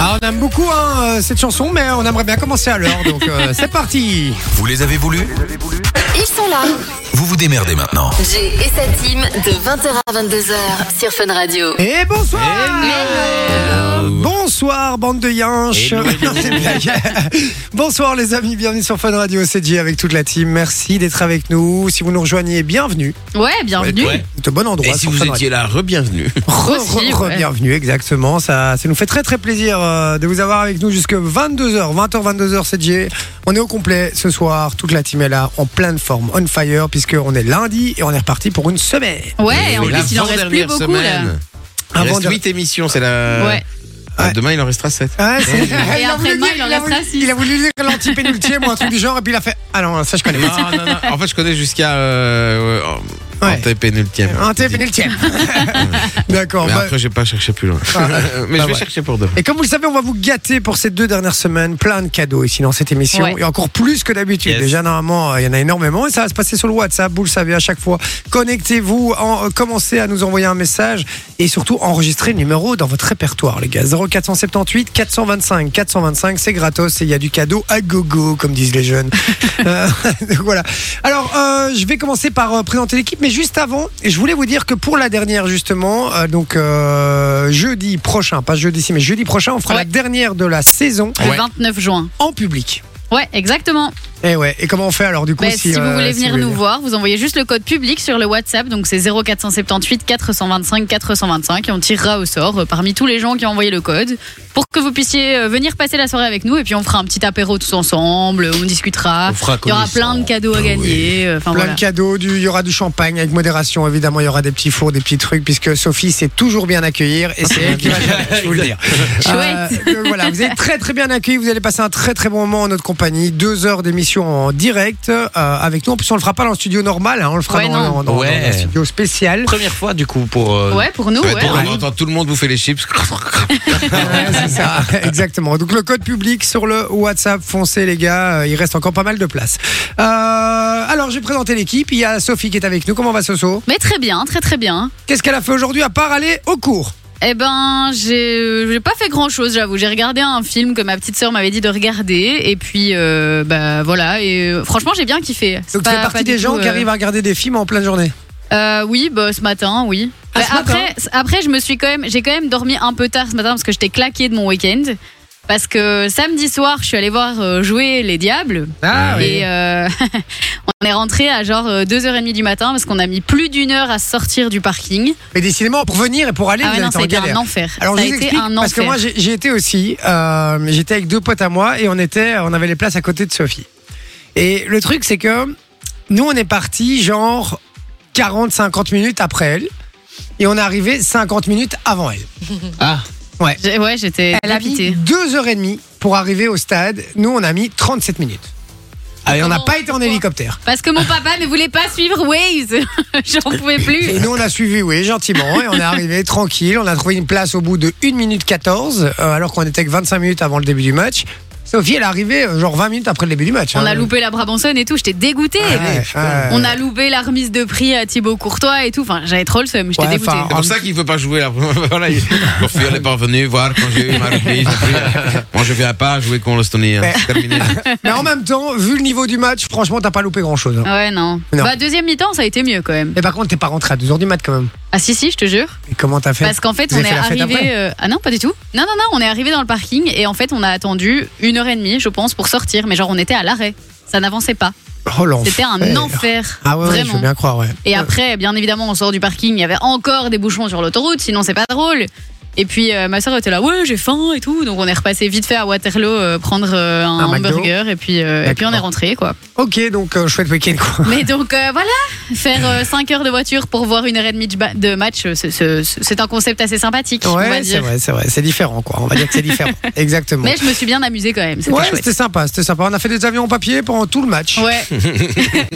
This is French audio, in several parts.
Ah, aime beaucoup hein, cette chanson, mais on aimerait bien commencer à l'heure. Donc euh, c'est parti. Vous les avez voulu Ils sont là. Vous vous démerdez maintenant. Jay et sa team de 20h à 22h sur Fun Radio. Et bonsoir. Bonsoir bande de yinches. Non, c'est une blague. bonsoir les amis, bienvenue sur Fun Radio. C'est Jay avec toute la team. Merci d'être avec nous. Si vous nous rejoignez, bienvenue. Ouais, bienvenue. Ouais. C'est au bon endroit. Et si sur vous Fun étiez là, re-bienvenue. Re- Aussi, re- ouais. Bienvenue, exactement. Ça, ça nous fait très très plaisir euh, de vous avoir avec nous jusque 22h, 20h, 22h, c'est Jay. On est au complet ce soir. Toute la team est là, en pleine forme, on fire, puisqu'on est lundi et on est reparti pour une semaine. Ouais, en Mais la plus, il en reste plus dernière beaucoup là. semaine. Il Avant reste de- 8 émissions, c'est la. Ouais. Ah, Demain, il en restera 7. Ouais, c'est- Et a après voulu demain, dire- il en a restera voulu- six. il a voulu dire l'antipénultième ou un truc du genre, et puis il a fait Ah non, ça je connais pas. Non, non, non. En fait, je connais jusqu'à. Euh, euh, Ouais. antépénultième. Antipénultième. D'accord. Mais bah, après, j'ai pas cherché plus loin. Ah, Mais bah je vais ouais. chercher pour demain. Et comme vous le savez, on va vous gâter pour ces deux dernières semaines. Plein de cadeaux ici dans cette émission. Ouais. Et encore plus que d'habitude. Yes. Déjà, normalement, euh, il y en a énormément. Et ça va se passer sur le WhatsApp. Vous le savez à chaque fois. Connectez-vous. en- euh, commencez à nous envoyer un message. Et surtout, enregistrez le numéro dans votre répertoire, les gars. 0478 425 425. C'est gratos. Et il y a du cadeau à gogo, comme disent les jeunes. Euh, donc voilà. Alors, euh, je vais commencer par euh, présenter l'équipe, mais juste avant, je voulais vous dire que pour la dernière, justement, euh, donc euh, jeudi prochain, pas jeudi ici, mais jeudi prochain, on fera Ouais. la dernière de la saison Le Ouais. 29 juin. en public. Ouais, exactement. Et Eh ouais. Et comment on fait alors du coup Bah, si euh, vous voulez si venir vous nous voir, vous envoyez juste le code public sur le WhatsApp, donc c'est 0478 425 425 et on tirera au sort euh, parmi tous les gens qui ont envoyé le code pour que vous puissiez euh, venir passer la soirée avec nous et puis on fera un petit apéro tous ensemble, on discutera, On fera il y aura connaissance. plein de cadeaux à Ah oui. gagner, euh, enfin Plein voilà. de cadeaux, du- il y aura du champagne avec modération, évidemment, il y aura des petits fours, des petits trucs, puisque Sophie sait toujours bien accueillir et c'est elle qui va gérer, je vous le dire. Chouette. Euh, donc voilà, vous êtes très très bien accueillis, vous allez passer un très très bon moment en notre compagnie, deux heures d'émission en direct euh, avec nous. En plus, on le fera pas dans le studio normal, hein, on le fera Ouais, dans, non. dans- dans- dans Ouais. un studio spécial. Première fois, du coup, pour. euh, Ouais, pour nous, ouais. On entend tout le monde bouffer les chips. Ouais, c'est ça, exactement. Donc le code public sur le WhatsApp, foncez les gars, euh, il reste encore pas mal de place. Euh, alors, j'ai présenté l'équipe, il y a Sophie qui est avec nous. Comment va Soso Mais très bien, très très bien. Qu'est-ce qu'elle a fait aujourd'hui à part aller au cours Eh ben, j'ai euh, j'ai pas fait grand chose, j'avoue. J'ai regardé un film que ma petite sœur m'avait dit de regarder, et puis euh, bah voilà. Et euh, franchement, j'ai bien kiffé. C'est Donc tu fais pas- pas partie du des gens tout, qui euh, arrivent à regarder des films en pleine journée. euh, Oui, bah ce matin, oui. Ah, Bah, ce matin. après, après, je me suis quand même, j'ai quand même dormi un peu tard ce matin parce que j'étais claqué de mon week-end. Parce que samedi soir, je suis allée voir euh, jouer les Diables. Ah Et euh, on est rentré à genre euh, 2h30 du matin parce qu'on a mis plus d'une heure à sortir du parking. Mais décidément, pour venir et pour aller, vous Ah avez ouais, non, été ça a en été un galère. enfer. Alors ça je a vous été explique un parce que enfer. moi j'ai j'ai été aussi, euh, j'étais avec deux potes à moi et on était, on avait les places à côté de Sophie. Et le truc c'est que nous on est parti genre 40-50 minutes après elle et on est arrivé 50 minutes avant elle. Ah, J'ai- Ouais, j'étais Elle a mis dépitée. deux heures et demie pour arriver au stade. Nous on a mis 37 minutes. Ah, Et on n'a Comment- pas été en pourquoi hélicoptère. Parce que mon papa ne voulait pas suivre Waze. J'en pouvais Et plus. nous, on a suivi, oui, gentiment, et on est arrivé tranquille. On a trouvé une place au bout de 1 minute 14, euh, alors qu'on était que 25 minutes avant le début du match. Sophie, elle est arrivée euh, genre 20 minutes après le début du match. On hein. a loupé la Brabançonne et tout, j'étais dégoûtée. Ah Ouais, ouais. On a loupé la remise de prix à Thibaut Courtois et tout. Enfin, j'avais trop le seum, j'étais Ouais, dégoûtée. enfin, c'est pour ça qu'il ne peut pas jouer là. voilà, il... Mon fils n'est pas venu voir quand j'ai eu ma reprise. Moi, je viens pas jouer contre l'Estonie. hein. C'est terminé. Mais en même temps, vu le niveau du match, franchement, t'as pas loupé grand chose. Ouais, non. Non. Bah, deuxième mi-temps, ça a été mieux quand même. Mais par contre, t'es pas rentré à 2h du mat quand même. Ah, si, si, je te jure. Et comment t'as fait Parce qu'en fait, Vous on avez est fait la fête arrivé. après euh, Ah non, pas du tout. Non, non, non, on est arrivé dans le parking et en fait, on a attendu une heure et demie, je pense, pour sortir. Mais genre, on était à l'arrêt. Ça n'avançait pas. Oh l'enfer. C'était un enfer. Ah ouais, ouais, je vraiment. veux bien croire, ouais. Et après, bien évidemment, on sort du parking, il y avait encore des bouchons sur l'autoroute, sinon c'est pas drôle. Et puis euh, ma soeur était là, ouais, j'ai faim et tout. Donc on est repassé vite fait à Waterloo euh, prendre euh, un, Un McDo. hamburger et puis, euh, et puis on est D'accord. rentré quoi. Ok, donc euh, chouette week-end quoi. Mais donc euh, voilà, faire 5 heures de voiture pour voir une heure et demie de ba- de match, euh, c'est- c'est c'est un concept assez sympathique, on va Ouais, c'est dire. vrai, c'est vrai. C'est différent quoi. On va dire que c'est différent. Exactement. Mais je me suis bien amusée quand même, c'était ouais, chouette. c'était sympa, c'était sympa. On a fait des avions en papier pendant tout le match. Ouais.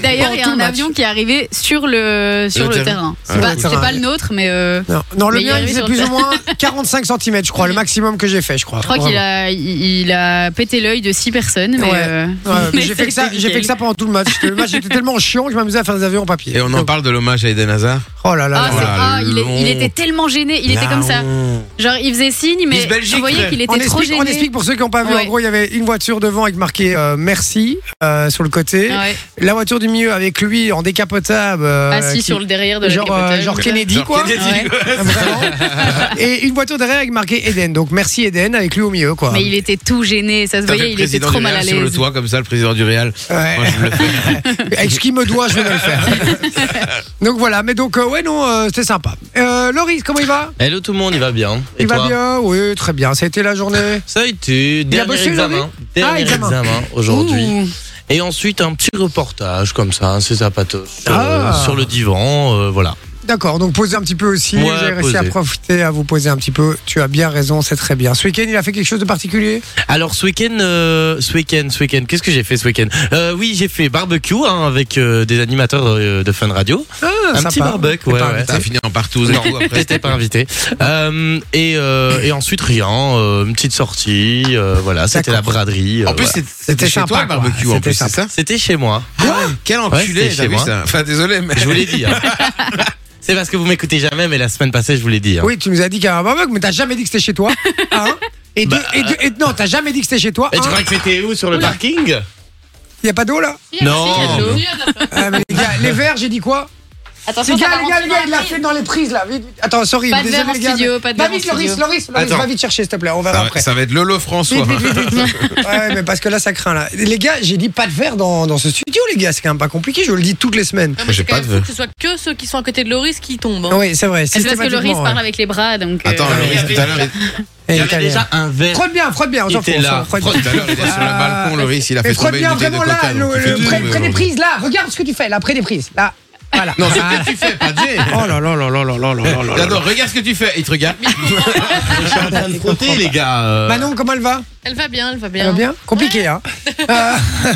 D'ailleurs, il y Pendant a tout un le match. avion qui est arrivé sur le, sur Le le, terrain. terrain. Sur C'est pas, le c'est terrain. pas le nôtre, mais euh, Non, non le Mais il est mien, il arrivé faisait sur plus le ou moins 45 cm, je crois, le maximum que j'ai fait, je crois. Je crois qu'il Vraiment. a, il il a pété l'œil de six personnes. Mais, Ouais. euh, Ouais, mais mais j'ai fait que ça, c'était j'ai fait que ça pendant tout le match. Le match était tellement chiant que je m'amusais à faire des avions en papier. Et on en parle de l'hommage à Eden Hazard. Oh là là. Ah, là. c'est- Voilà, ah, il, est- il long. Ah, était tellement gêné, il était comme ça. Genre, il faisait signe, mais Miss Belgique. vous voyez qu'il était on, trop explique, gêné. on explique pour ceux qui n'ont pas vu. Ouais. En gros, il y avait une voiture devant avec marqué euh, merci euh, sur le côté. Ah Ouais, La voiture du milieu avec lui en décapotable. euh, assis qui- sur le derrière de la genre, euh, décapotable. genre Kennedy, Genre quoi. Kennedy, Ouais. quoi. Vraiment. Et une voiture derrière avec marqué Eden. Donc merci Eden avec lui au milieu, quoi. Mais il était tout gêné, ça se T'as fait voyait, le il était président trop du mal Real à Sur le l'aise. toit, comme ça, le président du Real. Ouais. Moi, je me le fais. Avec ce qu'il me doit, je vais le faire. donc voilà, mais donc, euh, ouais, non, euh, c'était sympa. Euh, Loris, comment il va Hello tout le monde, il va bien. Et Il toi va bien, oui, très bien. Ça a été la journée Ça a été. Dernier bossé examen. aujourd'hui Dernier Ah, examen. examen aujourd'hui. Ouh. Et ensuite un petit reportage comme ça, hein, c'est zapatos. Sur, Ah. sur le divan, euh, voilà. D'accord, donc posez un petit peu aussi. Ouais, J'ai réussi à posez. profiter, à vous poser un petit peu. Tu as bien raison, c'est très bien. Ce week-end, il a fait quelque chose de particulier Alors ce week-end, euh, ce week-end, ce week-end, qu'est-ce que j'ai fait ce week-end Euh, Oui, j'ai fait barbecue hein, avec euh, des animateurs euh, de Fun Radio. ah, Un petit barbecue, ouais. pas ouais. Ça a fini en partout. et tout, Non, après. t'étais pas invité. Euh, et, euh, et ensuite rien, euh, une petite sortie, euh, voilà, c'était la D'accord. braderie. euh, En plus, voilà. c'est- c'était chez sympa, toi, le quoi. barbecue, en C'était plus, c'est sympa. ça c'était chez moi. Quel c'était enculé, chez j'ai vu moi. ça. Enfin, désolé, mais. Je vous l'ai dit. hein. C'est parce que vous m'écoutez jamais, mais la semaine passée, je vous l'ai dit. hein. Oui, tu nous as dit qu'il y avait un barbecue, mais t'as jamais dit que c'était chez toi. Hein et, deux- et, deux- et non, t'as jamais dit que c'était chez toi. Bah, Et tu hein. crois que c'était où sur le parking Il y a pas d'eau là Non. Ah, mais les, gars, les verres, j'ai dit quoi Attention, Les gars, ça les va gars, les rentrer gars, dans il a la fait dans les prises là. Vite, vite. Attends, sorry, Pas de désolé verre en les gars. studio, mais- pas de Va verre en vite, Loris, studio. Loris, Loris, Attends. va vite chercher s'il te plaît, on verra Ça va, après. ça va être Lolo François. Vite, vite, vite, vite, vite. Ouais, mais parce que là, ça craint là. Les gars, j'ai dit pas de verre dans, dans ce studio, les gars, c'est quand même pas compliqué, je vous le dis toutes les semaines. Non, mais J'ai c'est quand pas même de- fou que ce soit que ceux qui sont à côté de Loris qui tombent. hein. Oui, c'est vrai. C'est parce que systématiquement, Loris ouais. parle avec les bras, donc. euh, Attends, Loris, tout à l'heure, Et Il y t'as avait l'air. déjà un verre. Frotte bien, frotte bien, on Il s'en fout. était on là. s'en fout, frotte tout bien. à l'heure, il était sur le balcon, Loris, il a Mais fait frotte tomber bien une bouteille de vraiment là, coca. donc le- il fait le- tout près tomber, près des vraiment. prises là, regarde ce que tu fais là, près des prises, là. Voilà. Ah. Non, c'est ce que tu fais, pas Jay. Oh là là là là là là là là là là. J'adore, regarde ce que tu fais. Il te regarde. Bah Je suis en train de frotter, les gars. euh. Manon, comment elle va Elle va bien, elle va bien. Elle va bien Compliqué, hein Euh, euh,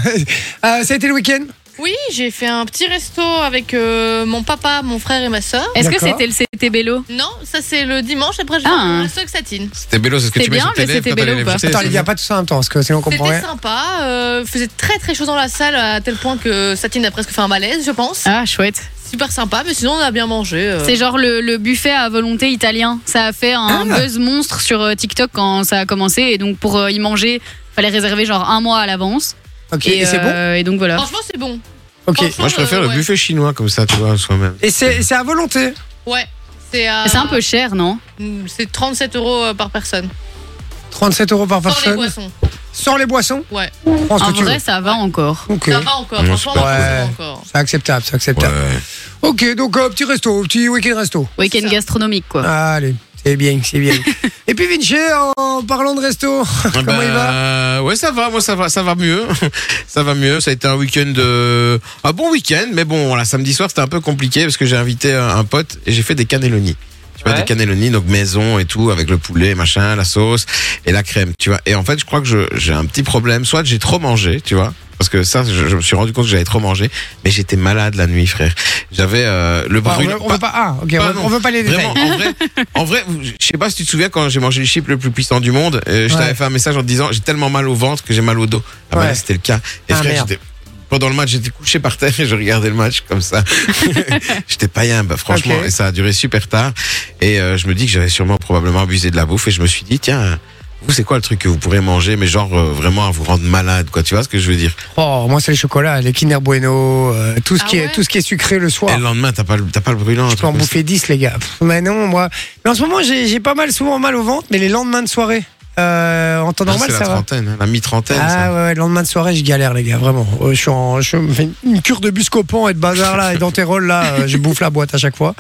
Ça a été le week-end Oui, j'ai fait un petit resto avec euh, mon papa, mon frère et ma soeur. Est-ce que D'accord. c'était le CT Bello Non, ça c'est le dimanche, après je vais Ah, faire un hein. resto avec Satine. C'était bello, c'est ce que C'est tu mets bien, sur tes mais lèvres c'était quand t'as bello les ou pas lèvres Attends, les c'est gars, ça pas tout ça en même temps, parce que sinon on comprend C'était rien. sympa, euh, faisait très très chaud dans la salle à tel point que Satine a presque fait un malaise, je pense. Ah, chouette. Super sympa, mais sinon on a bien mangé. euh. C'est genre le, le buffet à volonté italien. Ça a fait un Ah. buzz monstre sur euh, TikTok quand ça a commencé. Et donc, pour euh, y manger, fallait réserver genre un mois à l'avance. Ok, et, c'est bon euh, Et donc voilà. Franchement, c'est bon. Ok. franchement, Moi, je préfère euh, le ouais. buffet chinois comme ça, tu vois, soi-même. Et c'est c'est à volonté Ouais. C'est euh, mm, C'est un peu cher, non C'est 37 euros euh, par personne. 37 euros par Sans les personne boissons. Sans les boissons Ouais. Prends ce En que tu vrai, ça va encore. veux. Ok. Ça va encore. Non, franchement, c'est pas- moi, ça va Ouais. encore. C'est acceptable, c'est acceptable. Ok, donc euh, petit resto, petit week-end resto. Week-end ça. gastronomique, quoi. Allez, c'est bien, c'est bien. Et puis Vinci, en parlant de resto, Eh comment il va Bah, Ouais, ça va, moi, ça va, ça va mieux. ça va mieux. Ça a été un week-end, euh, un bon week-end, mais bon, voilà, samedi soir, c'était un peu compliqué parce que j'ai invité un, un pote et j'ai fait des cannelloni. Tu vois, Ouais. des cannelloni, donc maison et tout, avec le poulet, machin, la sauce et la crème, tu vois. Et en fait, je crois que je- j'ai un petit problème. Soit j'ai trop mangé, tu vois. Parce que ça, je, je me suis rendu compte que j'avais trop mangé, mais j'étais malade la nuit, frère. J'avais euh, le Ah, on, brûle. veut, on veut pas. Ah, ok, pas on, veut, non. on veut pas les détails. Vraiment, en vrai, en vrai, je sais pas si tu te souviens quand j'ai mangé le chip le plus puissant du monde, euh, je Ouais. t'avais fait un message en te disant j'ai tellement mal au ventre que j'ai mal au dos. Ah bah Ouais. là, c'était le cas. Et Ah, frère, merde. j'étais- pendant le match, j'étais couché par terre et je regardais le match comme ça. j'étais païen, bah, franchement, Ok. et ça a duré super tard. Et euh, je me dis que j'avais sûrement probablement abusé de la bouffe et je me suis dit tiens. Vous, c'est quoi le truc que vous pourrez manger, mais genre euh, vraiment à vous rendre malade, quoi. Tu vois ce que je veux dire Oh, moi c'est les chocolats, les Kinder Bueno, euh, tout, ce Ah qui est, ouais tout ce qui est sucré le soir. Et le lendemain, t'as pas, le- t'as pas le brûlant. un Je truc peux en comme ça. bouffer 10, les gars. Pff, mais non, moi. Mais en ce moment, j'ai j'ai pas mal, souvent mal au ventre, mais les lendemains de soirée. euh, en temps Ah, normal, c'est ça la va. trentaine, hein, la mi-trentaine. ça. Ah ouais, ouais, le lendemain de soirée, je galère, les gars, vraiment. Euh, je suis en. Je me fais une cure de buscopan et de bazar, là, et d'antérol, là. euh, je bouffe la boîte à chaque fois.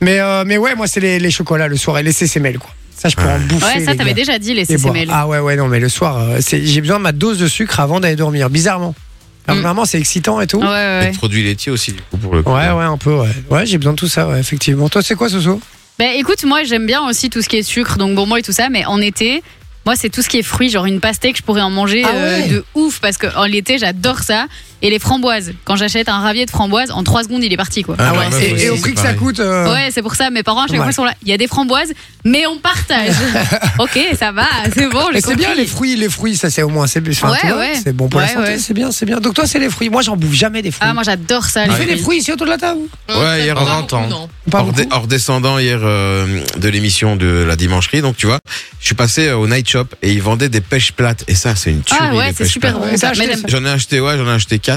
Mais, euh, mais ouais, moi, c'est les, les chocolats le soir et les CCML, quoi. Ça, je peux en bouffer. Ouais, ça, les t'avais gars, déjà dit, les et boire. CCML. Ah ouais, ouais, non, mais le soir, euh, c'est- j'ai besoin de ma dose de sucre avant d'aller dormir, bizarrement. Alors, Mm. Normalement, c'est excitant et tout. Ouais, ouais, Et ouais. de produits laitiers aussi, du coup, pour le coup. Ouais, ouais, un peu, ouais. Ouais, j'ai besoin de tout ça, ouais, effectivement. Toi, c'est quoi, Soso Bah écoute, moi j'aime bien aussi tout ce qui est sucre, donc bonbons et tout ça, mais en été, Moi, c'est tout ce qui est fruits, genre une pastèque, je pourrais en manger Ah euh, ouais de ouf parce qu'en l'été, j'adore ça. Et les framboises. Quand j'achète un ravier de framboises, en 3 secondes, il est parti, quoi. Ah ouais, Et, ouais, et au c'est prix que ça pareil. coûte. euh, Ouais, c'est pour ça, mes parents à chaque Ouais. fois sont là. Il y a des framboises, mais on partage. ok, ça va, c'est bon, Mais j'ai c'est bien compris. les fruits, les fruits, ça c'est au moins, c'est enfin, Ouais, tu vois, ouais. c'est bon pour la Ouais, santé, ouais. c'est bien, c'est bien. Donc toi c'est les fruits, moi j'en bouffe jamais des fruits. Ah, moi j'adore ça. tu les fais des fruits. fruits ici autour de la table Ouais, hier, Non, on non, entend. non. Pas hors, beaucoup. dé- hors descendant hier euh, de l'émission de la dimancherie, donc tu vois, je suis passé euh, au night shop et ils vendaient des pêches plates et ça c'est une tuerie. Ah ouais, les c'est pêches super plates. Ouais, bon. ça. t'as Mais, acheté j'aime- J'en ai acheté ouais, j'en ai acheté quatre.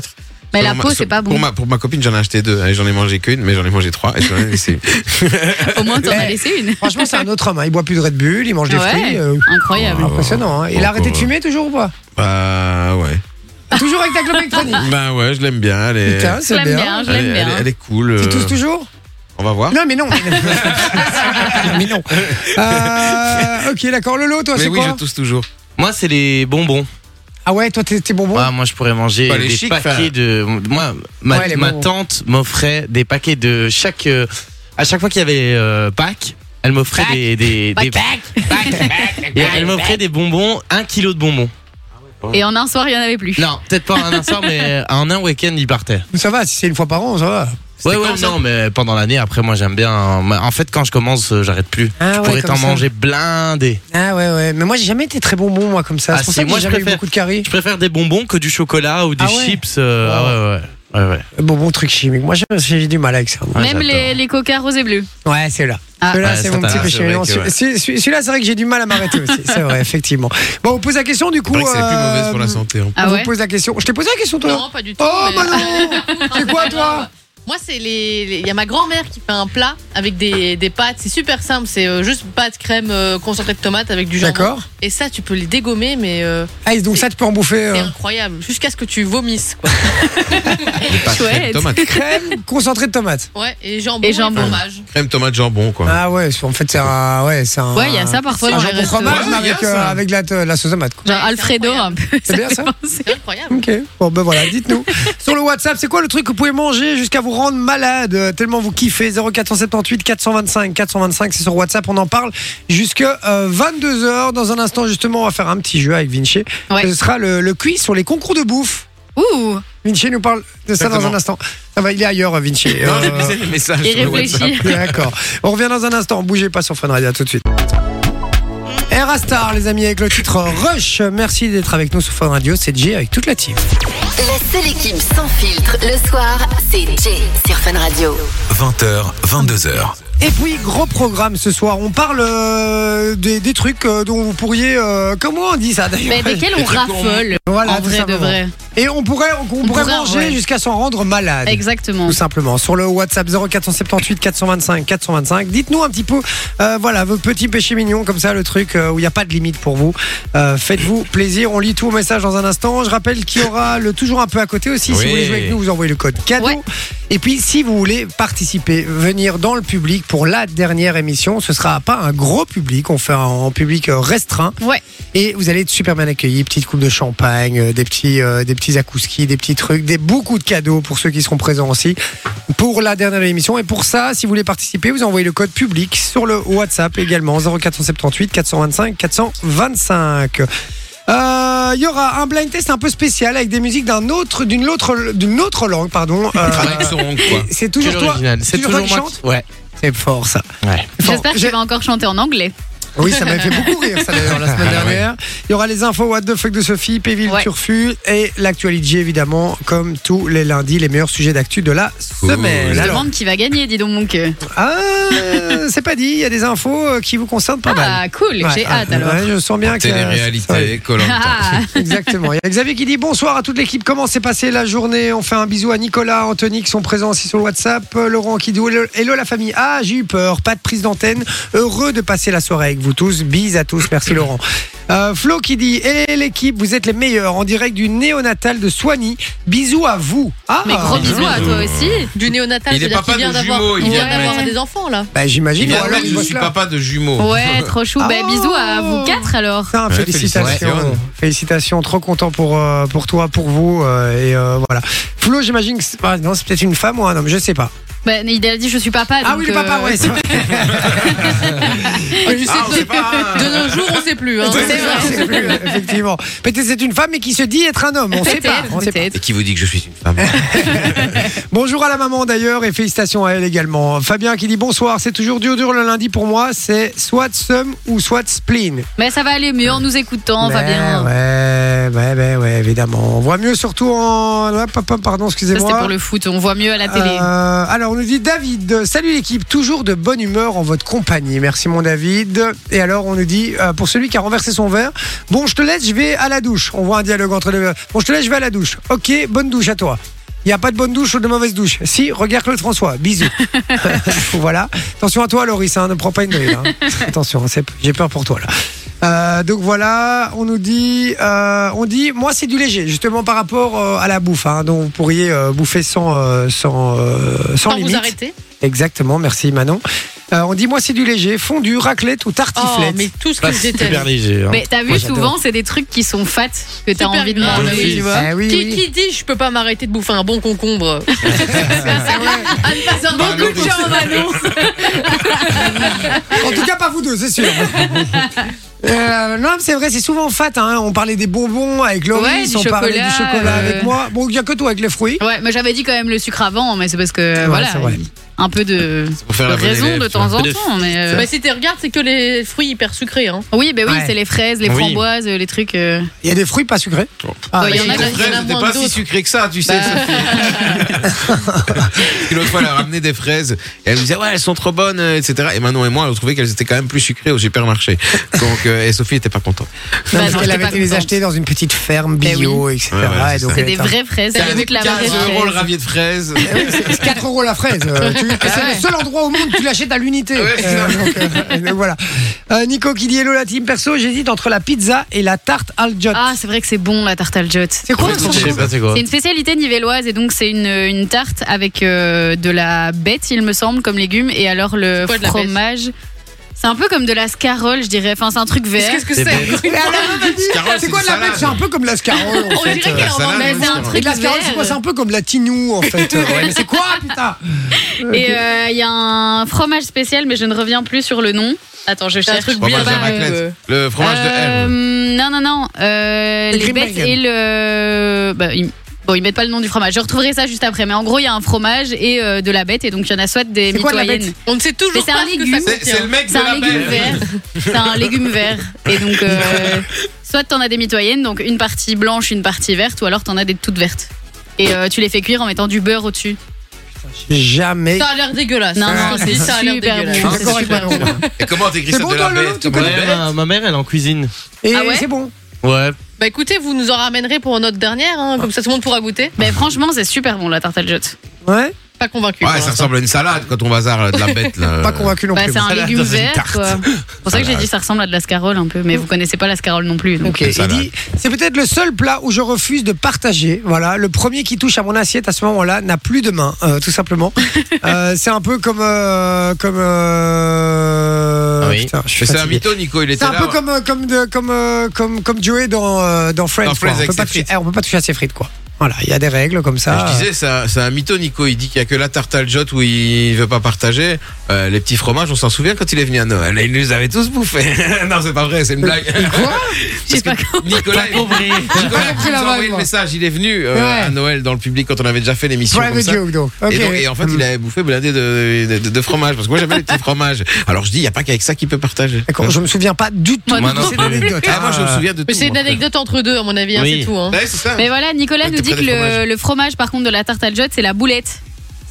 mais la Pour ma- peau, c'est pour pas bon. Pour ma, pour ma copine j'en ai acheté deux, et j'en ai mangé qu'une mais j'en ai mangé trois et j'en ai laissé. Au moins, t'en as laissé une. Franchement c'est un autre homme, hein. il boit plus de Red Bull, il mange des Ouais, fruits. euh, Incroyable. Bravo. Impressionnant. hein. Il Ah, bah, Bravo. a arrêté de fumer toujours ou pas Bah ouais. Toujours avec ta clope électronique. Ben ouais, je l'aime bien, elle est Putain, Je c'est l'aime bien. bien, Ah. je elle, est- l'aime elle est- bien. elle est cool. Tu euh, tousses toujours on va voir. Non mais non. mais non. Euh, ok d'accord. Lolo toi mais c'est oui, quoi je tousse toujours. Moi, c'est les bonbons. Ah ouais toi t'es t'es bonbon. Bah. Ah, moi, je pourrais manger Pas les des chics, paquets enfin. de. Moi, ma, Ouais, les ma bonbons. tante m'offrait des paquets de chaque. euh, à chaque fois qu'il y avait euh, Pâques, elle m'offrait Pâques. des. des, des- Et elle m'offrait des bonbons, un kilo de bonbons. Et en un soir, il y en avait plus. Non, peut-être pas en un soir, mais en un week-end, il partait. Ça va si c'est une fois par an ça va. Ouais, ouais, comme ça non, mais pendant l'année, après, moi, j'aime bien. En fait, quand je commence, euh, j'arrête plus. Ah je ouais, pourrais comme t'en ça. manger blindé. Ah ouais ouais. Mais moi j'ai jamais été très bonbon moi comme ça. Ah, c'est pour si, ça que moi, j'ai je jamais eu préfère. beaucoup de caries. Je préfère des bonbons que du chocolat ou des Ah ouais. chips. euh, Wow. ah ouais, ouais. ouais, ouais. Bonbon truc chimique. Moi j'ai- j'ai du mal avec ça. Ouais, Même les, j'adore. les coca rosé bleu. Ouais, c'est là. Ah. Celui-là, Ouais, c'est c'est mon pas- petit c'est péché vrai mignon. que, ouais. Celui- celui- Celui-là, c'est vrai que j'ai du mal à m'arrêter aussi. c'est vrai, effectivement. Bon, on pose la question du C'est coup. vrai que c'est la plus euh, mauvaise pour la santé. hein. Ah on ouais vous pose la question. Je t'ai posé la question, toi Non, pas du tout. Oh, mais- bah non C'est quoi, toi Moi, c'est les. les- Il y a ma grand-mère qui fait un plat avec des, des pâtes. C'est super simple. C'est euh, juste pâtes, crème, euh, concentré de tomate avec du jambon. D'accord. Et ça, tu peux les dégommer, mais euh, Ah, et donc ça, tu peux en bouffer. c'est euh, incroyable. Jusqu'à ce que tu vomisses, quoi. Des pâtes, Ah, Chouette. crème, tomate, Crème concentré de tomate. Ouais, et jambon. Et jambon. fromage. crème, tomate, jambon quoi. Ah ouais, c'est- en fait, c'est un. Ouais, c'est un. Ouais, il y a ça parfois un dans les jambon restos. fromage, mais Ouais, il y a avec, ça. euh, avec de la, de la sauce tomate. quoi. Genre Ouais, c'est Alfredo, hein. un peu. C'est bien, fait ça penser. C'est incroyable. Ok. Bon, ben voilà, dites-nous. Sur le WhatsApp, c'est quoi le truc que vous pouvez manger jusqu'à vous rendre malade euh, Tellement vous kiffez. 0478 425 425, c'est sur WhatsApp. On en parle jusqu'à 22h. Dans un instant, justement, on va faire un petit jeu avec Vinci. Ouais. Ce sera le, le quiz sur les concours de bouffe. Ouh, Vinci nous parle de ça dans Exactement. un instant. Ça va, il est ailleurs, euh, Vinci. Non, j'ai Euh, laissé les messages il sur le WhatsApp. réfléchit. D'accord. On revient dans un instant. Bougez pas sur Fun Radio. À tout de suite. Era Star, les amis, avec le titre Rush. Merci d'être avec nous sur Fun Radio. C'est Jay avec toute la team. La seule équipe sans filtre le soir, c'est Jay sur Fun Radio. 20h, 22h. Et puis, gros programme ce soir. On parle euh, des, des trucs euh, dont vous pourriez. euh, comment on dit ça d'ailleurs Mais desquels on raffole Voilà, en tout vrai de simplement. vrai. Et on pourrait, on, on pourrait pourrait, manger ouais. jusqu'à s'en rendre malade. Exactement. Tout simplement. Sur le WhatsApp 0478 425 425. Dites-nous un petit peu, euh, voilà, vos petits péchés mignons, comme ça, le truc euh, où il n'y a pas de limite pour vous. Euh, Faites-vous plaisir. On lit tout au message dans un instant. Je rappelle qu'il y aura le toujours un peu à côté aussi. Si Oui. vous voulez jouer avec nous, vous envoyez le code cadeau. Ouais. Et puis, si vous voulez participer, venir dans le public pour la dernière émission, ce sera pas un gros public. On fait en public euh, restreint. Ouais. Et vous allez être super bien accueillis. Petite coupe de champagne, euh, des petits, euh, des petits akouskis, des petits trucs, des beaucoup de cadeaux pour ceux qui seront présents aussi pour la dernière émission. Et pour ça, si vous voulez participer, vous envoyez le code public sur le WhatsApp également 0478 425 425. Euh, Il y aura un blind test un peu spécial avec des musiques d'un autre, d'une autre, d'une autre langue, pardon. Euh, Traduction, quoi. c'est toujours Quel toi. original. C'est toujours toi toujours qui moi. chante qui- Ouais. C'est fort ça. Ouais. Fort. J'espère que J'ai- tu vas encore chanter en anglais. Oui, ça m'a fait beaucoup rire, ça d'ailleurs, la semaine Ah ouais. dernière. Il y aura les infos What the fuck de Sophie, Péville Ouais. Turfu et l'actualité, évidemment, comme tous les lundis, les meilleurs sujets d'actu de la semaine. Je te Alors, demande qui va gagner, dis donc. mon queue. ah, c'est pas dit, il y a des infos euh, qui vous concernent pas mal. Ah, cool, Ouais, j'ai ah, hâte alors. ouais, je sens bien que. Ouais, Télé-réalité, Colanta. Euh, Ah, Exactement. Il y a Xavier qui dit bonsoir à toute l'équipe. Comment s'est passée la journée On fait un bisou à Nicolas, Anthony qui sont présents aussi sur le WhatsApp. Euh, Laurent qui dit hello, hello la famille. Ah, j'ai eu peur. Pas de prise d'antenne. Heureux de passer la soirée avec vous tous. Bise à tous. Merci Laurent. Euh, Flo qui dit et l'équipe, vous êtes les meilleurs en direct du néonatal de Soigny. Bisous à vous. Ah, mais gros bisous à toi aussi. Du néonatal, Il est c'est-à-dire papa qu'il vient de d'avoir jumeaux, il il vient vient de d'avoir mettre- des enfants là. Bah, Il j'imagine. vient ou de alors mettre il Eh je bosse suis là. papa de jumeaux. Ouais, trop chou. Bah, Oh. bisous à vous quatre alors. Putain, Ouais, félicitations. félicitations. Félicitations, trop content pour, euh, pour toi, pour vous. euh, et euh, voilà. Flo, j'imagine que c'est, ah, non, c'est peut-être une femme ou un homme, je sais pas. Bah, il a dit je suis papa. Ah donc, oui, le papa, euh, ouais, c'est vrai. Et tu sais, Ah, on de, sait pas. de nos jours, on sait plus. Hein. C'est vrai, c'est plus, euh, effectivement. Peut-être c'est une femme mais qui se dit être un homme, on sait pas. Peut-être, on sait pas. peut-être. Et qui vous dit que je suis une femme Bonjour à la maman d'ailleurs et félicitations à elle également. Fabien qui dit bonsoir, c'est toujours dur dur le lundi pour moi, c'est soit somme ou soit spleen. Mais Ben, ça va aller mieux en nous écoutant, Ouais, Fabien. Ouais, ouais, ouais, ouais, évidemment. On voit mieux surtout en. Ah, papa, Pardon, Ça, excusez-moi. c'était pour le foot. On voit mieux à la télé. Euh, alors, on nous dit David, euh, salut l'équipe, toujours de bonne humeur en votre compagnie. Merci mon David. Et alors, on nous dit, euh, pour celui qui a renversé son verre, bon, je te laisse, je vais à la douche. On voit un dialogue entre les deux. Bon, je te laisse, je vais à la douche. Ok, bonne douche à toi. Il n'y a pas de bonne douche ou de mauvaise douche. Si, regarde le François. Bisous. voilà. Attention à toi, Loris, hein, ne prends pas une drill. hein. Attention, hein, c'est- j'ai peur pour toi là. Euh, donc voilà, on nous dit, euh, on dit, moi c'est du léger, justement par rapport euh, à la bouffe, hein, donc vous pourriez euh, bouffer sans, euh, sans, euh, sans Sans vous limite. arrêter. Exactement, merci Manon. Euh, on dit, moi c'est du léger, fondue, raclette ou Oh, tartiflette. mais tout ce Pas que je super déteste. léger. hein. Mais t'as vu, Moi, j'adore. souvent, c'est des trucs qui sont fat que t'as Super envie de grave, manger. oui, tu vois. Eh oui, Qui, oui. qui dit je peux pas m'arrêter de bouffer un bon concombre Ah, ne pas avoir Beaucoup beaucoup de gens en annonce. En tout cas, pas vous deux, c'est sûr. Euh, non, mais c'est vrai, c'est souvent fat. hein. On parlait des bonbons avec Ouais, Loris, du on parlait du chocolat, chocolat euh. avec moi. Bon, il n'y a que toi avec les fruits. Ouais, mais j'avais dit quand même le sucre avant, mais c'est parce que Ouais, voilà, c'est vrai. un peu de, pour faire de la bonne raison élève, de tu vois. temps en peu de temps. Mais euh, Bah, si tu regardes, c'est que les fruits hyper sucrés. Hein. oui, ben oui, Ouais. c'est les fraises, les Oui. framboises, les trucs. euh. Il y a des fruits pas sucrés. Oh. Ah, Ouais, il bah, y en a Ton qui- il y en frère a n'était moins pas que si d'autres. sucré que ça, tu sais. Bah. Sophie. Parce que L'autre fois, elle a ramené des fraises et elle me disait ouais elles sont trop bonnes, euh, etc. Et Manon et moi, on trouvait qu'elles étaient quand même plus sucrées au supermarché. Donc euh, et Sophie était pas contente. Non, Bah, parce non, qu'elle j'étais avait pas été les contente. acheter dans une petite ferme Eh bio, etc. Ouais, ouais, et c'est donc, ça. C'est elle des était- vraies fraises. Ça avec coûte la 15 vraie euros le fraise. ravier de fraises. Eh oui, c'est- c'est 4 euros la fraise. euh, tu- c'est Ah le seul endroit au monde où tu l'achètes à l'unité. Ouais, c'est Euh, donc, euh, donc voilà. Euh, Nico qui dit hello la team perso, j'hésite entre la pizza et la tarte al jot. Ah, c'est vrai que c'est bon la tarte al jot. c'est quoi Je sais pas c'est quoi. C'est une spécialité nivelloise et donc c'est une, une tarte avec euh, de la bête, il me semble, comme légume et alors le C'est quoi, de la bête fromage. C'est un peu comme de la scarole, je dirais. Enfin, c'est un truc vert. Qu'est-ce que C'est c'est Mais alors, Scarole, C'est c'est quoi une de la bête salade. C'est un peu comme la scarole. en On fait, dirait euh. qu'elle en Euh, salade, a Mais oui, c'est un c'est Et truc de la scarole, c'est quoi C'est vert. un peu comme la tinou en fait. euh, ouais. Mais c'est quoi putain Et euh, il y a un fromage spécial, mais je ne reviens plus sur le nom. Attends, je C'est un cherche. truc bien Fromage de bas. raclette. Le fromage Euh, de M. Non, non, non. Euh, Le les bêtes Grimbergen. et le. Bah, ils- Bon, ils mettent pas le nom du fromage. Je retrouverai ça juste après. Mais en gros, il y a un fromage et euh, de la bête. Et donc, il y en a soit des C'est quoi, de la mitoyennes. bête On ne sait Mais toujours c'est pas un ce que légume. ça C'est c'est contient. le mec de C'est un la légume bête. vert. C'est un légume vert. Et donc, euh, soit t'en as des mitoyennes, donc une partie blanche, une partie verte, ou alors t'en as des toutes vertes. Et euh, tu les fais cuire en mettant du beurre au-dessus. Jamais. Ça a l'air dégueulasse. Non, non, Je te dis, c'est ça a super l'air bon. dégueulasse. Je suis C'est d'accord avec super Manon. bon. Et comment t'écris C'est ça bon, de toi, la Lolo, bête tu Comment connais la Ouais, bête ma, ma mère, elle est en cuisine. Et Ah ouais c'est bon. Ouais. Bah écoutez, vous nous en ramènerez pour notre dernière, hein, comme ça tout le monde pourra goûter. Mais franchement, c'est super bon la tarte al jute. Ouais. Pas convaincu. pour Ouais, ça l'instant. ressemble à une salade quand on bazar euh, de la bête là. Pas convaincu non Bah, plus. c'est un salade légume dans une vert. tarte. quoi. C'est pour ça que j'ai dit ça ressemble à de la scarole un peu, mais vous connaissez pas la scarole non plus. donc. Ok, il salade. dit, c'est peut-être le seul plat où je refuse de partager. Voilà, le premier qui touche à mon assiette à ce moment-là n'a plus de main, euh, tout simplement. Euh, c'est un peu comme euh, comme. euh, Ah oui. putain, je suis Mais c'est un fatigué. mytho, Nico, il C'est était un là. peu comme euh, comme de- comme euh, comme comme Joey dans euh, dans Friends. Dans quoi. Friends on, avec peut pas ses toucher, frites. Ah, eh, on peut pas toucher à ses frites quoi. Voilà, il y a des règles comme ça. Je disais, c'est un- c'est un mytho, Nico. Il dit qu'il n'y a que la tarte al jot où il veut pas partager. Euh, les petits fromages, on s'en souvient quand il est venu à Noël. Il nous avait tous bouffés. non, c'est pas vrai, c'est une blague. Quoi J'ai pas compris. Nicolas, il- compris. Nicolas, compris il nous la a envoyé blague, le moi. message. Il est venu euh, Ouais. à Noël dans le public quand on avait déjà fait l'émission. comme Euh, Private ça. joke donc. Et, Ok. Hmm. donc- et en fait, il avait bouffé blindé de, de, de- de fromage. Parce que moi, j'avais les petits fromages. Alors, je dis, il n'y a pas qu'avec ça qu'il peut partager. D'accord, je me souviens pas du tout. Moi de non ces plus. anecdotes, Ah, moi, je me hein. souviens de tout. Mais c'est une moi. anecdote entre deux, à mon avis, hein, Oui. c'est tout. hein. Ouais, c'est ça. Mais voilà, Nicolas Donc, nous t'as dit que pris des le, fromages. le fromage, par contre, de la tarte al jute, c'est la boulette.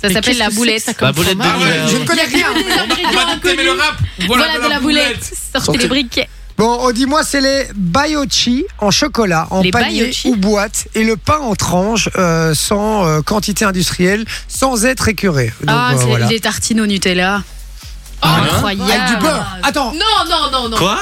Ça Mais s'appelle qu'est-ce la que c'est boulette. que ça comme La Bah, boulette fromage Ah ouais, d'hiver. Je ne connais rien. On m'a dit, t'aimais le rap. Voilà, Voilà, de la, boulette. Sortez les briquets. Bon, on dit moi c'est les bayochi en chocolat, en Les panier bayochi ou boîte, et le pain en tranches, euh, sans euh, quantité industrielle, sans être écœuré. Donc, Ah, euh, c'est voilà. hein des tartines au Nutella. Ah, incroyable. Avec du beurre. Ah, Attends, Non, non, non, non. Quoi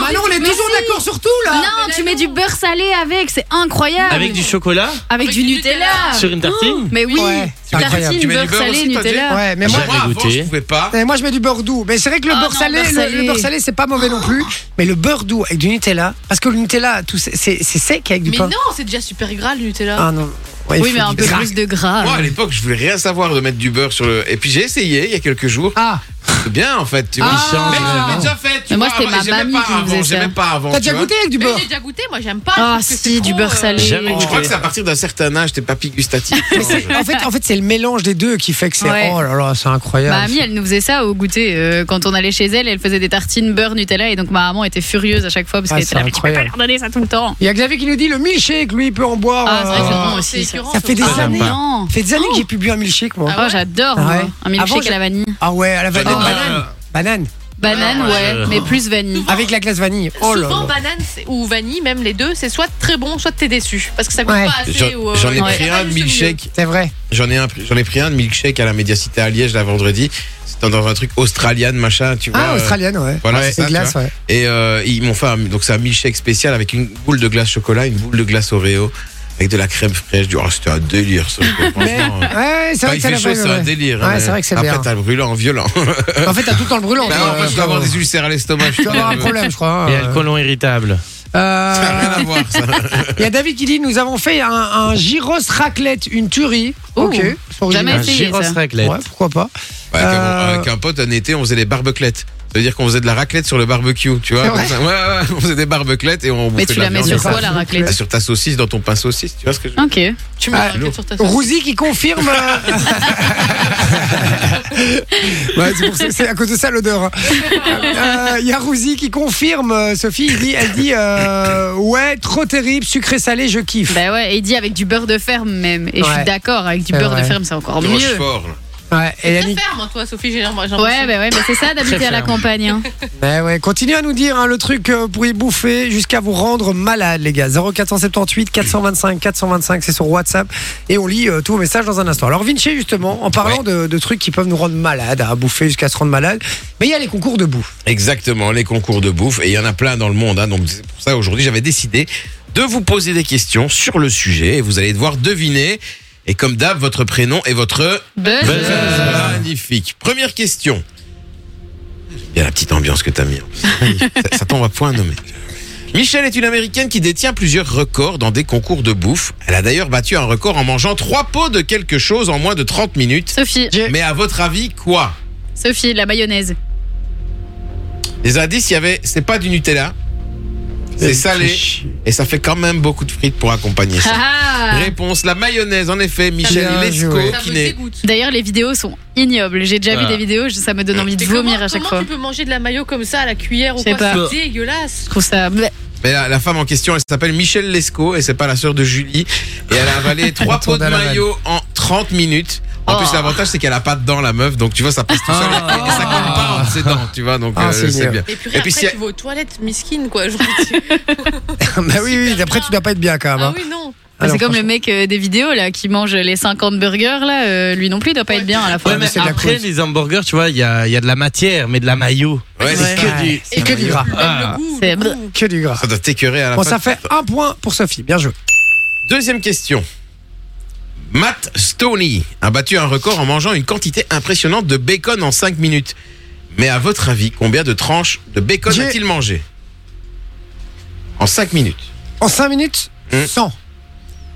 Manon, on est mais toujours si. d'accord sur tout Non, là. tu mets du beurre salé avec, c'est incroyable. Avec du chocolat Avec Avec du du Nutella. sur une tartine Mais oui, Ouais, c'est incroyable. tartine, Tu mets du beurre beurre salé, aussi, toi, Ouais, Nutella. mais Mais moi, moi, Jamais avant, goûté. je pouvais pas. et moi je mets du beurre doux. Mais c'est vrai que le Oh beurre non, salé, beurre le- salé. Le, beurre salé, c'est pas mauvais non plus. Mais le beurre doux avec du Nutella, parce que le Nutella, tout c'est c'est- c'est sec avec du Mais pain. non, c'est déjà super gras le Nutella. Ah non. Ouais, il Oui, faut mais un du peu gras. plus de gras. Moi, à alors. l'époque, je voulais rien savoir de mettre du beurre sur le. Et puis j'ai essayé il y a quelques jours. Ah, C'est bien en fait, tu vois. Ah. Il change, mais je l'avais euh, déjà fait. Tu Mais moi, vois, c'était avant, ma j'aimais mamie pas qui avant, faisait ça. j'aimais pas avant. t'as tu déjà vois. goûté avec du Mais beurre J'ai déjà goûté, moi j'aime pas. je Ah trouve que si, du c'est trop, beurre euh, salé. Oh. Jamais Je goûté. crois que c'est à partir d'un certain âge, t'es papilles gustatives. Mais c'est- en, fait, en fait, c'est le mélange des deux qui fait que c'est. Ouais. Bah, Oh là là, c'est Ma incroyable. mamie, elle nous faisait ça au goûter. euh, quand on allait chez elle, elle faisait des tartines beurre Nutella et donc ma maman était furieuse à chaque fois parce Ah, qu'elle était c'est là, mais tu peux pas incroyable. leur donner ça tout le temps. Il y a Xavier qui nous dit le milkshake, lui, il peut en boire. Ah, c'est vrai que euh, c'est bon c'est aussi. Ça, écœurant, ça fait des Ah, j'aime années. pas. Non. Ça fait des années que j'ai pu bu un milkshake, moi. Ah, j'adore Ah moi. ouais. un Avant, milkshake à j'ai- la vanille. Ah ouais, à la vanille. Ah. banane. Banane. Banane, ouais, j'adore. mais plus vanille. Avec la glace vanille. Oh là Souvent, bah- là. banane c'est- ou vanille, même les deux, c'est soit très bon, soit t'es déçu. Parce que ça goûte Ouais. pas assez. J'en ou, euh, j'en ai ouais. pris Ça un de va juste au milieu. milkshake. C'est vrai. J'en ai, un- j'en ai pris un de milkshake à la Médiacité à Liège, là, vendredi. C'était dans un truc australien, machin, tu vois. Ah, euh, australienne, ouais. Voilà, c'est c'est ça, glace, tu ouais. Et euh, ils m'ont fait un, donc c'est un milkshake spécial avec une boule de glace chocolat, une boule de glace Oreo, avec de la crème fraîche. Du, oh, c'était un délire, ça. quoi, Mais, ouais, franchement. ouais, c'est Quand vrai que il c'est fait la chaud, c'est vanille. un ouais. délire. Ouais, hein, c'est mais vrai que c'est Après, bien. t'as le brûlant violent. En fait, t'as tout le temps le brûlant. Bah, toi, en fait, euh, je dois avoir des ulcères à l'estomac. je suis Tu dois avoir un nerveux. problème, je crois. hein. Et un colon irritable. Euh, Ça n'a rien à voir, ça. Il y a David qui dit nous avons fait un, un gyros raclette, une tuerie. Oh, ok. c'est original. jamais Un essayé, gyros ça. raclette. Ouais, pourquoi pas. Ouais, avec, un, Euh, avec un pote, un été, on faisait des barbeclettes. Ça veut dire qu'on faisait de la raclette sur le barbecue, tu vois. C'est comme vrai ça. Ouais, ouais, ouais, on faisait des barbeclettes et on bouffait Mais tu de la mets viande. sur ça. quoi la Ah, raclette sur ta saucisse, dans ton pain saucisse, tu vois ce que je veux Ok. Tu mets Ah, la raclette sur ta sauce. Rouzy qui confirme. euh, ouais, c'est, pour ça- c'est à cause de ça l'odeur. hein. Euh, Il y a Rouzy qui confirme. euh, Sophie, il dit, elle dit euh, ouais, trop terrible, sucré salé, je kiffe. Bah ouais, et dit avec du beurre de ferme même. Et je Ouais. suis d'accord, avec du C'est beurre vrai. de ferme, c'est encore dire De mieux. Rochefort, là. Ouais, et Très Eh, Yannick- ferme, hein, toi, Sophie, j'ai l'impression. Ouais, bah ouais, mais c'est ça d'habiter à la ferme. campagne. hein. ben Ouais, ouais. Continuez à nous dire hein, le truc euh, pour y bouffer jusqu'à vous rendre malade, les gars. 0478 425 425, c'est sur WhatsApp. Et on lit euh, tous vos messages dans un instant. Alors, Vinci, justement, en parlant de, de trucs qui peuvent nous rendre malade, hein, à bouffer jusqu'à se rendre malade, mais il y a les concours de bouffe. Exactement, les concours de bouffe. Et il y en a plein dans le monde. hein. donc, c'est pour ça, aujourd'hui, j'avais décidé de vous poser des questions sur le sujet. Et vous allez devoir deviner. Et comme d'hab, votre prénom et votre. Buzz. Buzz. Magnifique. Première question. J'aime bien la petite ambiance que t'as mis. en plus. ça, ça tombe à point nommé. Michelle est une américaine qui détient plusieurs records dans des concours de bouffe. Elle a d'ailleurs battu un record en mangeant trois pots de quelque chose en moins de 30 minutes. Sophie, Mais à votre avis, quoi Sophie, la mayonnaise. Les indices, il y avait, c'est pas du Nutella, c'est salé et ça fait quand même beaucoup de frites pour accompagner ça. Ah ah. Réponse la mayonnaise en effet, Michel Bien Lescaut joué. Ça qui me n'est dégoûte. D'ailleurs, les vidéos sont ignobles. J'ai déjà vu Ah. des vidéos, je- ça me donne envie de Mais vomir comment- à chaque comment fois. tu peux manger de la mayo comme ça à la cuillère Je ou sais quoi pas. C'est dégueulasse. Je trouve ça. Bah, Mais la, la femme en question, elle s'appelle Michel Lescaut et c'est pas la sœur de Julie et elle a avalé trois pots Retourne de à la vanne. maillot en 30 minutes. En Oh. plus l'avantage c'est qu'elle a pas de dents la meuf donc tu vois ça passe Ah. tout seul et ça compte pas entre ses dents, tu vois donc Ah, euh, c'est c'est bien. bien. Et puis, Et puis, après, si- tu vas aux toilettes, miskine, quoi. je vous dis. bah oui, oui, d'après, tu dois pas être bien quand même. Ah hein. oui, non. Ah non, c'est comme le franchement. mec euh, des vidéos là qui mange les 50 burgers là, euh, lui non plus il doit pas être bien à la fin. Ouais, mais c'est de la après, cause. les hamburgers, tu vois, il y a, il y a de la matière, mais de la maillot. Ouais, c'est ça. que du- c'est que du gras. Même Ah. le goût, C'est- le goût. Que du gras. Ça doit t'écœurer à la Bon, fin. ça fait un point pour Sophie. Bien joué. Deuxième question. Matt Stoney a battu un record en mangeant une quantité impressionnante de bacon en 5 minutes. Mais à votre avis, combien de tranches de bacon J'ai- a-t-il mangé En 5 minutes. En 5 minutes, Hmm. 100.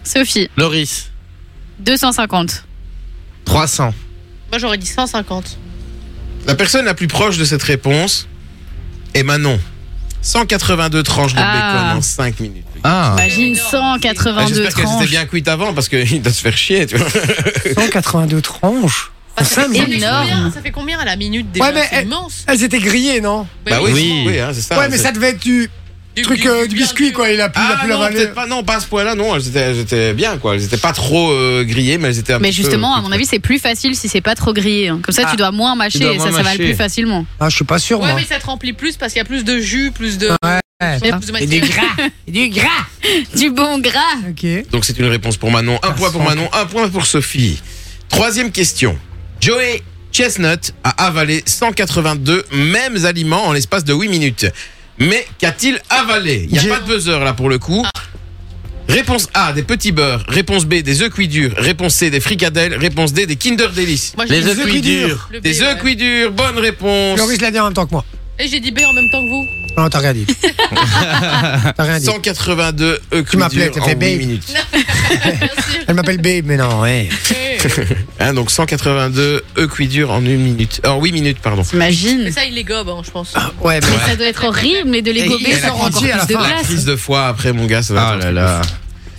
Sophie, Loris, 250. 300. Moi, j'aurais dit 150. La personne la plus proche de cette réponse est Manon. 182 tranches de Ah. bacon en 5 minutes. Ah. Imagine Ah, 182 J'espère qu'elle s'était tranches. bien cuite avant parce qu'il doit se faire chier. Tu vois. 182 tranches. En Ah, ça fait- 5 minutes. énorme. combien- Ça fait combien à la minute déjà Ouais, mais C'est elle- immense. Elles étaient grillées, non Bah oui, Oui. oui hein, c'est ça. Ouais, mais C'est- ça devait être du Du- truc euh, du bien biscuit, que- quoi. Il a pu, il a Ah pu non, l'avaler. peut-être pas, non, pas à ce point-là, non, elles étaient, elles étaient bien, quoi. Elles étaient pas trop euh, grillées, mais elles étaient un Mais petit peu- justement, à mon avis, c'est plus facile si c'est pas trop grillé. hein. Comme ça, Ah. tu dois moins dois mâcher et moins ça s'avale mâcher. plus facilement. Ah, je suis pas sûr, Ouais, moi. mais ça te remplit plus parce qu'il y a plus de jus, plus de. Ouais. plus de Et matière. du gras. Et du gras. Du bon gras. Ok. Donc c'est une réponse pour Manon, un point pour Manon, un point pour Sophie. Troisième question. Joey Chestnut a avalé 182 mêmes aliments en l'espace de 8 minutes. Mais qu'a-t-il avalé Il n'y a J'ai- pas de buzzer là pour le coup. Réponse A, des petits beurres. Réponse B, des œufs cuits durs. Réponse C, des fricadelles. Réponse D, des Kinder Delice. Moi, je Les dis œufs cuits durs. le B, Des ouais. œufs cuits durs, bonne réponse. Loris l'a dit en même temps que moi. Et j'ai dit B en même temps que vous. Non, t'as rien dit. t'as rien dit. 182 E Tu m'appelais, t'as en fait huit babe. minutes. Bien sûr. Elle m'appelle Babe, mais non, ouais. Hein, donc 182 E dur en une minute. En 8 minutes, pardon. Et T'imagines ça, il les gobe, hein, je pense. Ouais, mais. Ça doit être horrible, mais de les Et gober elle a ça rend encore grandi à la plus de fin, la place. Crise de foie après, mon gars, ça va Ah être un truc de fou.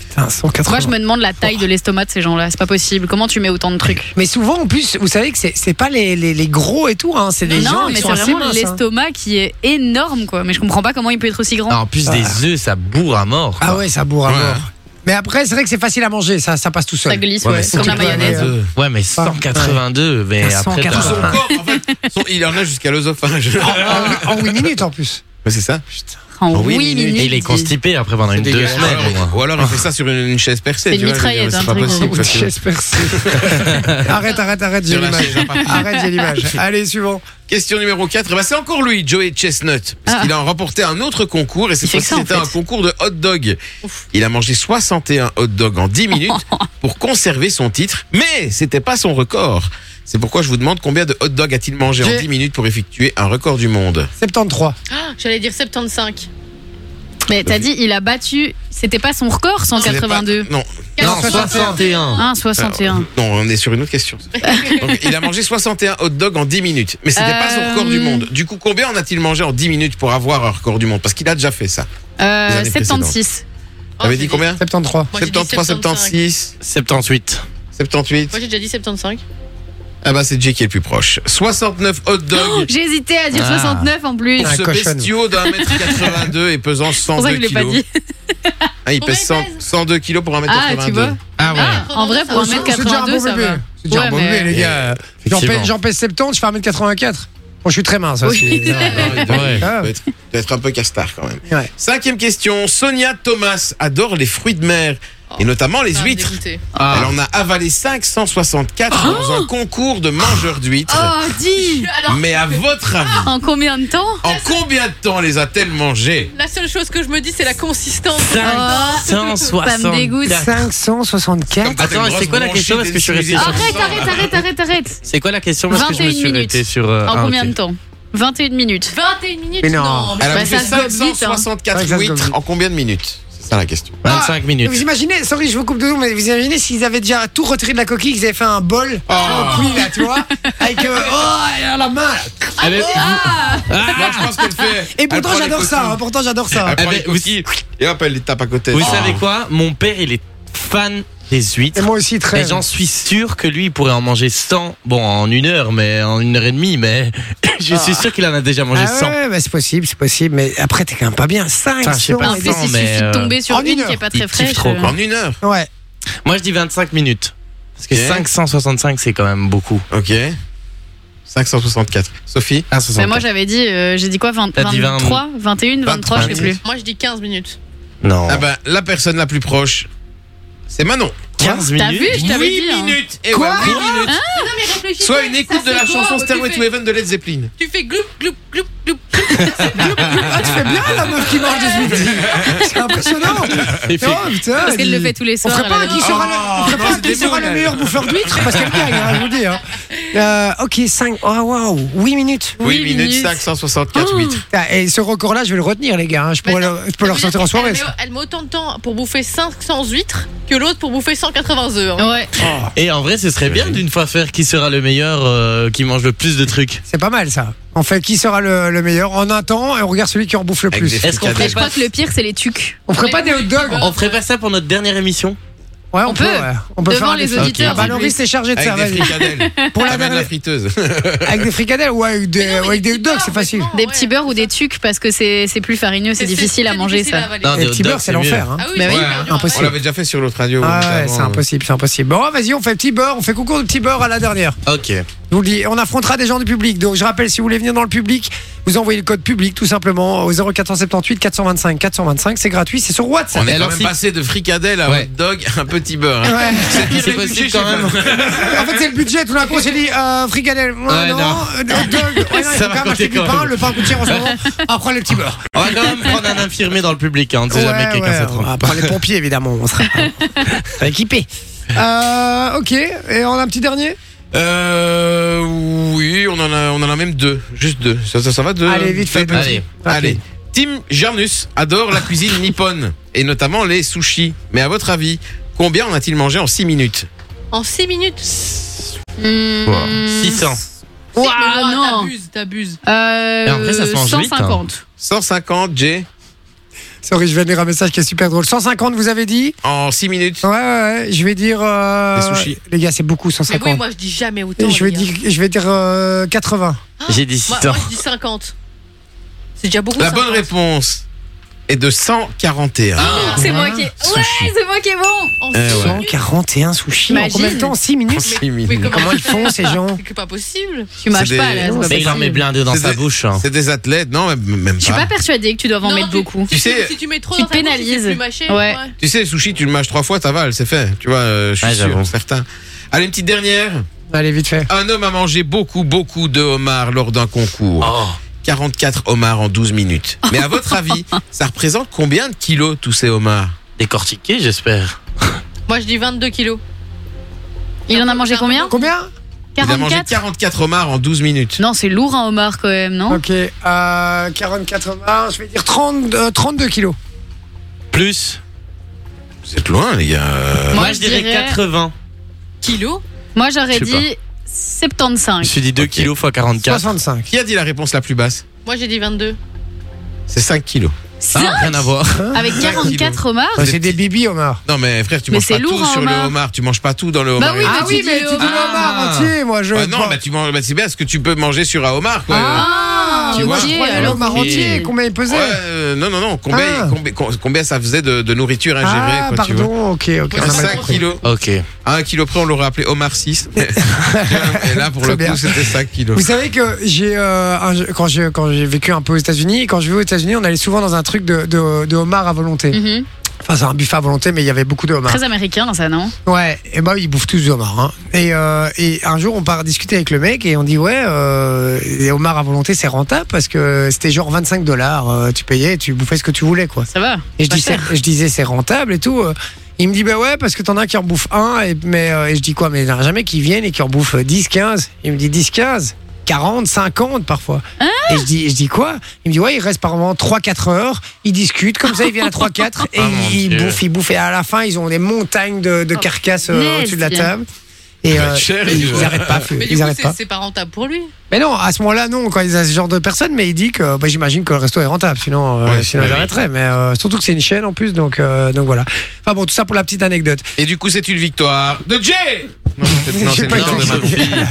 Putain, 180. Moi, je me demande la taille de l'estomac de ces gens-là. C'est pas possible. Comment tu mets autant de trucs Mais souvent, en plus, vous savez que c'est c'est pas les, les, les gros et tout, hein, c'est des non, gens mais qui c'est sont assez vraiment minces. hein. l'estomac qui est énorme, quoi. Mais je comprends pas comment il peut être aussi grand. Ah, en plus des œufs, ça bourre à mort. Ah quoi. ouais, ça bourre à Ouais. mort. Mais après, c'est vrai que c'est facile à manger, ça, ça passe tout Ça seul. glisse, Ouais, ouais, mais comme la c'est clair, mayonnaise. ouais. Ouais, mais 182, mais Ah, après. 180. t'as- Son corps, en fait, son- il en a jusqu'à l'œsophage. En- En 8 minutes en plus. Mais c'est ça. En Oui, oui, 8 oui. minutes. Et il est constipé après pendant une C'est deux dégueulasse. semaines au Ou alors- moins. Ou alors il fait ça sur une, une chaise percée. C'est tu une vois, je veux dire, mitraillette, c'est un pas truc possible, Ou quoi, de tu vois. chaise percée. arrête, arrête, arrête, j'ai Sur la l'image. chaise, hein, Arrête, j'ai l'image. Allez, suivant. Question numéro 4, bah c'est encore lui, Joey Chestnut, parce Ah. qu'il a remporté un autre concours et cette Il fait que fois-ci ça, en c'était fait. un concours de hot dog. Il a mangé 61 hot dogs en 10 minutes Oh. pour conserver son titre, mais c'était pas son record. C'est pourquoi je vous demande combien de hot dogs a-t-il mangé en J'ai- 10 minutes pour effectuer un record du monde 73. Ah, J'allais dire 75. Mais t'as dit, il a battu. C'était pas son record, Ah, 182. Non, Ah, euh, Non, 61. 1, 61. non, on est sur une autre question. Donc, il a mangé 61 hot dogs en 10 minutes, mais c'était pas son Euh, record du monde. Du coup, combien en a-t-il mangé en 10 minutes pour avoir un record du monde Parce qu'il a déjà fait ça. Euh, années 76. T'avais j'ai dit combien 73. Oh, Moi, j'ai dit 73, 75. 76, 78. 78. Moi, j'ai déjà dit 75. Ah bah c'est Jay qui est le plus proche. 69 hot dogs J'ai hésité à dire Ah. 69 en plus. pour Ah, ce cochonne. Oh, bestiau d'un mètre 82 et pesant C'est pour 102 ça que je l'ai pas kilos. dit. Ah, il Combien pèse il 100 pèse 102 kilos pour un mètre Ah, 82. tu vois. Ah ouais. En vrai, pour Oh, c'est- 1m82, ça va. C'est déjà un Ouais, bon mais- bébé, les gars. J'en effectivement. pèse, j'en pèse 70, je fais 1m84. Bon, je suis très mince hein, aussi. Oui. Non, non. Non, il doit, Ah Ouais. Ah. il doit être, il doit être un peu castard quand même. Ouais. Cinquième question. Sonia Thomas adore les fruits de mer et notamment les Ça va me huîtres. dégoûter. Ah. Elle en a avalé 564 Oh dans un concours de mangeurs d'huîtres. Oh, dis Alors, Mais à votre avis, En combien de temps Oh. en combien de temps les a-t-elle mangées la seule chose que je me dis, c'est la consistance. Ah. Ça me dégoûte. 560. 564. Comme t'as Attends, une c'est quoi la grosse question Parce branchée que je suis resté des sur- Arrête, arrête, arrête, arrête, arrête. C'est quoi la question Parce que je me 21 suis arrêté minutes. sur. euh, En ah, combien ok. de temps 21 minutes. 21 minutes Mais non. Elle a Bah, mangé ça se gobe vite, hein. 564 Ouais, ça se gobe huîtres vite. en combien de minutes C'est ça la question. 25 Ah minutes. Vous imaginez, sorry, je vous coupe de vous, mais vous imaginez s'ils avaient déjà tout retiré de la coquille, qu'ils avaient fait un bol Oh. en pluie, là, tu vois, avec euh, oh, à la main. là. Ah, mais- Moi, je pense qu'elle fait. Et elle prend pourtant, les j'adore ça, coquilles. hein, pourtant, j'adore ça. Elle prend Eh les ben, coquilles et hop, elle les tape à côté. Vous Oh. savez quoi Mon père, il est fan des huîtres. Et moi aussi, très. Mais j'en suis sûr que lui, il pourrait en manger 100. Bon, en une heure, mais en une heure et demie, mais je suis sûr qu'il en a déjà mangé ah 100. ouais, bah, c'est possible, c'est possible, mais après, t'es quand même pas bien. 5, Putain, je sais pas, En plus, Attends, il mais, suffit de euh, tomber sur en une une qui est heure, pas il très kiffe fraîche. trop, euh. quoi. En une heure. Ouais. Moi, je dis 25 minutes. Parce que Ok. 565, c'est quand même beaucoup. Ok. 564. Sophie Mais moi, j'avais dit, euh, j'ai dit quoi 20, T'as dit 20, 23, 21, 23, je sais plus. Moi, je dis 15 minutes. Non. Ah ben, la personne la plus proche, c'est Manon. 15 T'as minutes vu, je t'avais 8 dit. hein. minutes Et ouais, huit minutes. Non, mais réfléchis. Soit une écoute de la chanson Stairway to Heaven de Led Zeppelin. Tu fais gloup, gloup, gloup, gloup. Ah, tu fais bien la meuf qui mange des huîtres. C'est impressionnant. C'est fait. Oh, putain, Parce qu'elle dis- le fait tous les On soirs. ferait elle pas a un qui dit- sera, Oh, le, on ferait non, pas un c'est qui des sera moules, le là. meilleur bouffeur d'huîtres parce qu'elle gagne, hein, je vous le dis. hein. Euh, ok, 5. Oh waouh, 8 minutes. Oui, Huit minutes, minutes. 564, Oh. 8. Ah, Et ce record-là, je vais le retenir, les gars. hein. Je pourrais Mais non, le, je peux le ressortir en soirée. Elle ça. met- Elle met autant de temps pour bouffer 500 huîtres que l'autre pour bouffer 180 œufs. hein. Ouais. Et en vrai, ce serait bien d'une fois faire qui sera le meilleur, euh, qui mange le plus de trucs. C'est pas mal, ça. En fait, qui sera le, le meilleur en un temps et on regarde celui qui en bouffe le Avec plus. des- Est-ce qu'on Mais ferait je pas, crois que le pire, c'est les tucs. On ferait pas des hot dogs Ah. on ferait pas ça pour notre dernière émission Ouais, on, On peut. peut. ouais. On peut Devant faire un les défi. auditeurs, Ah bah, en Laurie, plus. c'est chargé de ça. Avec des vas-y. fricadelles. Pour la T'amènes la dernière- friteuse. Avec des fricadelles ou avec des, Mais non, mais ou avec des hot petits dogs, beurres, c'est facile. honnêtement, Des ouais. petits beurres ou des tucs parce que c'est c'est plus farineux, Ah c'est difficile à très manger difficile à ça. avaler. Non, Les des petits hot dogs, beurges, c'est c'est mieux. l'enfer. hein. Ah oui, Bah oui. c'est dur à Impossible. On l'avait déjà fait sur l'autre radio. Ah ouais, notamment. c'est impossible, c'est impossible. Bon, vas-y, on fait petit beurre, on fait concours de petit beurre à la dernière. Ok. Je vous le dis, on affrontera des gens du public. Donc je rappelle, si vous voulez venir dans le public, vous envoyez le code public tout simplement au 0478 425 425. C'est gratuit, c'est sur WhatsApp. On est Alors quand même si- passé de fricadelle à Ouais. hot dog à un petit beurre. hein. Ouais. pire C'est les possible budgets, quand je sais même. pas. En fait, c'est le budget. Tout d'un coup, on s'est dit euh, fricadelle. ouais, Ouais, non, non. euh, hot dog. Ouais, non, il faut Ça va quand même acheter compter du quand pain. même. Le pain coûte cher en ce moment. Après, le petit beurre. On va quand même prendre un infirmier dans le public, hein, on sait Ouais, jamais quelqu'un ouais, se on trompe. va prendre les pompiers, évidemment. On sera, on sera équipés. Euh, ok, et on a un petit dernier Euh, oui, on en a, on en a même deux, juste deux. Ça, ça, ça va deux. Allez, vite fait, deux. Euh, Allez. Allez. Tim Jarnus adore la cuisine nippone et notamment les sushis. Mais à votre avis, combien en a-t-il mangé en 6 minutes En 6 minutes. Quoi Mmh. 600. Ouah, C'est- mais non, non. T'abuses, t'abuses. Euh, Et après, ça se mange vite, hein. 150. 150, Jay, Sorry, je vais lire un message qui est super drôle. 150, vous avez dit en 6 minutes. Ouais, ouais, ouais. Je vais dire. euh, Des sushis. Les gars, c'est beaucoup, Mais 150. Ah oui, moi je dis jamais autant. Et je, vais les gars. dire, je vais dire euh, 80. J'ai dit Moi, 600. moi, je dis 50. C'est déjà beaucoup. La 50. bonne réponse est de 141. C'est moi Ah, qui ai... Ouais, c'est moi qui ai bon En Eh six ouais. minutes, 141 sushis. En Imagine. combien de temps 6 En minutes 6 minutes. mais comment- Comment ils font, ces gens C'est que pas possible. Tu mâches des- pas, là. c'est pas Mais il en possible. met blindé dans C'est sa des- bouche. hein. C'est des athlètes, non, même- même Je suis Ah. pas persuadée que tu dois en Non, mettre tu- beaucoup. Tu sais, si tu mets trop tu dans te ta bouche, tu sais pénalises. plus mâcher, Ouais. Tu sais, le sushi, tu le mâches trois fois, t'avales, c'est fait. Tu vois, euh, je suis Ouais, j'avoue. sûr, certain. Allez, une petite dernière. Allez, vite fait. Un homme a mangé beaucoup, beaucoup de homards lors d'un concours. Oh. 44 homards en 12 minutes. Mais à votre avis, ça représente combien de kilos tous ces homards Décortiqué, j'espère. Moi je dis 22 kilos. Il en a mangé combien Combien Il a mangé 44 44 homards en 12 minutes. Non, c'est lourd un homard quand même, non Ok, euh, 40, 80, je vais dire 30, euh, 32 kilos. Plus. Vous êtes loin, les gars. Euh, Moi, je dirais 80. Kilos Moi, j'aurais Je sais dit Je 75. suis dit 2 Ok. kilos x 44. 65. Qui a dit la réponse la plus basse Moi j'ai dit 22. C'est 5 kilos. Hein, rien à voir. Avec 44 homards Ah, Ouais, c'est des bibis, Omar. Non, mais frère, tu Mais manges c'est pas lourd, tout un sur le homard. homard. Tu manges pas tout dans le Bah homard. oui, Ah tu oui, dis mais le tu dis homard. l'Omar entier, moi je. Bah non, mais tu manges, bah, c'est bien ce que tu peux manger sur un homard, quoi. Ah, euh, Tu ok, vois, je Ouais, croyais alors l'Omar oui. entier, combien il pesait Ouais, euh, non, non, non. Combien, Ah. combien, combien ça faisait de, de nourriture ingérée Ah, quoi, tu vois pardon, ok, ok. on a mal 5 compris. kilos. Ok. À 1 kilo près, on l'aurait appelé Omar 6. Et là, pour Très le bien. coup, c'était 5 kilos. Vous savez que j'ai euh, un- quand j'ai quand j'ai vécu un peu aux États-Unis, quand je vivais aux États-Unis, on allait souvent dans un truc de, de, de homard à volonté. Mhm. Enfin, c'est un buffet à volonté, mais il y avait beaucoup de homard. Très américain, ça, non Ouais, et bah ils bouffent tous du homard. Hein. Et, euh, et un jour, on part discuter avec le mec et on dit ouais, euh, les homards à volonté c'est rentable parce que c'était genre 25 dollars, euh, tu payais, et tu bouffais ce que tu voulais quoi. Ça va Et je, Pas dis, cher. c'est- je disais c'est rentable et tout. euh. Il me dit bah ouais parce que t'en as qui en bouffent un et, mais, euh, et je dis quoi mais il n'y en a jamais qui viennent et qui en bouffent euh, 10, 15. Il me dit 10, 15. 40, 50 parfois. Hein et je dis, je dis quoi Il me dit ouais, il reste par moment 3-4 heures, ils discutent, comme ça ils viennent à 3-4 et Ah, mon ils, ils Dieu. bouffent, ils bouffent. Et à la fin, ils ont des montagnes de, Oh, de carcasses euh, Nasty. au-dessus de la table. Et euh, Cher, ils il- n'arrêtent pas, Mais du ils coup, arrêtent c'est- pas. c'est pas rentable pour lui. Mais non, à ce moment-là, non, quand ils a ce genre de personnes, mais il dit que bah, j'imagine que le resto est rentable, sinon, euh, Ouais, sinon ouais, j'arrêterais. Mais euh, surtout que c'est une chaîne en plus, donc, euh, donc voilà. Enfin bon, tout ça pour la petite anecdote. Et du coup, c'est une victoire de Jay Non, c'est- non, J'ai c'est pas une victoire été de Manon.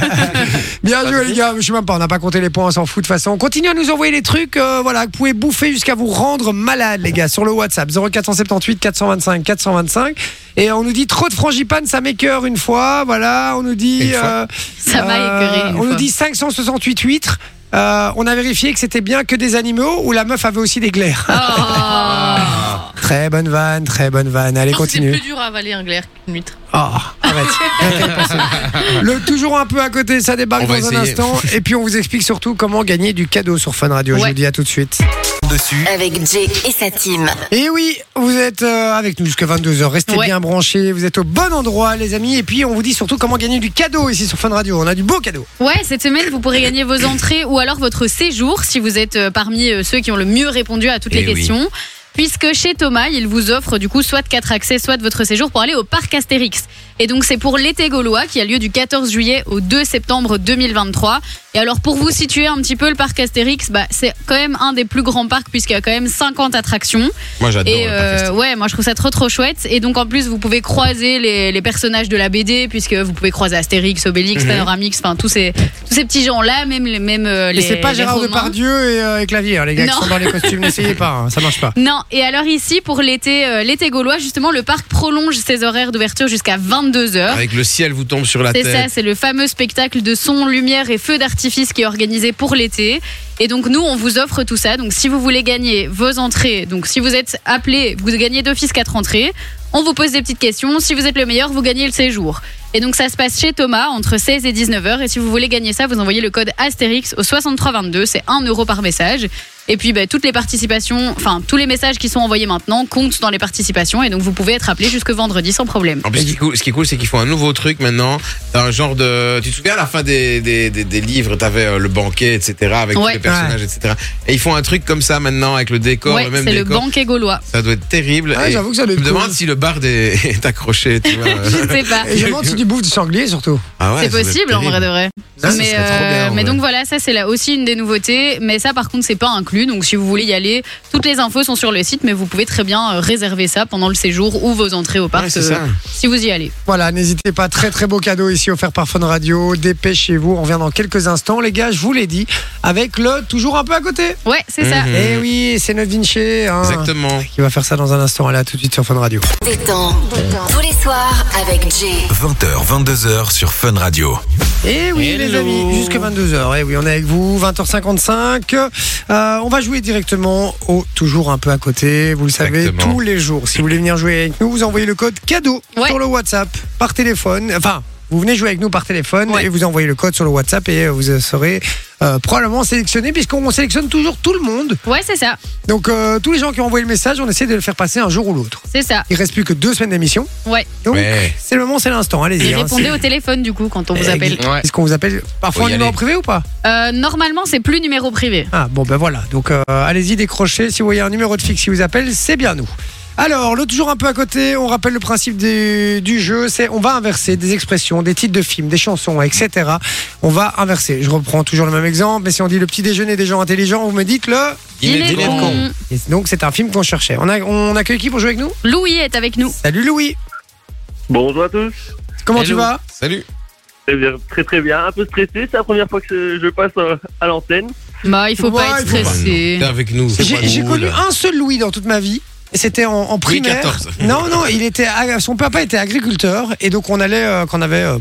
Bien joué, les gars. Je sais même pas, on n'a pas compté les points, on s'en fout de toute façon. Continuez à nous envoyer les trucs, euh, voilà, que vous pouvez bouffer jusqu'à vous rendre malade, les gars, sur le WhatsApp 0478 425 425. Et on nous dit trop de frangipane, ça m'écœure une fois, voilà. On nous dit. Une fois. euh, Ça m'a Euh, écœuré. On nous dit 568 huîtres. Euh, on a vérifié que c'était bien que des animaux ou la meuf avait aussi des glaires. Oh. Très bonne vanne, très bonne vanne. Allez, Je pense que C'est continue. plus dur à avaler un glaire qu'une huître. Ah, arrête. Arrête de penser. Le toujours un peu à côté, ça débarque On va dans un essayer. instant. Et puis on vous explique surtout comment gagner du cadeau sur Fun Radio. Je Ouais. vous dis à tout de suite. Dessus, Avec Jay et sa team. Et oui, vous êtes euh, avec nous jusqu'à 22h. Restez Ouais. bien branchés. Vous êtes au bon endroit, les amis. Et puis on vous dit surtout comment gagner du cadeau ici sur Fun Radio. On a du beau cadeau. Ouais, cette semaine, vous pourrez gagner vos entrées ou alors votre séjour si vous êtes euh, parmi euh, ceux qui ont le mieux répondu à toutes Eh les oui. questions. Puisque chez Thomas, il vous offre du coup soit 4 accès, soit votre séjour pour aller au parc Astérix. Et donc c'est pour l'été gaulois qui a lieu du 14 juillet au 2 septembre 2023. Et alors pour vous situer un petit peu le parc Astérix, bah, c'est quand même un des plus grands parcs puisqu'il y a quand même 50 attractions. Moi, j'adore. hein, Et le podcast. euh, ouais, moi je trouve ça trop trop chouette. Et donc en plus, vous pouvez croiser les, les personnages de la BD, puisque vous pouvez croiser Astérix, Obélix, Mhm. Panoramix, enfin tous ces, tous ces petits gens-là, même les mêmes. euh, Et les, c'est pas les Gérard Romains. Depardieu et, euh, et Clavier, les gars qui Non. sont dans les costumes. N'essayez pas, hein, ça marche pas. Non, et alors ici, pour l'été euh, l'été gaulois, justement, le parc prolonge ses horaires d'ouverture jusqu'à 22h. Avec le ciel vous tombe sur la C'est ça, tête. c'est le fameux spectacle de son, lumière et feux d'artifice qui est organisé pour l'été. Et donc nous, on vous offre tout ça. Donc si vous voulez gagner vos entrées, donc si vous êtes appelé, vous gagnez d'office quatre entrées. On vous pose des petites questions. Si vous êtes le meilleur, vous gagnez le séjour. Et donc ça se passe chez Thomas entre 16 et 19h. Et si vous voulez gagner ça, vous envoyez le code Astérix au 6322. C'est 1 euro par message. Et puis bah, toutes les participations, enfin tous les messages qui sont envoyés maintenant comptent dans les participations et donc vous pouvez être appelé jusque vendredi sans problème. En plus, ce qui est cool, ce qui est cool, c'est qu'ils font un nouveau truc maintenant. T'as un genre de. Tu te souviens à la fin des, des, des, des livres, t'avais euh, le banquet, etc. Avec tous Ouais. les personnages, etc. Et ils font un truc comme ça maintenant avec le décor, ouais, le même c'est le décor. banquet gaulois. Ça doit être terrible. Ouais, Et Ah, j'avoue que ça doit Je être me cool. demande si le bar des- est accroché, tu vois. Je ne sais pas. Et je me demande si tu bouffes du sanglier surtout. Ah ouais, c'est ça doit être possible en vrai terrible. de vrai. Ça, ça mais euh, serait trop euh, bien, en mais vrai. donc voilà, ça c'est là aussi une des nouveautés. Mais ça par contre c'est pas inclus. Donc si vous voulez y aller, toutes les infos sont sur le site, mais vous pouvez très bien euh, réserver ça pendant le séjour ou vos entrées au parc Ouais, c'est euh, ça. si vous y allez. Voilà, n'hésitez pas. Très très beau cadeau ici offert par Fun Radio. Dépêchez-vous. On revient dans quelques instants, les gars. Je vous l'ai dit. Avec le toujours un peu à côté. Ouais, c'est ça. Mhm. Eh oui, c'est notre Vinci. hein, Exactement. Qui va faire ça dans un instant. Allez, à tout de suite sur Fun Radio. Détends. Tous les soirs avec Jay. 20h, 22h sur Fun Radio. Eh oui, Hello. les amis, jusque 22h. Eh oui, on est avec vous, 20h55. Euh, on va jouer directement au toujours un peu à côté. Vous le savez, Exactement. tous les jours. Si vous voulez venir jouer avec nous, vous envoyez le code cadeau Ouais. sur le WhatsApp par téléphone. Enfin. Vous venez jouer avec nous par téléphone Ouais. et vous envoyez le code sur le WhatsApp et euh, vous serez euh, probablement sélectionné puisqu'on sélectionne toujours tout le monde. Ouais, c'est ça. Donc euh, tous les gens qui ont envoyé le message, on essaie de le faire passer un jour ou l'autre. C'est ça. Il reste plus que deux semaines d'émission. Ouais. Donc Ouais. c'est le moment, c'est l'instant. Allez-y. Et hein. répondez au téléphone du coup quand on vous Eh, appelle. Ouais. Est-ce qu'on vous appelle parfois Faut en y numéro aller. privé ou pas Euh, normalement, c'est plus numéro privé. Ah bon ben voilà, donc euh, allez-y décrochez, si vous voyez un numéro de fixe qui vous appelle, c'est bien nous. Alors, le toujours un peu à côté, on rappelle le principe du, du jeu, c'est on va inverser des expressions, des titres de films, des chansons, etc. On va inverser. Je reprends toujours le même exemple, mais si on dit le petit déjeuner des gens intelligents, vous me dites le... Dîner Dîner de con. con. Et donc c'est un film qu'on cherchait. On, a- on accueille qui pour jouer avec nous Louis est avec nous. Salut Louis, Bonjour à tous. comment tu Hello. vas Salut. Très bien, très très bien. Un peu stressé, c'est la première fois que je passe euh, à l'antenne. Bah, il faut Ouais, pas il être faut pas, stressé. T'es avec nous. c'est pas J'ai j'ai cool. connu un seul Louis dans toute ma vie. et C'était en, en Louis primaire. XIV. Non, non, il était, ag- son papa était agriculteur et donc on allait, euh, quand on avait, euh,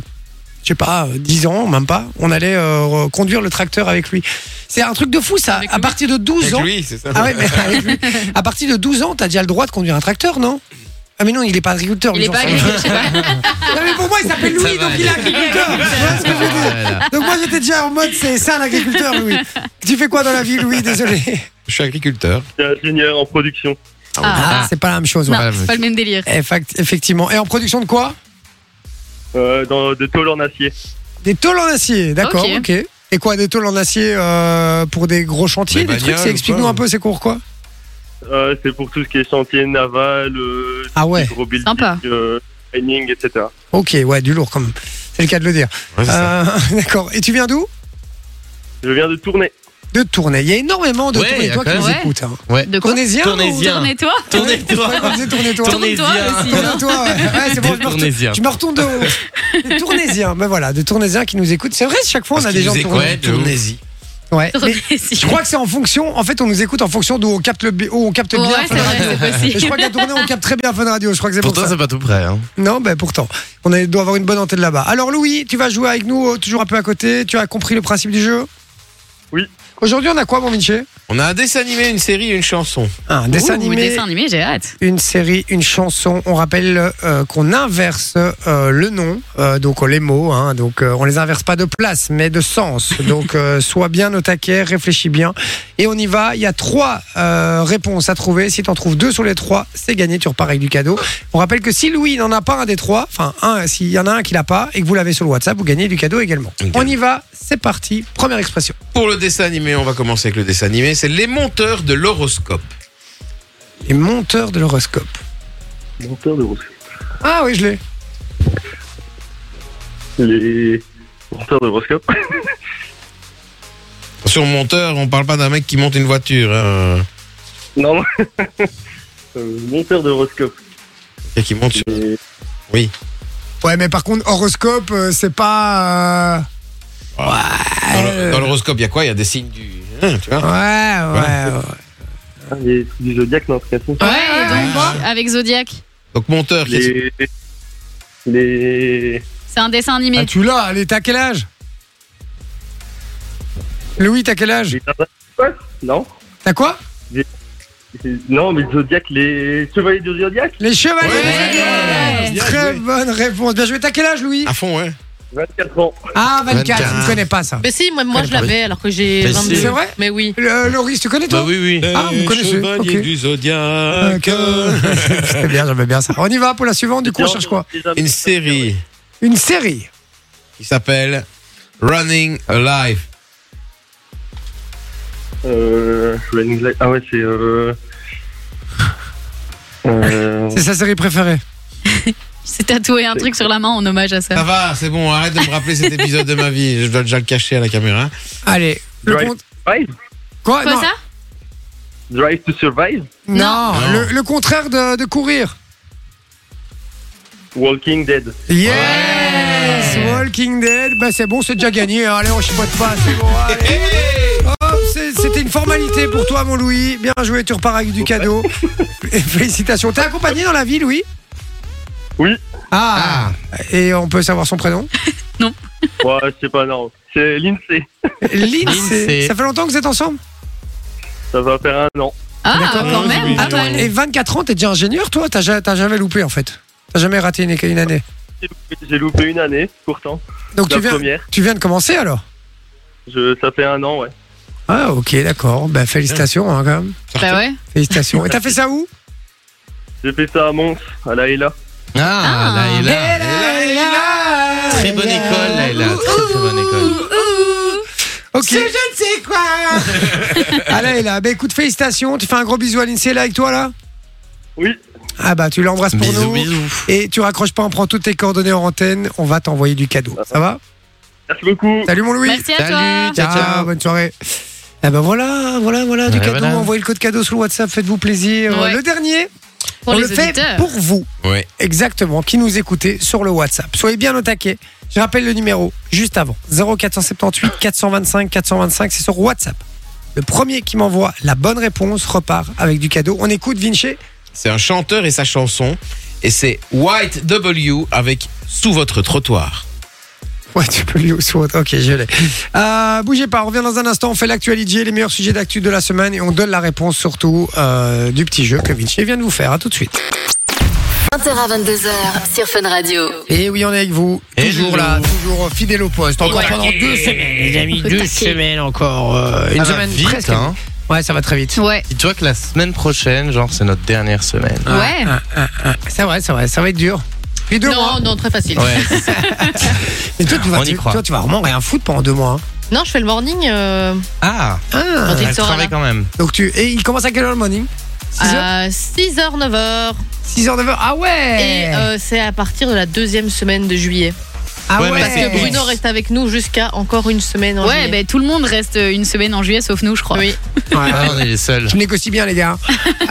je sais pas, euh, 10 ans, même pas, on allait euh, conduire le tracteur avec lui. C'est un truc de fou ça. Avec à lui partir de 12 Avec ans. lui, c'est ça. Ah ouais, mais avec lui. À partir de 12 ans, t'as déjà le droit de conduire un tracteur, non ah mais non, il est pas agriculteur. Il lui, est j'en pas sais agrégé, rien. je sais pas. Non, mais pour moi, il s'appelle Louis, Ça va donc il est agriculteur. Tu vois ce que je veux dire Voilà. donc moi, j'étais déjà en mode, c'est ça l'agriculteur, Louis. Tu fais quoi dans la vie, Louis Désolé. Je suis agriculteur. Je suis ingénieur en production. Ah, Ah, c'est pas la même chose. ouais. non, c'est pas le même délire. Effac- Eh, Effectivement. Et en production de quoi Euh, dans, de tôle en acier. Des tôles en acier, d'accord, ok. Ok. Et quoi, des tôles en acier euh, pour des gros chantiers, Des des trucs bagnoles c'est- ou Explique-nous quoi un peu, c'est cours quoi Euh, c'est pour tout ce qui est chantier naval, euh, Ah ouais, gros building, Sympa. euh, mining, etc. ok, ouais, du lourd quand même. C'est le cas de le dire. Ouais, c'est ça. Euh, d'accord. Et tu viens d'où Je viens de tourner. De Tournai. Il y a énormément de Ouais, il y Tournai, a toi quand qui nous même- Ouais. écoutes. hein. Ouais. De quoi Tournaisien Tournaisien. Tournez-toi. ou- Ah, Tournez-toi. Ouais, on disait Tournai-toi. Tournaisien. Tourne-toi aussi. Tourne-toi. Ouais, c'est bon, je me retourne. Tournaisien. Je me retourne de haut. Des Tournaisiens, ben voilà, des Tournaisiens qui nous écoutent. C'est vrai, chaque fois on Parce a qu'il des gens nous de écoute. Tournai. Ouais, de ouf. Tournez-y. Ouais. Mais Tournez-y. Je crois que c'est en fonction. En fait, on nous écoute en fonction d'où on capte le bi- où on capte Ouais, bien. c'est Fun vrai, Radio. c'est Et possible. je crois qu'à tourner, on capte très bien Fun Radio. Je crois que c'est pour Pourtant, ça. c'est pas tout près. Hein. Non, ben pourtant, on a- doit avoir une bonne antenne là-bas. Alors Louis, tu vas jouer avec nous, euh, toujours un peu à côté. Tu as compris le principe du jeu Oui. Aujourd'hui, on a quoi, mon Vinci On a un dessin animé, une série et une chanson. Un dessin Ouh, animé, dessin animé, j'ai hâte. une série, une chanson. On rappelle euh, qu'on inverse euh, le nom, euh, donc euh, les mots. Hein, donc euh, on les inverse pas de place, mais de sens. Donc euh, sois bien au taquet, réfléchis bien. Et on y va. Il y a trois euh, réponses à trouver. Si tu en trouves deux sur les trois, c'est gagné. Tu repars avec du cadeau. On rappelle que si Louis n'en a pas un des trois, enfin un, s'il y en a un qui l'a pas et que vous l'avez sur le WhatsApp, vous gagnez du cadeau également. Ok. On y va. C'est parti. Première expression. Pour le dessin animé, on va commencer avec le dessin animé. C'est les monteurs de l'horoscope. Les monteurs de l'horoscope. Monteur de rose. Ah oui, je l'ai. Les monteurs d'horoscope. Sur monteur, on parle pas d'un mec qui monte une voiture. hein. non. euh, monteur d'horoscope. Et qui monte sur... Les- Ouais, mais par contre, horoscope, euh, c'est pas. euh, Dans le- Dans l'horoscope, il y a quoi Il y a des signes du. hein, tu vois Ouais, ouais, ouais. ah, Les trucs du zodiaque, non, c'est comme Ouais, ça. et donc, euh, avec Zodiac. Donc monteur, qu'est-ce Les. Les. C'est un dessin Ah, animé. tu l'as, allez, t'as quel âge Louis, t'as quel âge les... Ouais, Non T'as quoi Non, mais le zodiaque, les chevaliers du zodiaque Les chevaliers Ouais. Ah, Très bonne réponse. Bien joué, t'as quel âge, Louis à fond, hein. ouais. 24 ans. Ah, 24, 24. je ne connais pas ça. Bah Mais si, moi, moi je Ah oui. l'avais alors que j'ai Mais 22. si. C'est vrai Mais oui. Le- Loris, tu connais toi Bah oui, oui. Ah, vous connaissez, ok. du Zodiac. C'était bien, j'aimais bien ça. On y va pour la suivante, du coup, on cherche quoi Une série Une série. qui s'appelle Running Alive. Euh, Running Light- Ah ouais, c'est. Euh... euh, C'est sa série préférée. C'est tatoué un truc sur la main en hommage à ça. Ça va, c'est bon, arrête de me rappeler cet épisode de ma vie. Je dois déjà le cacher à la caméra. Allez, le Drive. compte. Drive Quoi, Quoi non, ça Drive to Survive non, Non. Le, le contraire de, de courir. Walking Dead. Yes Walking Dead, bah c'est bon, c'est déjà gagné. hein. Allez, on chipote pas, c'est bon. allez. Hop, c'est- C'était une formalité pour toi, mon Louis. Bien joué, tu repars avec du cadeau. Et Félicitations. T'es accompagné dans la vie, Louis Oui. Ah, Et on peut savoir son prénom Ouais, je sais pas, non. C'est l'INSEE. Lindsay. Lindsay. Ça fait longtemps que vous êtes ensemble Ça va faire un an. Ah, D'accord. quand même, pas Attends, mal. et 24 ans, t'es déjà ingénieur, toi T'as ja- t'as jamais loupé, en fait T'as jamais raté une, une année J'ai loupé une année, pourtant. Donc la tu viens, première. tu viens de commencer, alors Je, ça fait un an, ouais. Ah, ok, d'accord. Ben, félicitations, hein, quand même. Bah ouais. Félicitations. Et t'as fait ça où J'ai fait ça à Mons, à la Hela. Ah, là, il a. Très bonne école, là, il a. Très, très bonne école. Ok. je ne sais quoi Allez, là, ben écoute, félicitations. Tu fais un gros bisou à l'INSEE, là, avec toi, là Oui. Ah, bah, tu l'embrasses pour Bisous, nous. bisous. Et tu raccroches pas, on prend toutes tes coordonnées en antenne. On va t'envoyer du cadeau. Ça va Merci beaucoup. Salut, mon Louis Merci à Salut, toi. ciao, ciao. bonne soirée. Ah ben voilà, voilà, voilà, du Ouais, cadeau. voilà. Envoyez le code cadeau sur le WhatsApp, faites-vous plaisir. Ouais. Le dernier, Pour on les le fait auditeurs. pour vous, Oui. exactement, qui nous écoutez sur le WhatsApp. Soyez bien au taquet. Je rappelle le numéro juste avant 0478 425 425, c'est sur WhatsApp. Le premier qui m'envoie la bonne réponse repart avec du cadeau. On écoute Vinci. C'est un chanteur et sa chanson. Et c'est White W avec Sous votre trottoir. Ouais, tu peux lui au sous- Ok, je l'ai. Euh, bougez pas, on revient dans un instant. On fait l'actualité, les meilleurs sujets d'actu de la semaine et on donne la réponse surtout euh, du petit jeu que Vinci vient de vous faire. À tout de suite. 20h à 22h sur Fun Radio. Et oui, on est avec vous. Et toujours nous. là, toujours fidèle au poste. Encore pendant deux semaines, les amis. Au Deux taquet. semaines encore. euh, une Ça va semaine vite, presque. hein. Ouais, ça va très vite. Ouais. Dis-toi que la semaine prochaine, genre, c'est notre dernière semaine. Ouais. Ah, ah, ah. C'est vrai, c'est vrai. Ça va être dur. Puis deux mois. Non, non, très facile. Ouais. Mais toi, tu vas, On y tu, croit. toi, tu vas vraiment rien foutre pendant deux mois. Non, je fais le morning euh, Ah, hein. Ah. Quand il elle sera travaille là. quand même. Donc tu. Et il commence à quelle heure le morning 6h, à 6h, 9h. 6h, 9h. Ah ouais Et Eh. euh, c'est à partir de la deuxième semaine de juillet. Ah ouais, Ouais, mais Parce que Bruno reste avec nous jusqu'à encore une Ah, semaine en Ouais, juillet. ben tout le monde reste une semaine en juillet sauf nous, je crois. Oui. Ouais, Ah, on est les seuls. Je négocie bien, les gars.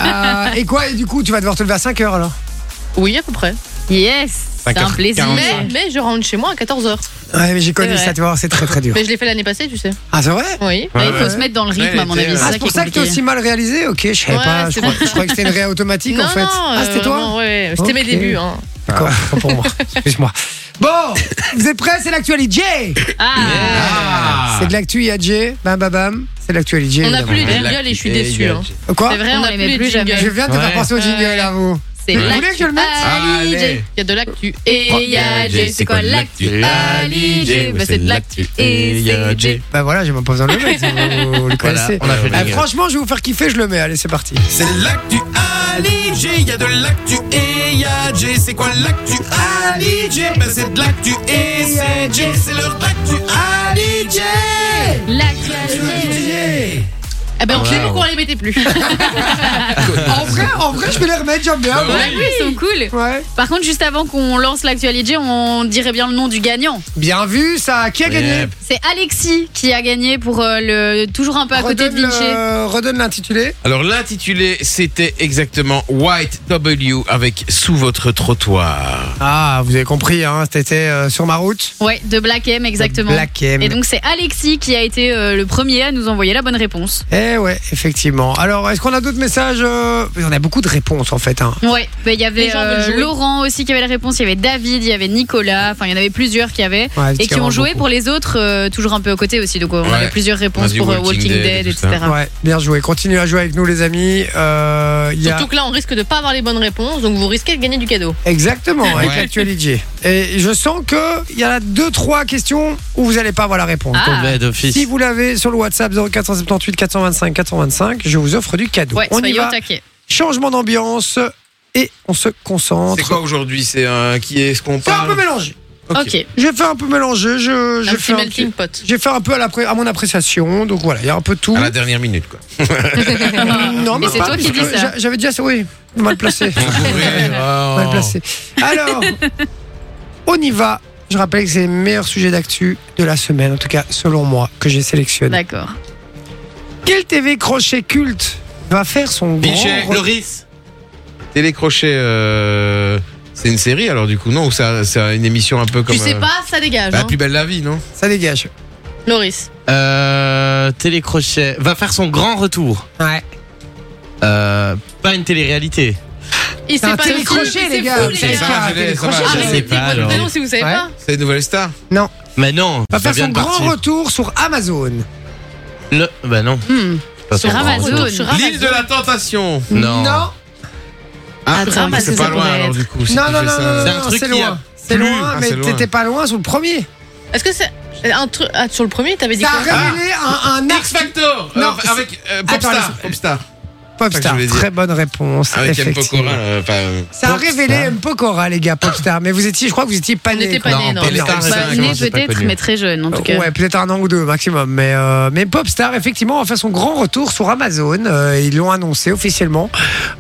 Euh, et quoi Et du coup, tu vas devoir te lever à 5h alors Oui, à peu près. Yes, c'est un 5h45. plaisir. Mais, mais je rentre chez moi à 14h. Ouais, mais j'ai connu C'est vrai. ça, tu vois, c'est très très dur. Mais je l'ai fait l'année passée, tu sais. Ah, c'est vrai Oui. Ouais, Bah, il faut ouais. se mettre dans le Ouais, rythme, à mon l'été, avis. ouais. Ah, ça c'est qui pour est ça que t'es aussi compliqué. mal réalisé Ok, je savais Ouais, pas. Je, c'est crois- vrai. je croyais que c'était une réa automatique non, en fait. non, ah, c'était euh, toi non, ouais. C'était mes Ok. débuts. Hein. D'accord, Ah. autant pour moi. Excuse-moi. Bon, vous êtes prêts C'est l'actualité. Ah, Ah. C'est de l'actu, il y a Jay. Bam, bam, bam. C'est l'actualité. On n'a plus les évidemment. jingles et je suis Et déçu. gueule. hein. Euh, Quoi c'est vrai, On on a les met plus plus les jamais. Je viens de te faire Ouais. penser au jingle Ouais. à vous. C'est Vous voulez que je le mette Ali J. Ah, Il y a de l'actu. Et y a J, Oh, c'est quoi l'actu Ali J, bah, c'est de l'actu. Et c'est J. Bah voilà, j'ai même pas besoin de le mettre. Vous, vous le Voilà, connaissez. on a fait Ah, le jingle. franchement, je vais vous faire kiffer, je le mets. Allez, c'est parti. C'est l'actu Aligé, il y a de l'actu et il y a J. C'est quoi l'actu Aligé Ben c'est de l'actu et c'est J. C'est l'heure d'actu Aligé. Ah ben, on sait ouais. pourquoi on les mettait plus. En vrai, en vrai, je vais les remettre, j'aime bien. Ouais, oui, ils sont cool. Ouais. Par contre, juste avant qu'on lance l'actualité, on dirait bien le nom du gagnant. Bien vu, ça. Qui a gagné Yep. C'est Alexis qui a gagné pour euh, le toujours un peu à côté de Redonne euh, Vinci. le- redonne l'intitulé. Alors l'intitulé c'était exactement White W avec Sous votre trottoir. Ah, vous avez compris, hein, c'était euh, sur ma route. Ouais, de Black M exactement. Black M. Et donc c'est Alexis qui a été euh, le premier à nous envoyer la bonne réponse. Eh ouais, effectivement. Alors, est-ce qu'on a d'autres messages euh, On a beaucoup de réponses en fait. Hein. Ouais, bah, il y avait Les gens veulent euh, jouer. Laurent aussi qui avait la réponse, il y avait David, il y avait Nicolas, enfin il y en avait plusieurs qui avaient Ouais, et qui ont joué beaucoup. pour les autres euh, toujours un peu aux côtés aussi. Donc on Ouais. avait plusieurs On a réponses dit pour euh, Walking Walking Dead et Dead, tout etc. Ouais, bien joué. Continuez à jouer avec nous, les amis. Euh, il y a... Surtout que là, on risque de pas avoir les bonnes réponses, donc vous risquez de gagner du cadeau. Exactement, avec Ouais. l'actualité. Et je sens qu'il y en a deux, trois questions où vous n'allez pas avoir la réponse. Ah. Donc, Tomber d'office. si vous l'avez sur le WhatsApp 0478 425 425, je vous offre du cadeau. Ouais, on y soyez va. au taquet. Changement d'ambiance et on se concentre. C'est quoi aujourd'hui C'est un qui est ce qu'on C'est un peu parle mélangé. Ok. J'ai fait un peu mélangé. Je, Un j'ai petit fait un petit- melting pot. j'ai fait un peu à, l'appré- à mon appréciation. Donc voilà, il y a un peu de tout. À la dernière minute, quoi. Non, mais c'est pas, toi qui dis puisque ça. j'a- J'avais déjà ça, oui. Mal placé. Mal oh. placé. Alors, on y va. Je rappelle que c'est les meilleurs sujets d'actu de la semaine, en tout cas selon moi, que j'ai sélectionné. D'accord. Quel TV crochet culte va faire son Bichet, grand re- Loris. Télécrochet, euh, c'est une série alors du coup, non Ou ça- c'est une émission un peu comme. Tu sais euh, pas, ça dégage. La hein. plus belle la vie, non Ça dégage. Loris. Euh, télécrochet va faire son grand retour. Ouais. Euh, pas une télé-réalité. Il C'est sait un pas. télécrochet, les gars. Vous savez gars. pas, un Ça va, télécrochet. ça va, je sais Arrêtez, pas, alors. votre prénom si vous savez Ouais. pas. C'est une nouvelle star Mais non. Va ça faire vient son de grand partir. retour sur Amazon. Le... Bah non. Hmm. pas son Sur grand Amazon. retour. Sur Amazon. L'île de la tentation Non. Ah, Attends, mais parce c'est que pas ça loin pourrait alors être. du coup. si Non, tu non, fais non, ça. non, C'est un non, truc c'est qui a loin. C'est plu. loin, Ah, mais c'est loin. t'étais pas loin sur le premier. Est-ce que c'est un truc ah, sur le premier T'avais dit Ça a quoi révélé un, un X arc Factor euh, Non, avec euh, Attends, Popstar. laisse- Popstar. Popstar. je voulais dire. Très bonne réponse. Avec M. effectivement. Pokora. euh, enfin, euh, Ça a Popstar. révélé M. Pokora, les gars, Popstar. Mais vous étiez, je crois que vous étiez pas On nés, n'était quoi. pas nés, non. pas les non. stars, Bah, c'est Bah, vrai, né comment c'est pas peut-être, connu. mais très jeune en tout cas. Ouais, peut-être un an ou deux maximum. Mais, euh, mais Popstar, effectivement, a fait son grand retour sur Amazon. Euh, ils l'ont annoncé officiellement.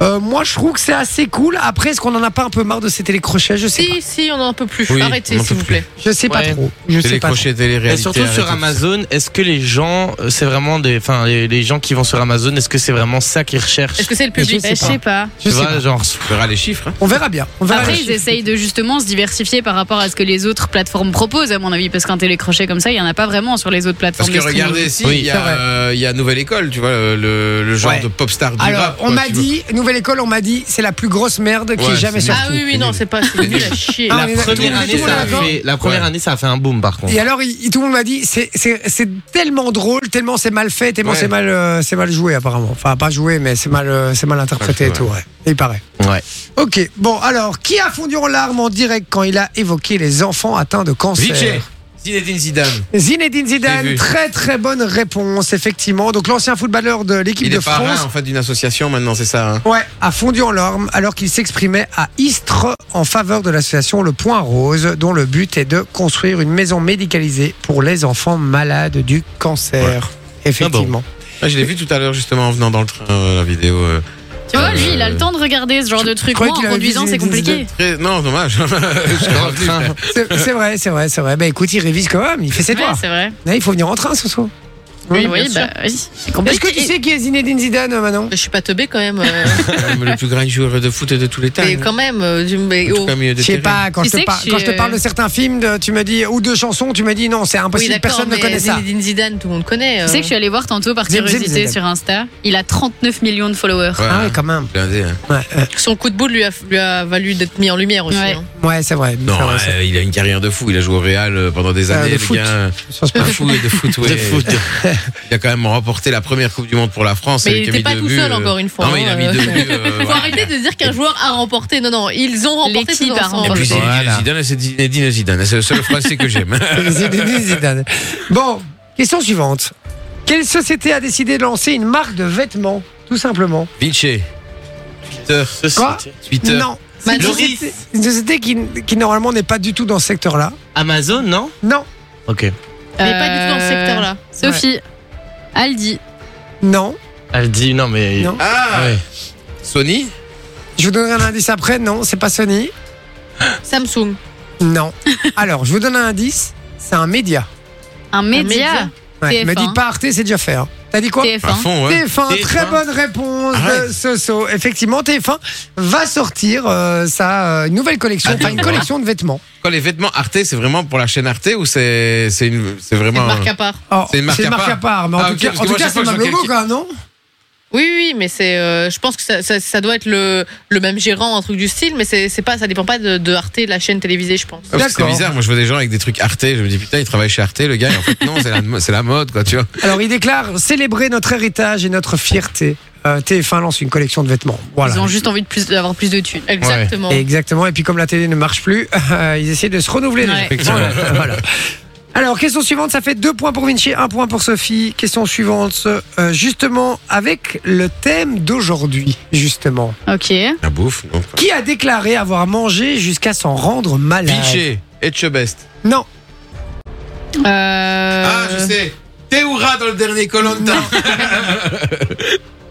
Euh, moi, je trouve que c'est assez cool. Après, est-ce qu'on en a pas un peu marre de ces télécrochets Je sais pas. Si, si, on en peut plus. Oui, on Arrêtez, en peut s'il vous plus. plaît. Je sais pas Ouais. trop. Je sais pas trop. Télécrochet, télé-réalité. Et surtout sur arrêtez. Amazon, est-ce que les gens, euh, c'est vraiment des, enfin les, les gens qui vont sur Amazon, est-ce que c'est vraiment ça qu'ils recherchent Est-ce que c'est le Bah, Je public sais, pas. Je Tu sais vois, pas. genre On verra les chiffres. hein. On verra bien. On verra Après, bien. ils essayent de justement se diversifier par rapport à ce que les autres plateformes proposent, à mon avis, parce qu'un télécrochet comme ça, il n'y en a pas vraiment sur les autres plateformes. Parce que de streaming. regardez, si, il Oui, y, c'est vrai. a, euh, il y a Nouvelle École, tu vois, le, le genre Ouais. de popstar du Alors, rap, on quoi, m'a tu vois. dit, Nouvelle École, on m'a dit, c'est la plus grosse merde qui Ouais, est jamais c'est sortie. Ah oui, oui, non, c'est pas. C'est nul à chier. Ah, la on est- tout le première monde- tout année, le monde ça est a d'accord fait, la première Ouais. année, ça a fait un boom par contre. Et alors, il- il- tout le monde m'a dit, c'est- c'est c'est tellement drôle, tellement c'est mal fait, tellement Ouais. c'est mal, euh, c'est mal joué apparemment. Enfin, pas joué, mais c'est mal, euh, c'est mal interprété et Ouais, tout, ouais. Il paraît. Ouais. Ok, bon, alors, qui a fondu en larmes en direct quand il a évoqué les enfants atteints de cancer Vichy, Zinedine Zidane. Zinedine Je l'ai Zidane, vu. très très bonne réponse, effectivement. Donc, l'ancien footballeur de l'équipe Il de est parrain France. en fait d'une association maintenant, c'est ça. hein. Ouais, a fondu en larmes alors qu'il s'exprimait à Istres en faveur de l'association Le Point Rose, dont le but est de construire une maison médicalisée pour les enfants malades du cancer. Effectivement. Ah, je l'ai vu tout à l'heure justement en venant dans le train euh, la vidéo. euh, Tu vois, Euh, lui, il a le temps de regarder ce genre de truc. croyais Moi, en qu'il avait conduisant, vu c'est Zinedine compliqué. très- Non, dommage. Je suis Dans le revenu. train. C'est c'est vrai, c'est vrai, c'est vrai. Bah écoute, il révise quand même, il fait ses Ouais, devoirs. c'est vrai. Là, il faut venir en train ce soir. Oui, Oui, bien sûr. bah, oui. C'est Est-ce que compliqué. tu sais qui est Zinedine Zidane, euh, Manon Je suis pas teubé quand même. euh, le plus grand joueur de foot de tous les temps. Mais quand même, euh, du- mais En tout oh. cas, milieu de Je sais terrain. pas, quand, Tu je te, sais que par- je suis, quand je te euh, parle de certains films, de- tu me dis, ou de chansons, tu me dis non, c'est Oui, impossible, d'accord, personne ne mais connaît ça. Zinedine Zidane, tout le monde connaît. Tu sais que je suis allée voir tantôt par Zim, zim, curiosité zim. sur Insta. Il a 39 millions de followers. Ouais, Ah ouais, quand même. blindé, hein. Ouais, euh, Son coup de boule lui a, lui a valu d'être mis en lumière aussi. Ouais. hein. ouais, c'est vrai. Non, c'est vrai, c'est- euh, il a une carrière de fou. Il a joué au Real euh, pendant des Euh, de années. foot. le gars, je pense pas. de foot, de foot, ouais. De foot. Il a quand même remporté la première Coupe du Monde pour la France. Mais avec il Camille n'était pas tout Debues, seul euh, encore une fois. Non, mais il a hein, mis euh, deux buts. euh, Faut voilà. arrêter de se dire qu'un joueur a remporté. Non, non, ils ont remporté L'équipe tous a ensemble. Et puis Zinedine Voilà. Zidane, c'est Zinedine Zidane. C'est le seul français que j'aime. Zinedine Zidane. Bon, question suivante. Quelle société a décidé de lancer une marque de vêtements Tout simplement. Vinci. Twitter. Quoi Twitter. Non. Bah, C'est une Loris. société- une société qui, qui normalement n'est pas du tout dans ce secteur-là. Amazon, non Non, Ok. Mais pas du tout dans ce Euh, secteur-là. Sophie, Aldi, non. Elle dit non mais. Non. Ah Ouais. Sony Je vous donnerai un indice après. Non, c'est pas Sony. Samsung. Non. Alors, je vous donne un indice. C'est un média. un média, média. Ouais, TF1. me dis pas Arte, c'est déjà fait. hein. T'as dit quoi À TF1. Bah, fond, ouais. TF1, très TF1. bonne réponse de Arrête. Soso. Effectivement, TF1 va sortir euh, sa euh, nouvelle collection, Ah, enfin une dis-moi. collection de vêtements. Quand les vêtements Arte, c'est vraiment pour la chaîne Arte ou c'est c'est une- c'est C'est vraiment. une marque à part. Alors, C'est une marque à part. mais en Ah, tout ok, cas, parce en que tout moi, cas, chaque c'est fois le que même je logo vois quand même, hein, non Oui, oui, oui, mais c'est. euh, je pense que ça, ça- ça doit être le, le même gérant, un truc du style, mais c'est c'est pas, ça dépend pas de, de Arte, la chaîne télévisée, je pense. Ah, parce que C'est D'accord. bizarre, moi je vois des gens avec des trucs Arte, je me dis putain, il travaille chez Arte, le gars, et en fait non, c'est la, c'est la mode, quoi, tu vois. Alors, il déclare célébrer notre héritage et notre fierté. euh, TF1 lance une collection de vêtements. Voilà. Ils ont juste envie de plus- d'avoir plus de thunes. Exactement. Exactement. Et puis comme la télé ne marche plus, euh, ils essaient de se renouveler. Ouais. déjà. Effectivement. Voilà. Voilà. Alors, question suivante, ça fait deux points pour Vinci, un point pour Sophie. Question suivante, euh, justement, avec le thème d'aujourd'hui, justement. Ok. La bouffe, non. Qui a déclaré avoir mangé jusqu'à s'en rendre malade Vinci, Etchebest. Non, Euh, Ah, je sais. Théoura dans le dernier Colanta.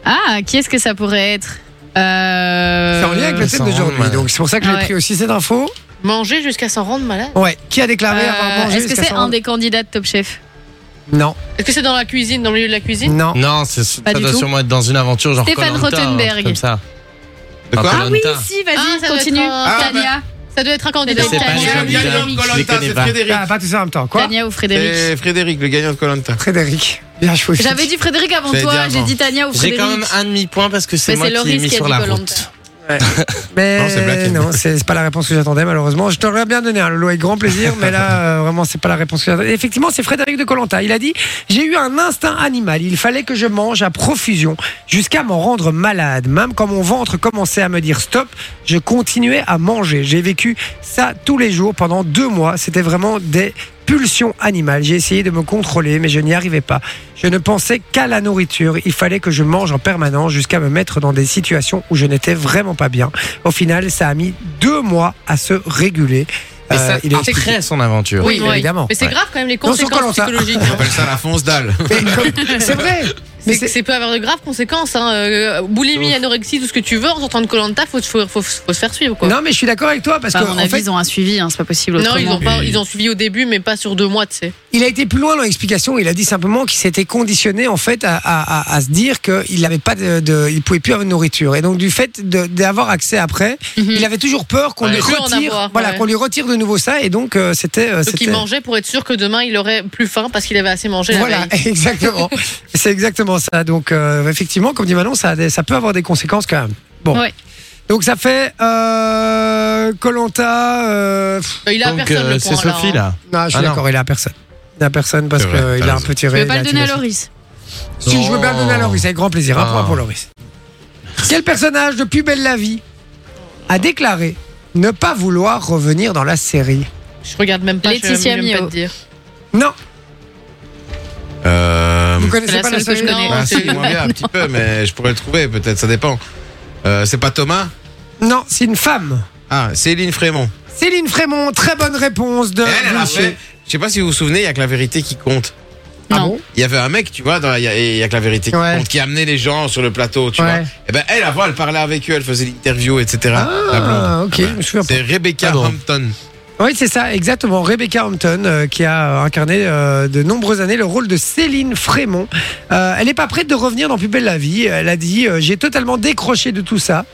Ah, qui est-ce que ça pourrait être c'est Ah euh... en lien avec le s'en thème rendre d'aujourd'hui. malade. Donc, c'est pour ça que j'ai Ouais. pris aussi cette info. Manger jusqu'à s'en rendre malade. Ouais, qui a déclaré avoir euh, mangé Est-ce que jusqu'à c'est s'en un rendre des candidats de Top Chef Non, Est-ce que c'est dans la cuisine, dans le milieu de la cuisine non. Non, c'est- ça Pas du doit tout. sûrement être dans une aventure genre Stéphane Koh-Lanta, un truc Rothenberg. Comme ça. De quoi Un Ah oui, Koh-Lanta. si, Ah, bah, vas-y, ça doit continue. être un- Ah, Tania, Ça doit être un candidat. C'est C'est pas un Tania, Tania, candidat, Tania, je les Koh-Lanta, connais c'est pas. Frédéric. Ah, pas tous en même temps. Quoi Tania ou Frédéric C'est Frédéric, le gagnant de Colanta. Frédéric, bien choisi. J'avais dit Frédéric avant J'avais dit toi, avant. j'ai dit Tania ou J'ai Frédéric. quand même un demi-point parce que c'est Mais moi c'est qui ai Loris mis qui a sur dit la Koh-Lanta. route. Mais Non, c'est Black Eyed. non, c'est c'est pas la réponse que j'attendais malheureusement. Je t'aurais bien donné, hein, Lolo, avec grand plaisir, mais là, euh, vraiment, c'est pas la réponse que j'attendais. Effectivement, c'est Frédéric de Colanta. Il a dit J'ai eu un instinct animal. Il fallait que je mange à profusion jusqu'à m'en rendre malade. Même quand mon ventre commençait à me dire stop, je continuais à manger. J'ai vécu ça tous les jours pendant deux mois. C'était vraiment des pulsions animales. J'ai essayé de me contrôler, mais je n'y arrivais pas. Je ne pensais qu'à la nourriture. Il fallait que je mange en permanence jusqu'à me mettre dans des situations où je n'étais vraiment pas bien. Au final, ça a mis deux mois à se réguler. Et Euh, ça il est expliqué. crée son aventure. Oui, évidemment. Mais c'est Ouais. grave quand même les Non, sur conséquences Koh-Lanta. psychologiques. On appelle ça la fonce dalle. Mais comme- C'est vrai. Mais Mais c'est c'est peut avoir de graves conséquences. Hein. euh, boulimie, anorexie, tout ce que tu veux. En sortant de Colanta, faut, faut, faut, faut se faire suivre. Quoi. Non, mais je suis d'accord avec toi parce Enfin, à que mon en avis, fait, ils ont un suivi, hein, c'est pas possible Non, autrement. ils ont, pas, ils ont suivi au début, mais pas sur deux mois, tu sais. Il a été plus loin dans l'explication. Il a dit simplement qu'il s'était conditionné en fait à, à- à- à se dire qu'il n'avait pas de, de- il pouvait plus avoir de nourriture. Et donc du fait de- d'avoir accès après, Mm. il avait toujours peur qu'on Ouais. lui Plus en retire, avoir, voilà, ouais. qu'on lui retire de nouveau ça. Et donc euh, c'était, euh, Donc c'était- ils mangeaient pour être sûr que demain il aurait plus faim parce qu'il avait assez mangé la voilà, veille. exactement. C'est exactement ça. Donc euh, effectivement, comme dit Manon, ça, a des- ça peut avoir des conséquences quand même. Bon. Ouais. Donc ça fait euh, Colanta. Euh, Il a Donc personne euh, le c'est point Sophie là. hein. là. non, je suis Ah, non. d'accord. Il a personne. Il a personne parce C'est vrai, qu'il a t'as un raison. Oh. peu tiré. Je vais pas il le a donner à tiré- Loris. Si je veux bien le donner à Loris, avec grand plaisir. Un Ah. point pour Loris. Ah. Quel personnage de Plus belle la vie a déclaré ne pas vouloir revenir dans la série Je regarde même pas. je sais Laetitia même pas Mio. te dire. Ah Non, Euh, vous c'est connaissez la pas la seule que je série. connais. bah, si, moi bien, un petit peu, mais je pourrais le trouver, peut-être, ça dépend. Euh, c'est pas Thomas Non, c'est une femme. Ah, Céline Frémont. Céline Frémont, très bonne réponse de. Et elle, elle Ah, a Vinci. fait. Je sais pas si vous vous souvenez, il y a que la vérité qui compte. Ah Non. bon Il y avait un mec, tu vois, dans- il y, a- il y a que la vérité qui Ouais. compte, qui amenait les gens sur le plateau, tu Ouais. vois. Et ben elle, avant, elle parlait avec eux, elle faisait l'interview, etc. La blonde. Ah, ok, je me souviens pas. C'est Rebecca Ah bon. Hampton. Oui, c'est ça, exactement. Rebecca Hampton, euh, qui a euh, incarné euh, de nombreuses années le rôle de Céline Frémont. Euh, elle n'est pas prête de revenir dans Plus belle la vie. Elle a dit euh, J'ai totalement décroché de tout ça.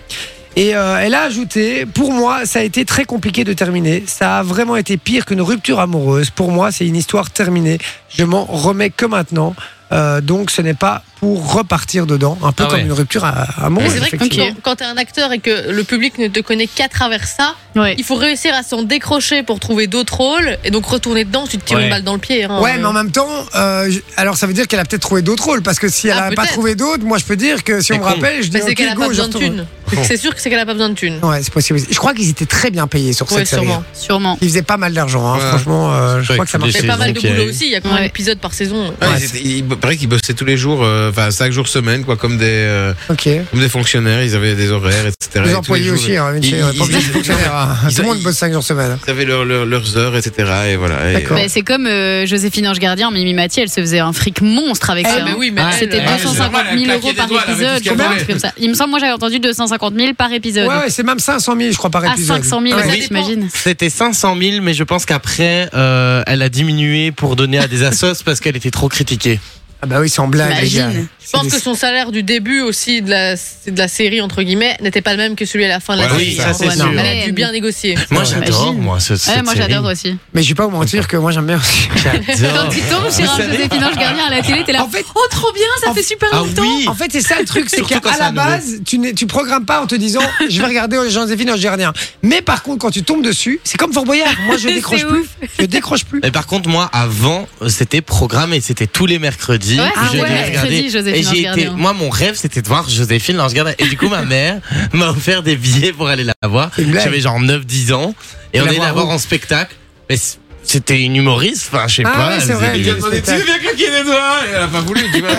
Et euh, elle a ajouté Pour moi, ça a été très compliqué de terminer. Ça a vraiment été pire qu'une rupture amoureuse. Pour moi, c'est une histoire terminée. Je m'en remets que maintenant. Euh, donc, ce n'est pas pour repartir dedans, un peu Ah comme ouais. une rupture a- Mais amoureuse. c'est vrai que effectivement. quand, quand t'es un acteur et que le public ne te connaît qu'à travers ça, Ouais. il faut réussir à s'en décrocher pour trouver d'autres rôles et donc retourner dedans, tu te tires Ouais. une balle dans le pied. hein. Ouais, mais en même temps, euh, je- alors ça veut dire qu'elle a peut-être trouvé d'autres rôles, parce que si elle Ah, n'avait pas peut-être. trouvé d'autres, moi je peux dire que si on C'est me con. rappelle, je dis Mais c'est ok, qu'elle a go, pas je besoin de retourne. thunes. C'est sûr que c'est qu'elle a pas besoin de thunes. Ouais, c'est possible. Je crois qu'ils étaient très bien payés sur Ouais, cette série. sûrement. Sûrement. Ils faisaient pas mal d'argent, hein, Ouais. franchement. euh, je C'est crois vrai que ça que marche. c'est C'est Saison pas mal de qui boulot arrive. aussi, il y a combien Ouais. d'épisodes par saison Ouais, Ouais, ils étaient- il paraît qu'ils bossaient tous les jours, euh, enfin 5 jours semaine, quoi, comme des, euh, Ok. comme des fonctionnaires, ils avaient des horaires, etc. Et tous Les employés jours, aussi, hein, ils- Vinci, ils- ouais, pas ils- obligé de fonctionnaire, hein. ils- Tout le monde ils- bosse 5 jours semaine. ils avaient leurs- leurs- leurs heures, etc. Et voilà. Et- D'accord. Mais c'est comme euh, Joséphine Ange Gardien, Mimi Mathieu, elle se faisait un fric monstre avec Eh, ça. mais hein. oui, mais elle, C'était elle, 250 elle 000 claquait euros des par doigts, elle avait épisode, tout je ce crois, qu'elle un truc comme ça. Il me semble, moi j'avais entendu 250 000 par Euh, épisode. Ouais, ouais, c'est même 500 000, je crois, par Ah, à épisode. Ah, 500 000, Ouais. ça ouais, dépend. t'imagines C'était 500 000, mais je pense qu'après, euh, elle a diminué pour donner à des assos parce qu'elle était trop critiquée. Ah, bah oui, c'est en blague, les gars. Imagine. Je pense que son salaire du début aussi de la, de la série, entre guillemets, n'était pas le même que celui à la fin de la Ouais, série. oui, ça, c'est Ouais, sûr. non, mais- Elle a dû bien négocier. Moi, Ouais, j'adore, imagine. moi, ce, Ouais, cette moi série. j'adore aussi. Mais je vais pas vous mentir que moi j'aime bien aussi. J'adore. Quand tu tombes sur Vous un savez- Joséphine Ange Gardien à la télé, t'es là. En fait- oh, trop bien, ça en- fait super Ah longtemps. oui En fait, c'est ça le truc, c'est Surtout qu'à quand c'est la à nouveau. base, tu, n'es- tu programmes pas en te disant je vais regarder Joséphine Ange Gardien. Mais par contre, quand tu tombes dessus, c'est comme Fort Boyard. Moi, je C'est décroche plus. Je décroche plus. Mais par contre, moi, avant, c'était programmé, c'était tous les mercredis. jeudi. Ouais, je ah devais ouais, regarder. jeudi, Joséphine et j'ai Ange-Gardien. été, moi, mon rêve, c'était de voir Joséphine Lange Gardien. Et du coup, ma mère m'a offert des billets pour aller la voir. C'est une blague. J'avais genre 9-10 ans. Et La on allait voir la voir où en spectacle. Mais c- c'était une humoriste. Enfin, je sais Ah pas. ouais, elle c'est faisait vrai, des- elle Il lui a demandé, tu veux bien claquer des doigts Et elle a pas voulu. tu vois.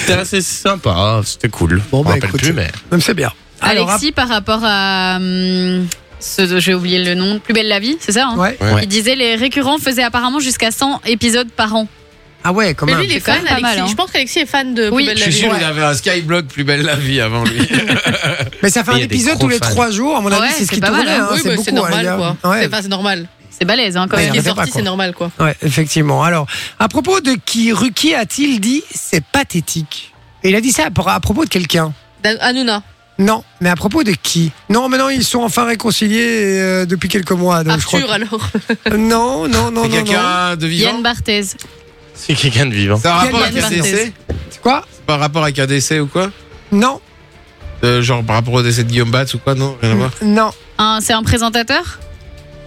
C'était assez sympa. C'était cool. Bon, bah, Bon, je me rappelle écoute, plus, mais. Même c'est bien. Alors, Alexis, par rapport à. hum, ce- J'ai oublié le nom. Plus belle la vie, c'est ça hein ah, ouais. Ouais. Il disait les récurrents faisaient apparemment jusqu'à 100 épisodes par an. ah ouais, quand Mais même. lui, il est C'est quand fan, même pas mal, Alexis. hein. Je pense qu'Alexis est fan de Oui. Poubelle euh, Je la suis vie. sûr qu'il avait un skyblock plus belle la vie avant lui. Mais ça fait Il un y a des épisode gros tous les fans. trois jours, à mon avis, Ouais, c'est ce c'est qui pas mal, tournait. hein. hein, Oui, c'est bah, beaucoup, c'est hein, les normal, gars. quoi. Ouais. C'est enfin, c'est normal. C'est balèze hein, quand Quand Ouais, il même. est arrêtez pas, sorti, quoi. c'est normal, quoi. Ouais, effectivement. Alors, à propos de qui Ruki a-t-il dit c'est pathétique Et il a dit ça à pro- à propos de quelqu'un. Dan- Hanouna. Non, mais à propos de qui Non, maintenant ils sont enfin réconciliés euh, depuis quelques mois. Donc, je crois Arthur, alors. que- Non, non, non, non. C'est non. quelqu'un de vivant Yann Barthez. C'est quelqu'un de vivant. C'est un rapport Yann avec un Barthès. décès C'est Quoi C'est pas un rapport avec un décès ou quoi Non, Euh, Genre par rapport au décès de Guillaume Batz ou quoi Non, Hmm. rien à voir. non. Un- C'est un présentateur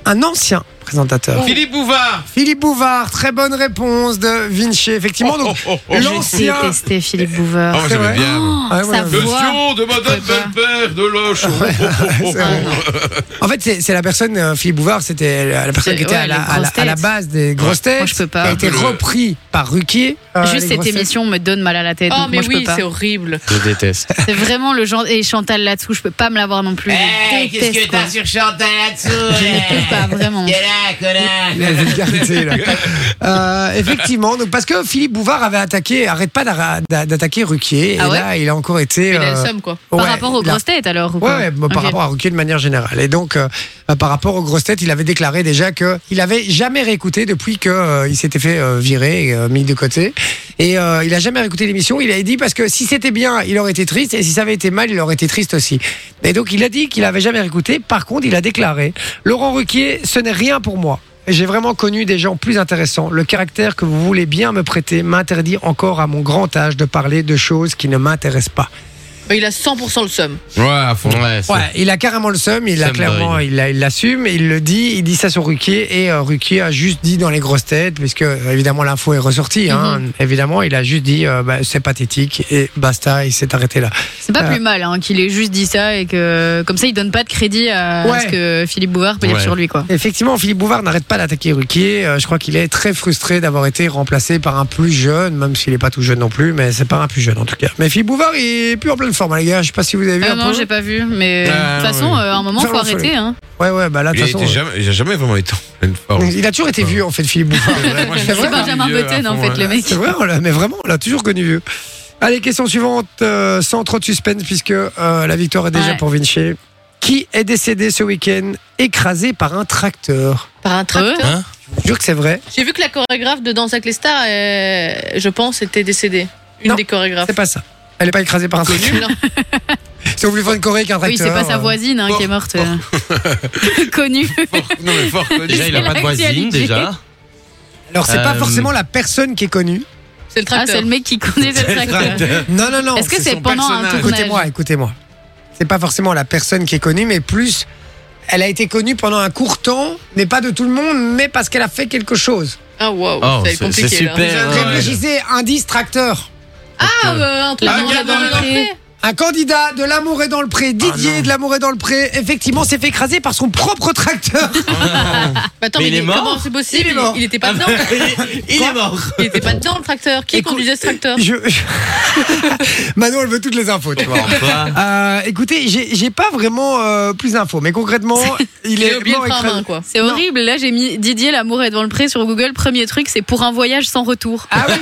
Un ancien présentateur. Philippe Bouvard Philippe Bouvard, très bonne réponse de Vinci. Effectivement, donc Oh, oh, oh. J'ai l'ancien. détesté Philippe Ah, Bouvard. moi, c'est j'aimais vrai. bien. moi. Oh, ouais, ouais. sa Le voix. sion de Madame Ouais, bah. Belpère de Loche. oh, C'est vrai. En fait, c'est c'est la personne, euh, Philippe Bouvard, c'était la, la personne C'est- qui était ouais, à, la, les à la- grosses à la têtes. base des grosses têtes. Moi, je peux qui a pas. été Le- repris par Ruquier. euh, Bah, les Juste cette grosses têtes. émission me donne mal à la tête. Oh, donc mais moi, je peux oui, pas. c'est horrible. Je déteste. C'est vraiment le genre. Et Chantal là-dessous, je peux pas me l'avoir non plus. Eh, Je déteste, quoi. sur Chantal Je ne peux là-dessous pas, vraiment. là, connard La vulgarité, là. Euh, effectivement, donc, parce que Philippe Bouvard avait attaqué, arrête pas d'arra- d'a- d'attaquer Ruquier, Ah et ouais là il a encore été. Il a euh, le seum, quoi. Par ouais, rapport aux il a- grosses têtes, alors ou Ouais, quoi ouais, bon, par Ok. rapport à Ruquier de manière générale. Et donc, euh, euh, par rapport aux grosses têtes, il avait déclaré déjà que il avait jamais réécouté depuis que euh, il s'était fait euh, virer, et, euh, mis de côté. Et euh, il a jamais réécouté l'émission. Il avait dit parce que si c'était bien, il aurait été triste, et si ça avait été mal, il aurait été triste aussi. Et donc, il a dit qu'il avait jamais réécouté. Par contre, il a déclaré Laurent Ruquier, ce n'est rien pour moi. J'ai vraiment connu des gens plus intéressants. Le caractère que vous voulez bien me prêter m'interdit encore à mon grand âge de parler de choses qui ne m'intéressent pas. Il a 100% le seum. Ouais, à fond. Ouais, c'est- Ouais, il a carrément le seum, il a Ça me clairement, brûle. il l'a- il l'assume, il le dit, il dit ça sur Ruquier et euh, Ruquier a juste dit dans les grosses têtes, puisque euh, évidemment l'info est ressortie, hein, Mhm. évidemment, il a juste dit euh, bah, c'est pathétique et basta, il s'est arrêté là. C'est pas Ah. plus mal hein, qu'il ait juste dit ça et que comme ça il donne pas de crédit à Ouais. ce que Philippe Bouvard peut dire Ouais. sur lui quoi. Effectivement, Philippe Bouvard n'arrête pas d'attaquer Ruquier, euh, je crois qu'il est très frustré d'avoir été remplacé par un plus jeune, même s'il n'est pas tout jeune non plus, mais c'est pas un plus jeune en tout cas. Mais Philippe Bouvard, il est plus en pleine forme, hein, les gars, je sais pas si vous avez vu Ah un non peu. j'ai pas vu mais de Ah, toute façon oui. euh, à un moment Faire faut le soleil. arrêter hein. Ouais, ouais, bah là, de Il toute a façon. été jamais- il a jamais vraiment été en pleine forme. euh, Il a toujours été vieux en fait, Philippe Bouvard. Moi, C'est je suis vrai, euh, C'est pas Benjamin vieux, à Button en fond, hein. fait ouais. le mec. C'est vrai, on l'a- mais vraiment, on l'a toujours connu vieux. Allez, question suivante, euh, sans trop de suspense, puisque euh, la victoire est déjà Ouais. pour Vinci. Qui est décédé ce week-end écrasé par un tracteur Par un tracteur. Hein Je vous jure que c'est vrai. J'ai vu que la chorégraphe de Danse avec les stars, euh, je pense, était décédée. Une Non. des chorégraphes. C'est pas ça. Elle n'est pas écrasée par un tracteur. Non. C'est au plus fort une Corée qu'un Oui tracteur. c'est pas sa voisine hein, qui est morte. Oh. euh, Connue. Fort- Non, mais fort connu. Déjà, il a C'est pas de voisine, l'actualité. déjà. Alors, c'est pas Euh, forcément la personne qui est connue. C'est le Ah tracteur. c'est le mec qui connaissait le tracteur. Non, non, non. Est-ce que c'est c'est son pendant un personnage. tournage Écoutez-moi, écoutez-moi. C'est pas forcément la personne qui est connue, mais plus. Elle a été connue pendant un court temps, mais pas de tout le monde, mais parce qu'elle a fait quelque chose. Ah, waouh. Oh, c'est c'est- compliqué. c'est là. super, Ouais. Réfléchissez, indice tracteur. Ah, euh, un truc Ah, dans la regarde dans le dans le pré. pré. Un candidat de l'amour est dans le Ah pré, Didier de l'amour est dans le pré, effectivement s'est fait écraser par son propre tracteur. Bah, Attends, Mais mais il est mort comment c'est possible Il est mort. Il était pas dedans. Il est mort. Il était pas dedans, le tracteur. Qui Écoute- conduisait ce tracteur Je... je- Manon, elle veut toutes les infos, tu vois. Euh, écoutez, j'ai j'ai pas vraiment euh, plus d'infos, mais concrètement, il J'ai est oublié mort le frein à main, écrasé. quoi. C'est horrible là j'ai mis Didier l'amour est devant le pré sur Google premier truc c'est pour un voyage sans retour. Ah oui,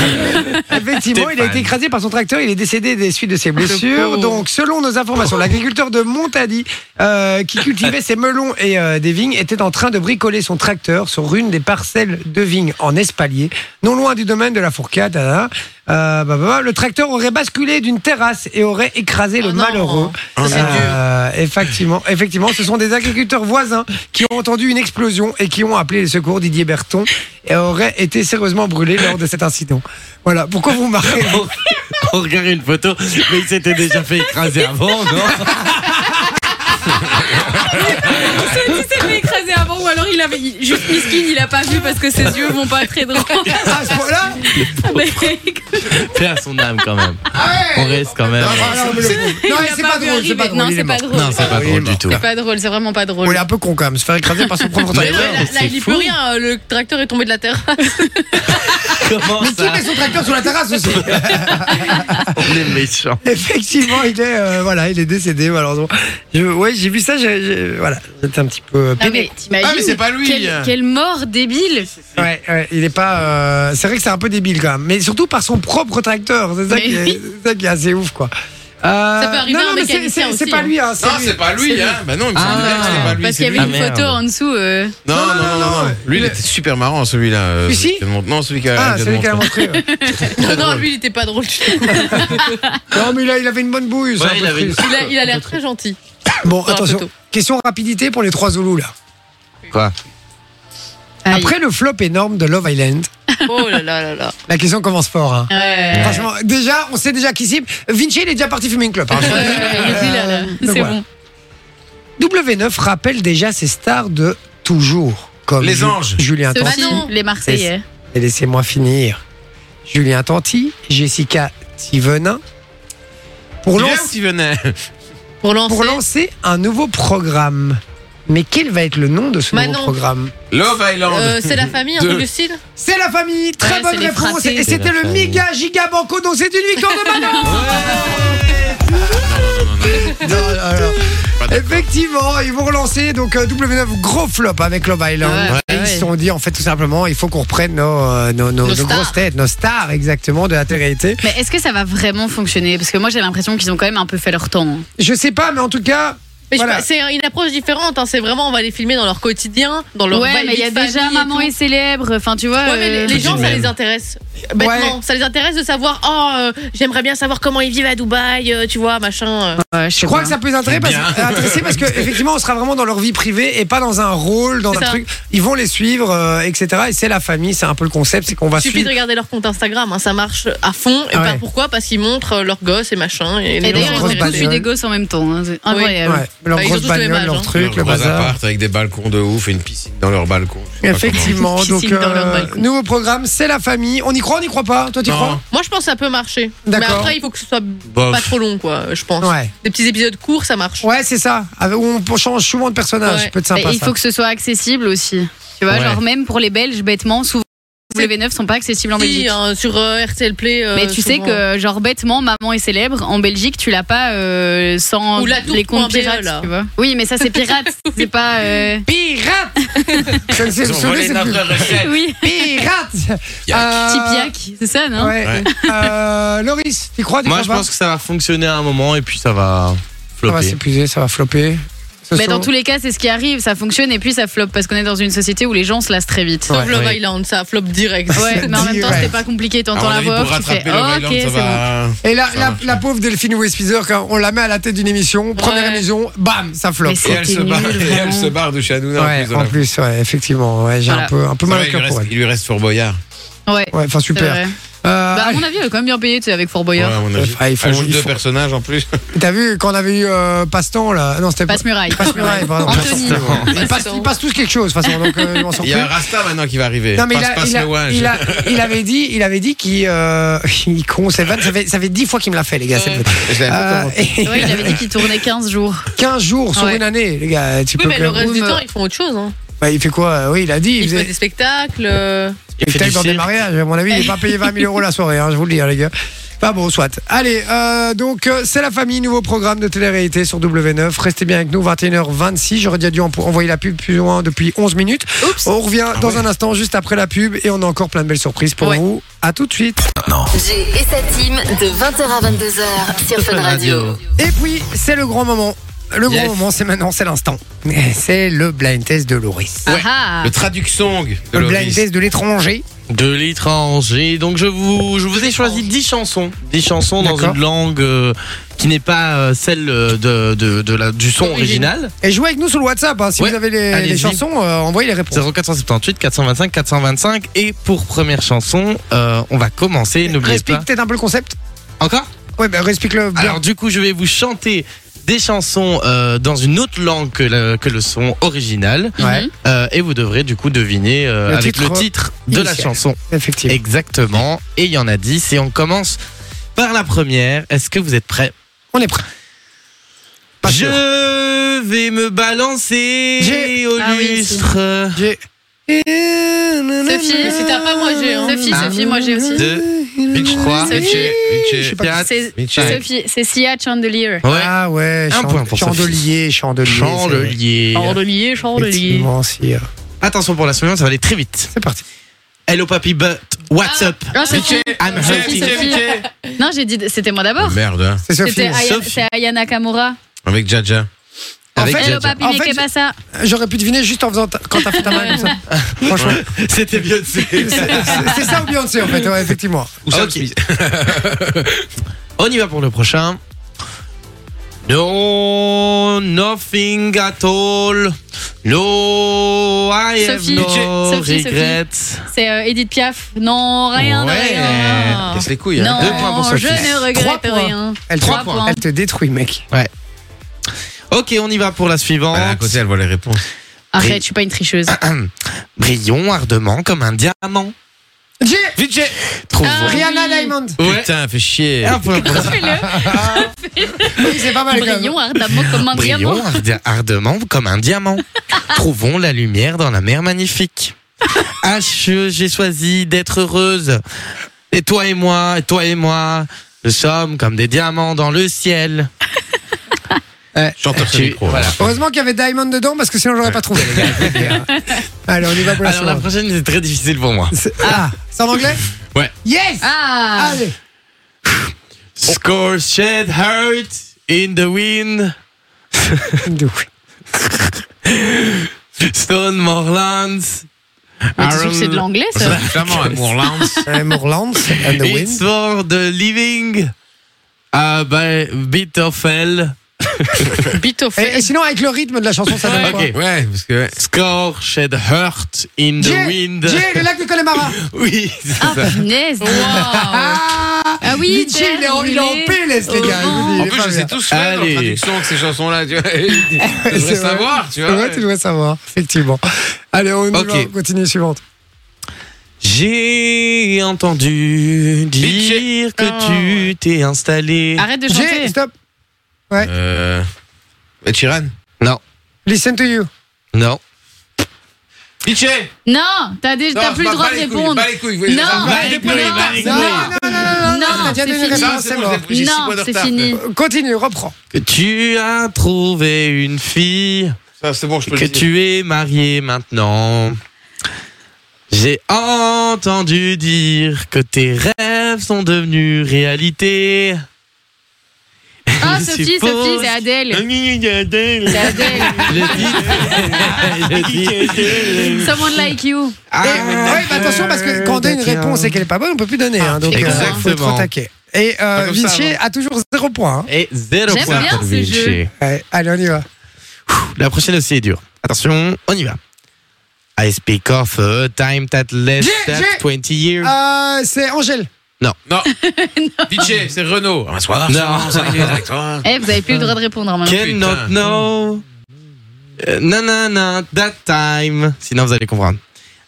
oui. Effectivement, il a Stéphane. été écrasé par son tracteur, il est décédé des suites de ses blessures. pauvre. Donc, selon nos informations, l'agriculteur de Montady, euh, qui cultivait ses melons et euh, des vignes, était en train de bricoler son tracteur sur une des parcelles de vignes en espalier, non loin du domaine de la fourcade. hein. Euh, bah, bah, bah, le tracteur aurait basculé d'une terrasse et aurait écrasé le Oh non. malheureux. Ça, c'est Euh, effectivement, effectivement, ce sont des agriculteurs voisins qui ont entendu une explosion et qui ont appelé les secours. Didier Berton et aurait été sérieusement brûlé lors de cet incident. Voilà, pourquoi vous marquez On regarde une photo, mais il s'était déjà fait écraser avant, non Ah, Si s'est fait écraser avant ou alors il avait il- juste Miskin, il a pas vu parce que ses yeux vont pas très droit. À ce point-là Mais- Fais à son âme quand même. On reste quand même. Ah non, mais le- non, il a c'est pas pas vu drôle, c'est pas arriver. drôle. Non, il est c'est pas mort. drôle. Non, c'est pas Oui, il est drôle du mort. tout. C'est pas drôle, c'est vraiment pas Bon, il drôle. est un peu con quand même, se faire écraser par son propre Mais tracteur. ouais, Là, mais là, c'est il est fou. plus rien, euh, le tracteur est tombé de la terre. Ah, Comment Mais qui ça met son tracteur sur la terrasse aussi On est méchants. Effectivement, il est, euh, voilà, il est décédé malheureusement. Je, ouais, j'ai vu ça, j'ai- j'ai- voilà, c'était un petit peu euh, Ah, peiné. mais t'imagines Ah, mais c'est pas lui. quelle, quelle mort débile Ah Ouais, ouais, il est pas. euh, c'est vrai que c'est un peu débile quand même, mais surtout par son propre tracteur. C'est ça, Mais qui est- oui. c'est ça qui est assez ouf, quoi. Euh, Ça peut arriver à un mais c'est- mécanicien c'est- C'est aussi, pas hein. lui, hein. c'est Non, lui. c'est pas lui, hein. Bah non, il me semble Ah. bien que c'était pas lui. Parce c'est qu'il y avait lui. une Ah, merde. photo en dessous. euh, Non, non, non, non, non. Lui, il Le- était super marrant, celui-là. euh, Ici celui qui a demandé- Non, celui qui a. Ah, qui a celui qui a demandé. montré. ouais. non, lui, il était pas drôle. du tout. Non, mais là, il avait une bonne bouille. c'est Ouais, un peu il avait une- triste. Il a- Il a l'air très gentil. Bon, la attention. photo. Question rapidité pour les trois Zoulous, là. Quoi aïe. Après le flop énorme de Love Island, Oh là là là là. la question commence fort. hein. Ouais. Franchement, déjà, on sait déjà qui cible. Vinci, il est déjà parti fumer une clope. hein. Ouais, il est plus là, là. donc C'est voilà. bon. W9 rappelle déjà ses stars de toujours. Comme Les Ju- anges. Julien Ceux-ci, Tanti. les Marseillais. Et laissez-moi finir. Julien Tanti, Jessica Thivenin. Pour, Dis-le lan- s'il venait. Pour lancer. pour lancer un nouveau programme. Mais quel va être le nom de ce nouveau Manon. programme Love Island. euh, c'est la famille, un Deux. truc du style C'est la famille, très Ouais, bonne c'est les réponse. frappés. Et C'est c'était la le famille. méga giga banco, donc c'est une victoire de Manon Non, non, non. Pas d'accord. Effectivement, ils vont relancer donc euh, W9 gros flop avec Love Island. Ouais, Et ouais. Ils se sont dit en fait tout simplement, il faut qu'on reprenne nos, euh, nos, nos- Nos nos stars. grosses têtes, nos stars exactement de la télé-réalité. Mais est-ce que ça va vraiment fonctionner Parce que moi j'ai l'impression qu'ils ont quand même un peu fait leur temps. Je sais pas, mais en tout cas, Mais je sais Voilà. pas, C'est une approche différente. hein. C'est vraiment, on va les filmer dans leur quotidien, dans leur ouais, vie mais il y a de famille déjà et maman tout. est célèbre. Enfin, tu vois. Ouais, mais les, euh, les gens, du ça même. les intéresse. Bêtement, Ouais. ça les intéresse de savoir, oh, euh, j'aimerais bien savoir comment ils vivent à Dubaï, euh, tu vois, machin. euh. ouais, je sais je crois pas. que ça peut les intéresser parce, euh, intéresser parce que effectivement, on sera vraiment dans leur vie privée et pas dans un rôle, dans C'est un ça. truc. Ils vont les suivre, euh, etc. Et c'est la famille, c'est un peu le concept, c'est qu'on va Il suffit de suivre. regarder leur compte Instagram, hein, ça marche à fond. Et Ah pas ouais. pourquoi Parce qu'ils montrent euh, leurs gosses et machin. Et, les Et gens d'ailleurs, ils grosses ont sont tous eu bagnoles. des gosses en même temps. hein. C'est Incroyable. Ouais, leur Bah, ils ont grosse tous le même bagnole, âge, leur hein. truc, le gros bazar. appart avec des balcons de ouf et une piscine dans leur balcon. Je sais pas Effectivement, comment. donc Piscine dans leur euh, balcon. nouveau programme, c'est la famille. On y croit, on n'y croit pas Toi, tu Non. crois Moi, je pense que ça peut marcher. Mais D'accord. après, il faut que ce soit Bof. pas trop long, quoi, je pense. Ouais, Des petits épisodes courts, ça marche. ouais, c'est ça. Avec- où on change souvent de personnage, Ouais. ça peut être Et sympa. il ça. faut que ce soit accessible aussi. Tu vois, Ouais. genre même pour les Belges, bêtement, souvent les V9 sont pas accessibles en Si, Belgique. hein, sur euh, RTL Play. euh, Mais tu sais souvent. que, genre, bêtement, maman est célèbre. En Belgique, tu l'as pas euh, sans Ou la tour les comptes point BE, pirates. là. tu vois. Oui, mais ça, c'est pirate. c'est pas. euh, Pirate Ça ne s'est Ils ont sauvé, volé c'est notre plus- recette. Oui, Pirate Yak. Euh, Tipiak, c'est ça, non Ouais. Ouais. Euh, Loris, tu crois tu Moi, je crois pense que ça va fonctionner à un moment et puis ça va pas Ça va flopper. s'épuiser, ça va flopper. Ce Mais sont- dans tous les cas, c'est ce qui arrive. Ça fonctionne et puis ça floppe parce qu'on est dans une société où les gens se lassent très vite. Sauf Ouais, Love ouais. Island, ça flop direct. Ouais, mais en même temps, Direct. c'était pas compliqué. À T'entends mon la avis, voix, pour off, tu rattraper fais le oh, Island, ok, ça c'est bon. va. hein. Et la, Ça la, marche. la pauvre Delphine Westpizer, quand on la met à la tête d'une émission, première Ouais. émission, bam, ça floppe. Mais Et c'est- elle se C'était barre, nul, et elle vraiment. se barre de chez Hanouna en Ouais, plus. dans en la- plus, ouais, effectivement, ouais, j'ai Voilà. un peu, un peu mal au Ouais, il, lui cœur pour reste, elle. il lui reste Fort Boyard. Ouais, Ouais, enfin c'est super. vrai. Euh, Bah, à allez. mon avis, elle a quand même bien payé, tu sais, avec Fort Boyard. Ouais, à mon avis. Ah, il faut- Ajoute il deux faut- personnages en plus. T'as vu quand on avait eu euh, Passe-temps là Non, c'était pas. Passe muraille. Passe-muraille, pardon. Anthony. Ils passent, ils passent tous quelque chose, de toute façon. Donc, euh, on s'en Il y fout. a Rasta maintenant qui va arriver. Non mais il passe, a- passe il a- le ouinge. il a- il avait dit, il avait dit qu'il, euh, il con, cette vanne, ça fait, ça fait 10 fois qu'il me l'a fait, les gars. cette vanne. Je l'avais pas Euh, compris. et Ouais, il avait dit qu'il tournait 15 jours. 15 jours sur Ouais. une année, les gars. Tu Oui, peux mais que- le reste du mais- temps, ils font autre chose. Hein. Bah, il fait quoi Oui, il a dit. Ils Il font faisait des spectacles. euh, Il fait peut-être du dans des cirque. mariages. À mon avis, il n'est pas payé 20 000 euros la soirée. hein, je vous le dis, hein, les gars. Pas bon, soit. Allez, euh, donc euh, c'est la famille, nouveau programme de télé-réalité sur W9. Restez bien avec nous, 21h26. J'aurais déjà dû en- envoyer la pub plus loin depuis 11 minutes. On revient Ah dans un instant, juste après la pub, et on a encore plein de belles surprises pour Ouais. vous. À tout de suite. Jay et sa team de 20h à 22h sur Fun Radio. Et puis, c'est le grand moment. Le grand moment, c'est maintenant, c'est l'instant. C'est le blind test de Loris. Ouais. Ah ah. Le traduc song de Le blind Loris. test de l'étranger. De l'étranger. Donc je vous, je vous ai choisi 10 chansons. 10 chansons dans D'accord. une langue euh, qui n'est pas euh, celle euh, de, de, de la, du son D'origine. original. Et jouez avec nous sur le WhatsApp. hein. Si Ouais, vous avez les, les allez-y. chansons, euh, envoyez les réponses. 0478 425 425. Et pour première chanson, euh, on va commencer. N'oubliez Explique pas. peut-être un peu le concept. Encore Ouais, bah, explique-le bien. Alors du coup, je vais vous chanter des chansons euh, dans une autre langue que le, que le son original. Ouais, Euh, et vous devrez du coup deviner euh, Le avec titre le titre de la initial. chanson. effectivement. Exactement. Et il y en a 10. Et on commence par la première. Est-ce que vous êtes prêts On est prêt. Pas Je sûr. vais me balancer J'ai- au Ah oui, si. lustre. J'ai. Sophie, Mais si t'as pas, moi, j'ai, hein. Sophie, Sophie, moi, j'ai aussi. Deux, Mitch, trois, Sophie. Mitch, Je sais Mitch, pas. quatre, C'est Mitch. Sophie, c'est Sia Chandelier. Ouais. Ah ouais, Un chan- point pour Sophie. chandelier, chandelier. c'est vrai. Chandelier. Chandelier, chandelier. Effectivement, si, euh, Attention pour la seconde, ça va aller très vite. C'est parti. Hello papi, but what's Ah. up? Non, Sophie. I'm Sophie, healthy. Sophie. Non, j'ai dit, c'était moi d'abord. Merde, hein. C'est Sophie. C'était Aya- Sophie. c'est Aya Nakamura. Avec Jaja. Avec En fait, Hello Jaja. papi, En mais fait, qu'est-ce je- pas ça J'aurais pu deviner juste en faisant ta- quand t'as fait ta main comme ça. Franchement, C'était Beyoncé. c'est c'est ça ou Beyoncé en fait, ouais, effectivement. Ou Sam Ah, Ok. Smith. On y va pour le prochain. No, nothing at all. No, I have Sophie. no Sophie, Sophie. regrets. C'est euh, Edith Piaf. Non, rien, de Ouais. Ah. rien. Casse les couilles. hein. Non, Deux points pour je Sophie. ne Trois regrette points. rien. Elle, te- Trois points. elle te détruit, mec. Ok, on y va pour la suivante. Elle est à côté, elle voit les réponses. Arrête, je suis pas une tricheuse. Brillons ardemment comme un diamant. J'ai Vite, Trouve. Ah. Rihanna oui. Diamond. Ouais. Putain, fais chier. Un point pour Oui, c'est pas mal quand même. Brillons ardemment comme un diamant. Brillons arde- ardemment comme un diamant. Trouvons la lumière dans la mer magnifique. H, j'ai choisi d'être heureuse. Et toi et moi, et toi et moi, nous sommes comme des diamants dans le ciel. Chanteur sur Tu- le micro. voilà. Heureusement qu'il y avait Diamond dedans parce que sinon j'aurais pas trouvé, les gars. je vous le dis, hein. Allez, on y va pour la Alors la suivante. prochaine c'est très difficile pour moi. C'est- Ah, c'est en anglais Ouais. Yes Ah Allez Score shed hurt in the wind. De- Stone Morlands. Ah, Mais tu sais que c'est de l'anglais, ça Flamand, amour, lance. Euh, Moorlands and the It's Wind. for the living. A bi- bit of hell. Et, et sinon, avec le rythme de la chanson, ça donne Ouais. quoi Ok. Ouais, parce que. Score shed hurt in the Jay, wind. Jay, le lac de Connemara Oui, c'est Ah, ça. punaise Ah oui, Litchi, il est en- il est en terre PLS, les brûlée gars. au je vous dis, vent. il En est plus, pas je bien. sais tous faire Allez. la traduction de ces chansons-là. Tu vois. Je C'est devrais vrai. savoir, tu vois. Ouais, tu dois savoir, effectivement. Allez, on y va, Ok. on continue suivante. J'ai entendu dire que tu t'es installé. Arrête de Jay, chanter. stop. Euh. Et Chiran Listen to you. Non. Pitché Non, t'as déjà t'as plus le droit de répondre. Pas les couilles, Non, Bah, bah, les écoute, couilles, non, bah, les Non, couilles. non, non, non, non, Non, t'as déjà c'est donné une fini. Ça, réponse, c'est c'est bon, mort. j'ai six Non, points de c'est retard. fini. Euh, Continue, reprends. Que tu as trouvé une fille. Ça, c'est bon, je peux Que le dire. tu es marié maintenant. J'ai entendu dire que tes rêves sont devenus réalité. Ah, Je Sophie, suppose- Sophie, c'est Adèle. C'est Adèle. Le titre. Le titre. Someone like you. Et- Ah, ouais, bah, attention, parce que quand on donne une réponse et qu'elle n'est pas bonne, on peut plus donner. hein, donc, euh, Exactement. faut être au taquet. Et euh, Pas comme ça, hein. Vinci a toujours zéro point. hein. Et zéro J'aime point bien pour ce Vinci. jeu. Ouais, allez, on y va. La prochaine aussi est dure. Attention, on y va. I speak of a time that less J'ai- than j'ai- 20 years. Euh, c'est Angèle. Non. Pitché, c'est Renault. Un soir. Non. ça y est, avec toi. Eh, vous avez plus le droit de répondre maintenant. Cannot putain. know. Euh, Non, non, non, that time. Sinon, vous allez comprendre.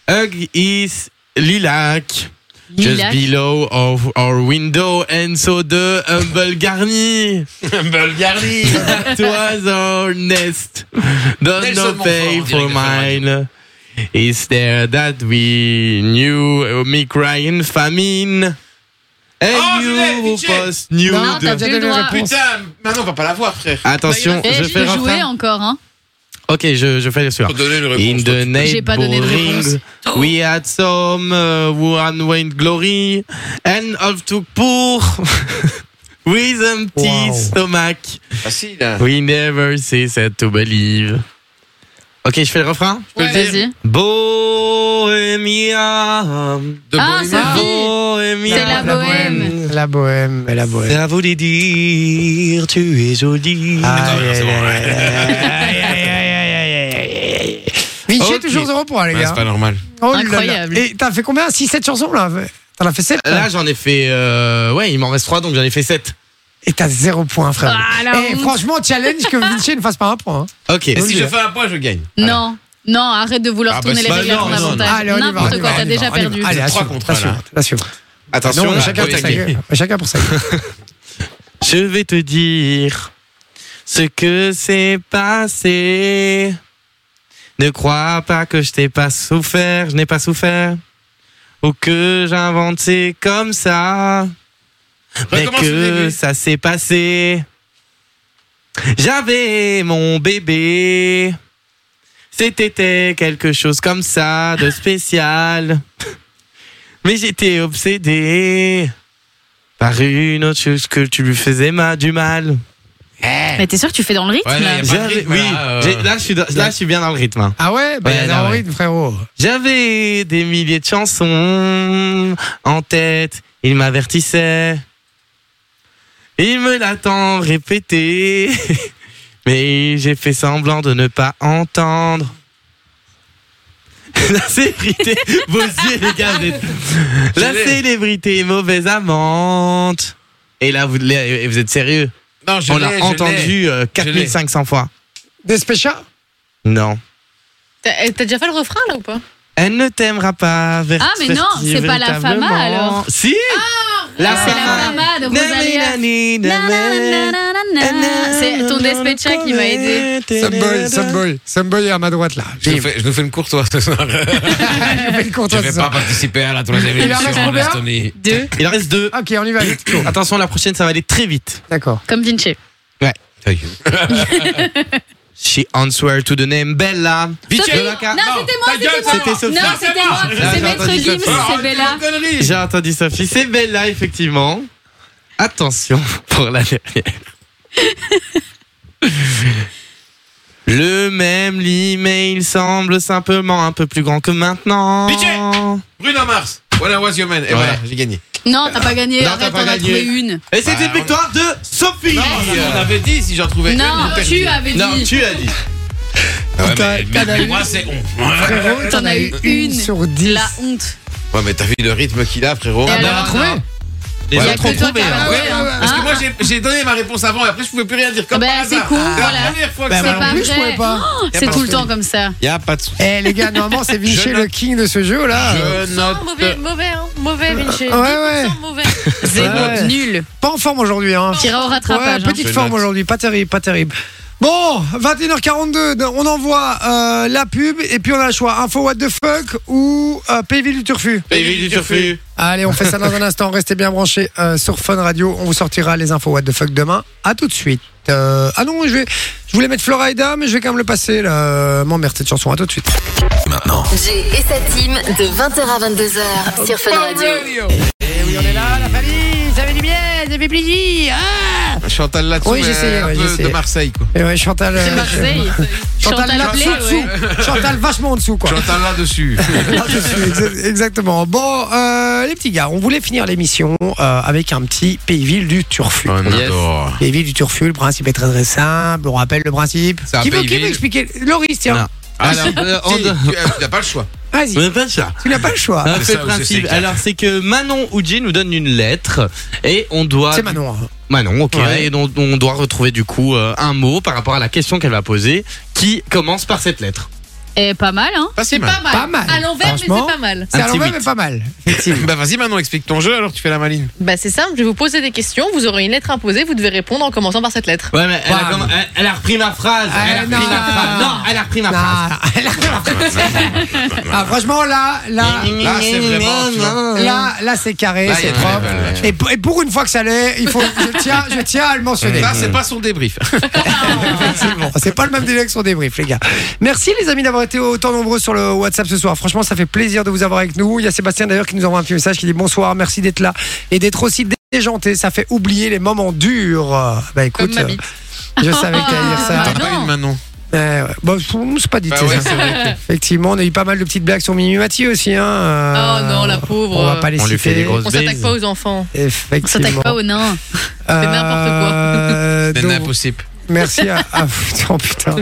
Hug is lilac. Just Lilac. below of our window, and so the humble garni. Bulgarie. It was our nest. Don't Nelson know pay Montfort, on dirait que for c'est mine. Is there that we knew me crying famine? And Oh, je l'ai, you Vinci. post new. Non, t'as plus le droit. Putain, maintenant, on va pas la voir, frère. Attention, Eh, je je fais peux le jouer refrain. encore, hein. Ok, je, je fais le suivant. Faut donner une In réponse. toi, the tu- J'ai pas donné de neighborings, we had some uh, one wine glory and of took poor with empty Wow. stomach. Facile. hein. We never ceased to believe. Ok, je fais le refrain. Je peux le dire. Vas-y. Bohemia. De Ah, Bohemian. Sophie. Bohemia. C'est la bohème. La bohème. La bohème. Ah, Ça voulait dire tu es jolie. Ah, Aïe, Ah, c'est bon, aïe, ouais. aïe, aïe, aïe, aïe, aïe, aïe, aïe. Vinci Ok. toujours zéro point, les Ouais, gars. c'est pas normal. Oh là là. Incroyable. Et t'as fait combien 6, 7 chansons là T'en as fait 7 Là, j'en ai fait. euh, ouais, il m'en reste 3, donc j'en ai fait 7. Et t'as zéro point, frère. Ah, la Eh, honte. franchement, challenge que Vinci ne fasse pas un point. hein. Ok. Et si Obligé. je fais un point, je gagne. Non, non, arrête de vouloir Ah, bah, tourner les c'est- règles bah, à ton non, non, avantage. Allez, on y va, on N'importe y quoi, va, t'as on y va, déjà on y va. perdu. Allez, Trois assume, contre un, assume, là. assume. Attention, Non, là, chacun faut pour sa gagner. gueule. Chacun pour sa gueule. Je vais te dire ce que c'est passé. Ne crois pas que je t'ai pas souffert, je n'ai pas souffert. Ou que j'invente c'est comme ça. Mais Recommence le que début. ça s'est passé. J'avais mon bébé. C'était quelque chose comme ça de spécial. Mais j'étais obsédé par une autre chose que tu lui faisais ma- du mal. Mais t'es sûr que tu fais dans le rythme Ouais, là là, y a pas de J'avais- rythme, oui, là, euh. j'ai- là, je suis, dans- là, je suis bien dans le rythme. hein. Ah ouais Bah, Ouais, il y a là, un ouais. rythme, frérot. J'avais des milliers de chansons en tête, il m'avertissait. Il me l'a tant répété, mais j'ai fait semblant de ne pas entendre. La célébrité, vos yeux, les gars, vous êtes- La Je l'ai. célébrité mauvaise amante. Et là, vous, l'avez- vous êtes sérieux Non, je On l'ai, je l'a l'ai. entendu euh, Je l'ai. 4500 fois. Despecha Non. T'as t'as déjà fait le refrain là ou pas Elle ne t'aimera pas. vers- Ah, mais non, c'est pas la véritablement. Fama, alors. Si Ah, c'est la Fama de Rosalia. Nananananana. C'est ton despecha qui m'a aidé. Sunboy, Sunboy. Sunboy est à ma droite, là. Je nous fais, je nous fais une courtoise ce soir. Il fait le Je comptoir, vais c'est pas ça. participer à la troisième Il en émission reste en combien Estonie. Deux, Il en reste deux. Ok, on y va. let's go. Attention, la prochaine, ça va aller très vite. D'accord. comme Vinci. Ah, She answered to the name Bella. Sophie de Non, la c'était ca- moi, ta gueule, c'était c'était Sophie. moi. Non, c'était moi. Ah, C'est j'ai Maître entendu Gims, Sophie. c'est Bella. J'ai entendu Sophie, c'est Bella, effectivement. Attention pour la dernière. Le même lit, mais il semble simplement un peu plus grand que maintenant. Vijay Bruno Mars, Voilà was your man. Et Ouais. voilà, j'ai gagné. Non, t'as pas gagné. Non, Arrête, t'as t'en pas as gagné. trouvé une. Et c'est Bah, une victoire de Sophie. on avait dit si j'en trouvais Non, tu euh, as. avais Non, dit. tu as dit. moi, c'est on. Frérot, T'en as eu une. sur dix. La honte. Ouais, mais t'as vu le rythme qu'il a, frérot Et Ah, alors, non, t'as trouvé non. Les Ouais, Il y a autres ont que toi qui trouvé. as hein. pas Ouais, Ah. trouvé, hein. Parce que Hein moi, j'ai- j'ai donné ma réponse avant et après, je pouvais plus rien dire. Comme Ben, par c'est hasard. con, Ah, La voilà. première fois que Bah, ça moi non C'est pas plus, je vrai. pouvais pas. C'est tout le temps comme ça. Y a pas de soucis. Eh, les gars, normalement, c'est Vinci Je le note. king de ce jeu, là. Je Non, Ah, mauvais, note. mauvais, hein, mauvais, Vinci. euh. Ouais, ouais. 10% Mauvais. Zéro, ouais. nul. Pas en forme aujourd'hui, hein. Tira au Ouais, rattrapage. hein. petite Je forme note. aujourd'hui, pas terrible, pas terrible. Bon, 21h42, on envoie euh, la pub et puis on a le choix info what the fuck ou euh, PV du turfu. Baby du turfu. Allez, on fait ça dans un instant. Restez bien branchés euh, sur Fun Radio. On vous sortira les infos What the fuck demain. À tout de suite. Euh, ah non, je, vais, je voulais mettre Florida, mais je vais quand même le passer. là. M'emmerde cette chanson. À tout de suite. Jay et sa team de 20h à 22h sur Fun Radio. Et oui, on est là, la famille. Ça fait du bien, ça fait plaisir. Ah Chantal là Oui, j'essayais, un ouais, peu j'essayais. de Marseille, quoi. et ouais, Chantal. euh, C'est Marseille. Chantal, Chantal là, Laplé, dessous, ouais. dessous. Chantal vachement en dessous, quoi. Chantal là-dessus. Ah, je suis exa- Exactement. Bon, euh, les petits gars, on voulait finir l'émission euh, avec un petit pays-ville du Turfu. On Yes. adore. Pays-ville du Turfu, le principe est très très simple. On rappelle le principe. C'est un Qui veut, qui pays-ville. veut expliquer Loris, tiens. Non. Alors, euh, on- Ah, Si, tu as- t'as pas le choix. Vas-y, Mais pas ça. tu n'as pas le choix. Ah, mais c'est ça, le je sais principe. qu'il y a- Alors, c'est que Manon ou Jay nous donne une lettre et on doit. C'est Manon. hein. Manon, ok. Ouais. Et on, on doit retrouver du coup euh, un mot par rapport à la question qu'elle va poser qui commence par cette lettre. Eh, pas mal, hein Ah, Pas si mal. Pas mal. À l'envers, mais c'est Franchement. pas mal. C'est Un à petit l'envers, huit. mais pas mal. Bah vas-y maintenant explique ton jeu alors tu fais la maline. Bah, c'est simple, je vais vous poser des questions, vous aurez une lettre imposée, vous devez répondre en commençant par cette lettre. Ouais, mais elle, a, Bam. comm- elle- elle a repris ma phrase. Ah, elle a repris non. ma phrase. Non, elle a repris ma phrase. Ah, ah, franchement, là, là. Mm, Là c'est vraiment. tu vois. Là, là c'est carré, Là, il y c'est a du propre. level, là, tu Et pour, et pour une fois que ça l'est, il faut, je tiens, je tiens à le mentionner. Là Bah, c'est pas son débrief. Effectivement, c'est pas le même délai que son débrief, les gars. Merci les amis d'avoir été autant nombreux sur le WhatsApp ce soir. Franchement, ça fait plaisir de vous avoir avec nous. Il y a Sébastien d'ailleurs qui nous envoie un petit message qui dit bonsoir, merci d'être là et d'être aussi déjanté. Ça fait oublier les moments durs. Bah Comme écoute, ma euh, bite. je savais que t'allais dire ça. Eh T'as Ah, pas non. une Manon. Ouais, ouais. Bon, je- c'est pas dit. Bah c'est ouais, ça. c'est vrai que- Effectivement, on a eu pas mal de petites blagues sur Mimi Mathieu aussi. Hein. Oh Euh, non, la pauvre. On va pas les On lui fait citer. des grosses On s'attaque pas aux enfants. On s'attaque Euh, Effectivement. pas aux nains. C'est n'importe quoi. C'est impossible. Euh, Merci à. à- Oh, putain.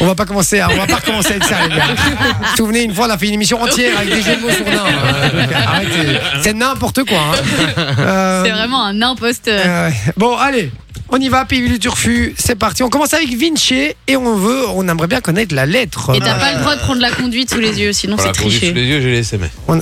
On va pas commencer, à- on va pas recommencer avec ça, les gars. Vous vous souvenez, une fois, on a fait une émission entière avec des jeux de mots sur nains. Euh, donc, arrêtez. C'est n'importe quoi. hein. Euh, C'est vraiment un imposte. euh, bon, allez. On y va, Pays du Turfu, c'est parti. On commence avec Vinci et on veut, on aimerait bien connaître la lettre. Et t'as pas le droit de prendre la conduite sous les yeux, sinon c'est Voilà, pour sous triché. les yeux, j'ai les SMS. On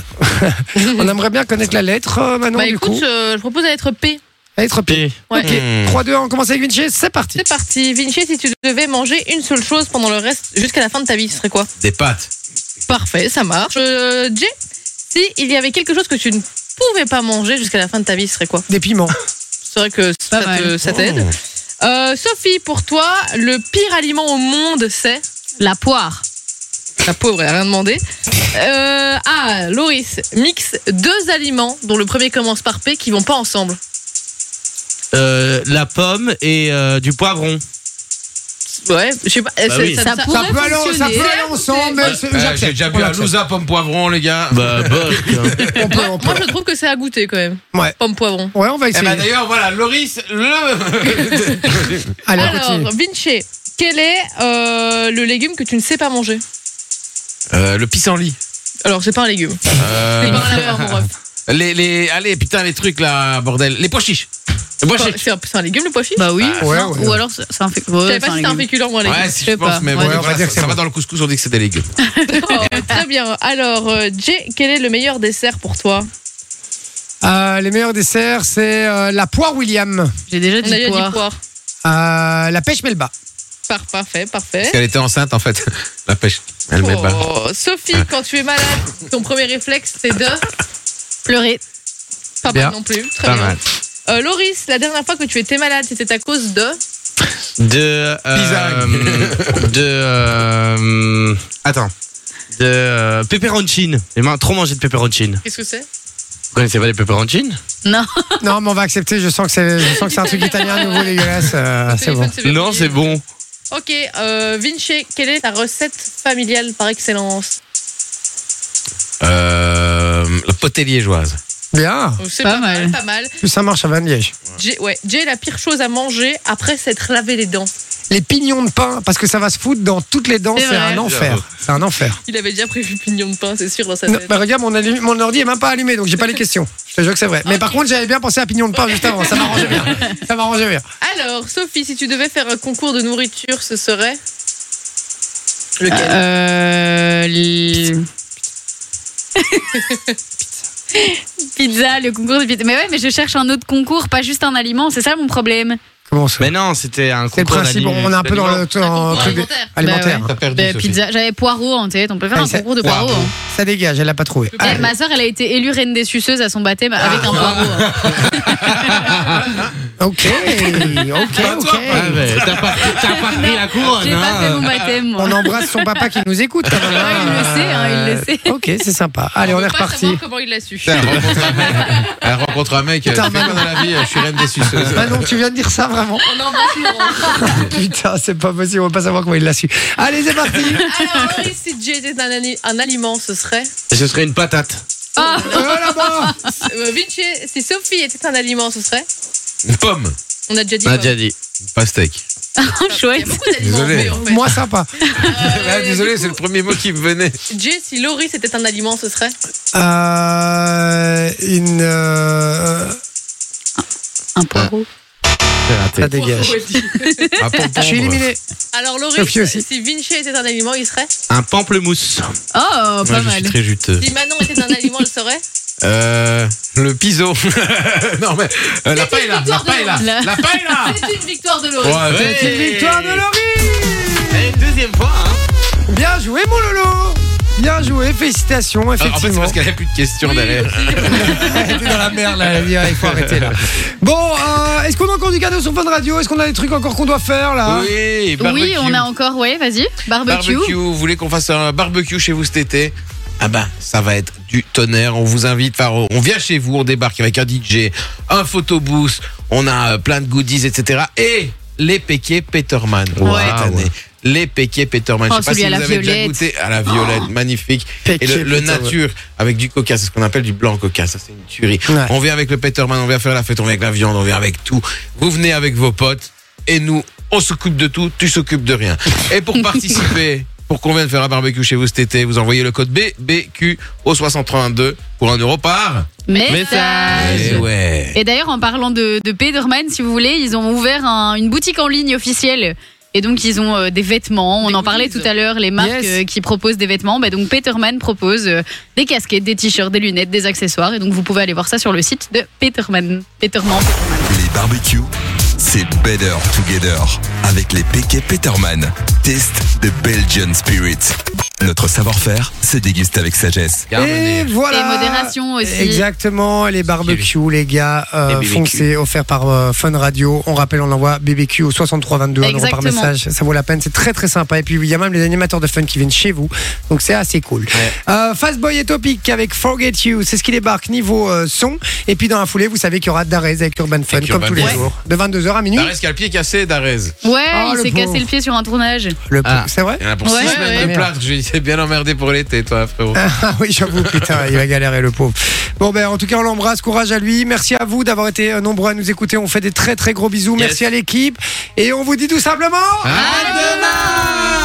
aimerait bien connaître la lettre, euh, Manon, bah du écoute, coup. je, je propose à être P. La lettre P. Ouais. Ok, 3, 2, 1, on commence avec Vinci, c'est parti. C'est parti. Vinci, si tu devais manger une seule chose pendant le reste, jusqu'à la fin de ta vie, ce serait quoi Des pâtes. Parfait, ça marche. Euh, J, si il y avait quelque chose que tu ne pouvais pas manger jusqu'à la fin de ta vie, ce serait quoi Des piments. C'est vrai que ça Pas te- mal. ça t'aide. Euh, Sophie, pour toi, le pire aliment au monde, c'est La poire. La pauvre, elle a rien demandé. Euh, ah, Loris, mixe deux aliments dont le premier commence par P qui vont pas ensemble. Euh, la pomme et euh, du poivron. Ouais, je sais pas. Bah c'est- oui. ça- Ça ça- pourrait Ça peut, aller, ça peut fonctionner. aller ensemble, mais c'est- Euh, j'accepte. j'ai déjà On bu un l'accepte. louza pomme poivron, les gars. Bah, On peut, on peut. Moi, je trouve que c'est à goûter quand même. Ouais. Pomme poivron. Ouais, on va Eh essayer. ben d'ailleurs, voilà, Loris, le. Allez, on Alors, continue. Vinci, quel est euh, le légume que tu ne sais pas manger Euh, le pissenlit. Alors, c'est pas un légume. C'est Euh, pas un légume, mon ref. les, les, allez, putain, les trucs là, bordel. Les pois chiches. Les pois chiches. C'est un, c'est un légume le pois chiche Bah oui. Ah, ouais, Non, ouais. Ou alors c'est c'est un fait. Je ouais, savais c'est pas si un c'était un légume. féculent ou un légume. Ouais, si je pense, pas. mais bon, Ouais, on va voilà, dire que ça, c'est ça va bon. dans le couscous, on dit que c'est des légumes. Oh, très bien. Alors, euh, Jay, quel est le meilleur dessert pour toi Euh, les meilleurs desserts, c'est euh, la poire William, J'ai déjà On a dit déjà dit poire. poire. euh, la pêche Melba. Par- Parfait, parfait. Parce qu'elle était enceinte en fait, la pêche. Elle met pas. Oh, Sophie, quand tu es malade, ton premier réflexe, c'est de Pleurer. pas Bien. mal non plus. Très Pas bien. mal. Euh, Loris, la dernière fois que tu étais malade, c'était à cause de. De. euh, Pisac. de. euh, attends. De. euh, pepperoncine. J'ai ma- trop mangé de pepperoncine. Qu'est-ce que c'est Vous connaissez pas les pepperoncines Non. Non, mais on va accepter. Je sens que c'est, je sens que c'est un truc italien à nouveau dégueulasse. euh, c'est bon. Téléphone, verrouillé. Non, c'est bon. Ok, euh, Vinci, quelle est ta recette familiale par excellence Euh, la potée liégeoise. Bien. Donc, Euh, C'est Pas pas, mal. mal. Pas mal. Plus ça marche à Van Liège. Jay, ouais, Jay, la pire chose à manger après s'être lavé les dents. Les pignons de pain, parce que ça va se foutre dans toutes les dents. C'est C'est, vrai. un enfer. C'est un enfer. Il avait déjà prévu pignon de pain, c'est sûr, dans sa Non, tête. bah, regarde, mon, allu- mon ordi est même pas allumé, donc j'ai pas les questions. Je te jure que c'est vrai. Mais par contre, j'avais bien pensé à pignon de pain juste avant. Ça m'arrangeait bien. Ça m'arrangeait bien. Alors, Sophie, si tu devais faire un concours de nourriture, ce serait. Lequel Euh, l- Pizza, le concours de pizza. Mais ouais, mais je cherche un autre concours, pas juste un aliment, c'est ça mon problème. Comment ça Mais non, c'était un C'est le concours principe. d'alim- On est un peu dans le dans le truc des- alimentaire. alimentaire. Bah T'as perdu. Ben, Sophie. pizza, j'avais poireaux en tête, on peut faire Ah, un c'est- concours de poireaux. poireaux. hein. Ça dégage, elle a pas trouvé. Eh, ma soeur, elle a été élue reine des suceuses à son baptême Ah, avec un poireau. hein. Ok, ok, ok. Ah ouais, t'as pas, t'as pas pris la couronne, J'ai pas fait hein. mon baptême, moi. On embrasse son papa qui nous écoute quand même. Ah, il le sait, hein, il le sait. Ok, c'est sympa. Allez, on, est reparti. comment il l'a su. Putain, Elle rencontre un mec. Elle rencontre un mec. euh, Elle fait Putain, quoi dans la vie Je suis reine des suceuses. Manon, tu viens de dire ça vraiment On embrasse Laurent. Putain, c'est pas possible, on va pas savoir comment il l'a su. Allez, c'est parti Alors, Henri, si Jay était un, ani- un aliment, ce serait. Ce serait une patate. Euh, là-bas Euh, Vinci, si Sophie était un aliment, ce serait. Une pomme. On a déjà dit. On a quoi. Bah, déjà dit. Une pastèque. Il y a Chouette. beaucoup d'aliments. Désolé. mais en fait. Euh, Moi, sympa. Ah, désolé, c'est le premier mot qui me venait. Jay, si Loris était un aliment, ce serait. Euh, une. euh, Un poireau. C'est raté. ça dégage. Un pompon. Je suis éliminé. Alors, Sophie Loris, aussi. si Vinci était un aliment, il serait. Un pamplemousse. Oh, Moi, pas je suis mal. très juteux. Si Manon était un aliment, elle serait. Euh, le piso. non, mais euh, la C'est paille une là, la victoire de paille là, Londres. la paille là. C'est une victoire de Loris. Ouais, ouais. C'est une victoire de Laurie Allez, deuxième fois, hein. Bien joué, mon Lolo Bien joué, félicitations, Alors, Ah, en fait, c'est effectivement. parce qu'elle a plus de questions derrière. Elle était dans la merde, là, elle a dit, ah, il faut arrêter, là. Bon, euh, est-ce qu'on a encore du cadeau sur Fun Radio Est-ce qu'on a des trucs encore qu'on doit faire, là ah. Oui, barbecue. Oui, on a encore, ouais, vas-y. Barbecue. barbecue. Vous voulez qu'on fasse un barbecue chez vous cet été ah ben, ça va être du tonnerre. On vous invite, enfin, on vient chez vous, on débarque avec un DJ, un photobooth, on a euh, plein de goodies, etc. Et les péquets Peterman Wow. cette année. Les péquets Peterman. Oh, Je sais pas celui si à vous la avez déjà violette. Oh. goûté à la violette, magnifique. Et le, le nature avec du coca, c'est ce qu'on appelle du blanc coca. Ça, c'est une tuerie. Ouais. On vient avec le Peterman, on vient faire la fête, on vient avec la viande, on vient avec tout. Vous venez avec vos potes et nous, on s'occupe de tout, tu s'occupes de rien. Et pour participer, pour qu'on vienne faire un barbecue chez vous cet été, vous envoyez le code BBQ au 682 pour un euro par. Message. Eh ouais. Et d'ailleurs, en parlant de, de Pederman, si vous voulez, ils ont ouvert un- une boutique en ligne officielle. Et donc, ils ont euh, des vêtements. On Des en parlait goodies. tout à l'heure, les marques Yes. euh, qui proposent des vêtements. Bah, donc, Peterman propose euh, des casquettes, des t-shirts, des lunettes, des accessoires. Et donc, vous pouvez aller voir ça sur le site de Peterman. Peterman. Les barbecues, c'est better together avec les PK Peterman. Test de Belgian Spirit. Notre savoir-faire se déguste avec sagesse. Et voilà. Et modération aussi. Exactement, les barbecues, les gars, euh, Les BBQ. foncez, offerts par euh, Fun Radio. On rappelle, on envoie BBQ au 6322 un euro par Exactement. message. Ça vaut la peine, c'est très très sympa. Et puis il y a même les animateurs de Fun qui viennent chez vous, donc c'est assez cool. Euh, Fastboy et Topic avec Forget You, c'est ce qui débarque niveau euh, son. Et puis dans la foulée, vous savez qu'il y aura Darez avec Urban Fun, Avec comme Urban tous les Fun. jours, de 22h à minuit. Darès qui a le pied cassé, Darès. Ouais, Oh, il le s'est pauvre. cassé le pied sur un tournage. Le Ah. c'est vrai Il y en a pour Ouais, 6 ouais, semaines de ouais. plâtre. Je lui dis, t'es bien emmerdé pour l'été, toi, frérot. Ah oui, j'avoue, putain, il va galérer le pauvre. Bon, ben, en tout cas, on l'embrasse, courage à lui. Merci à vous d'avoir été euh, nombreux à nous écouter. On fait des très, très gros bisous. Yes. Merci à l'équipe. Et on vous dit tout simplement. À demain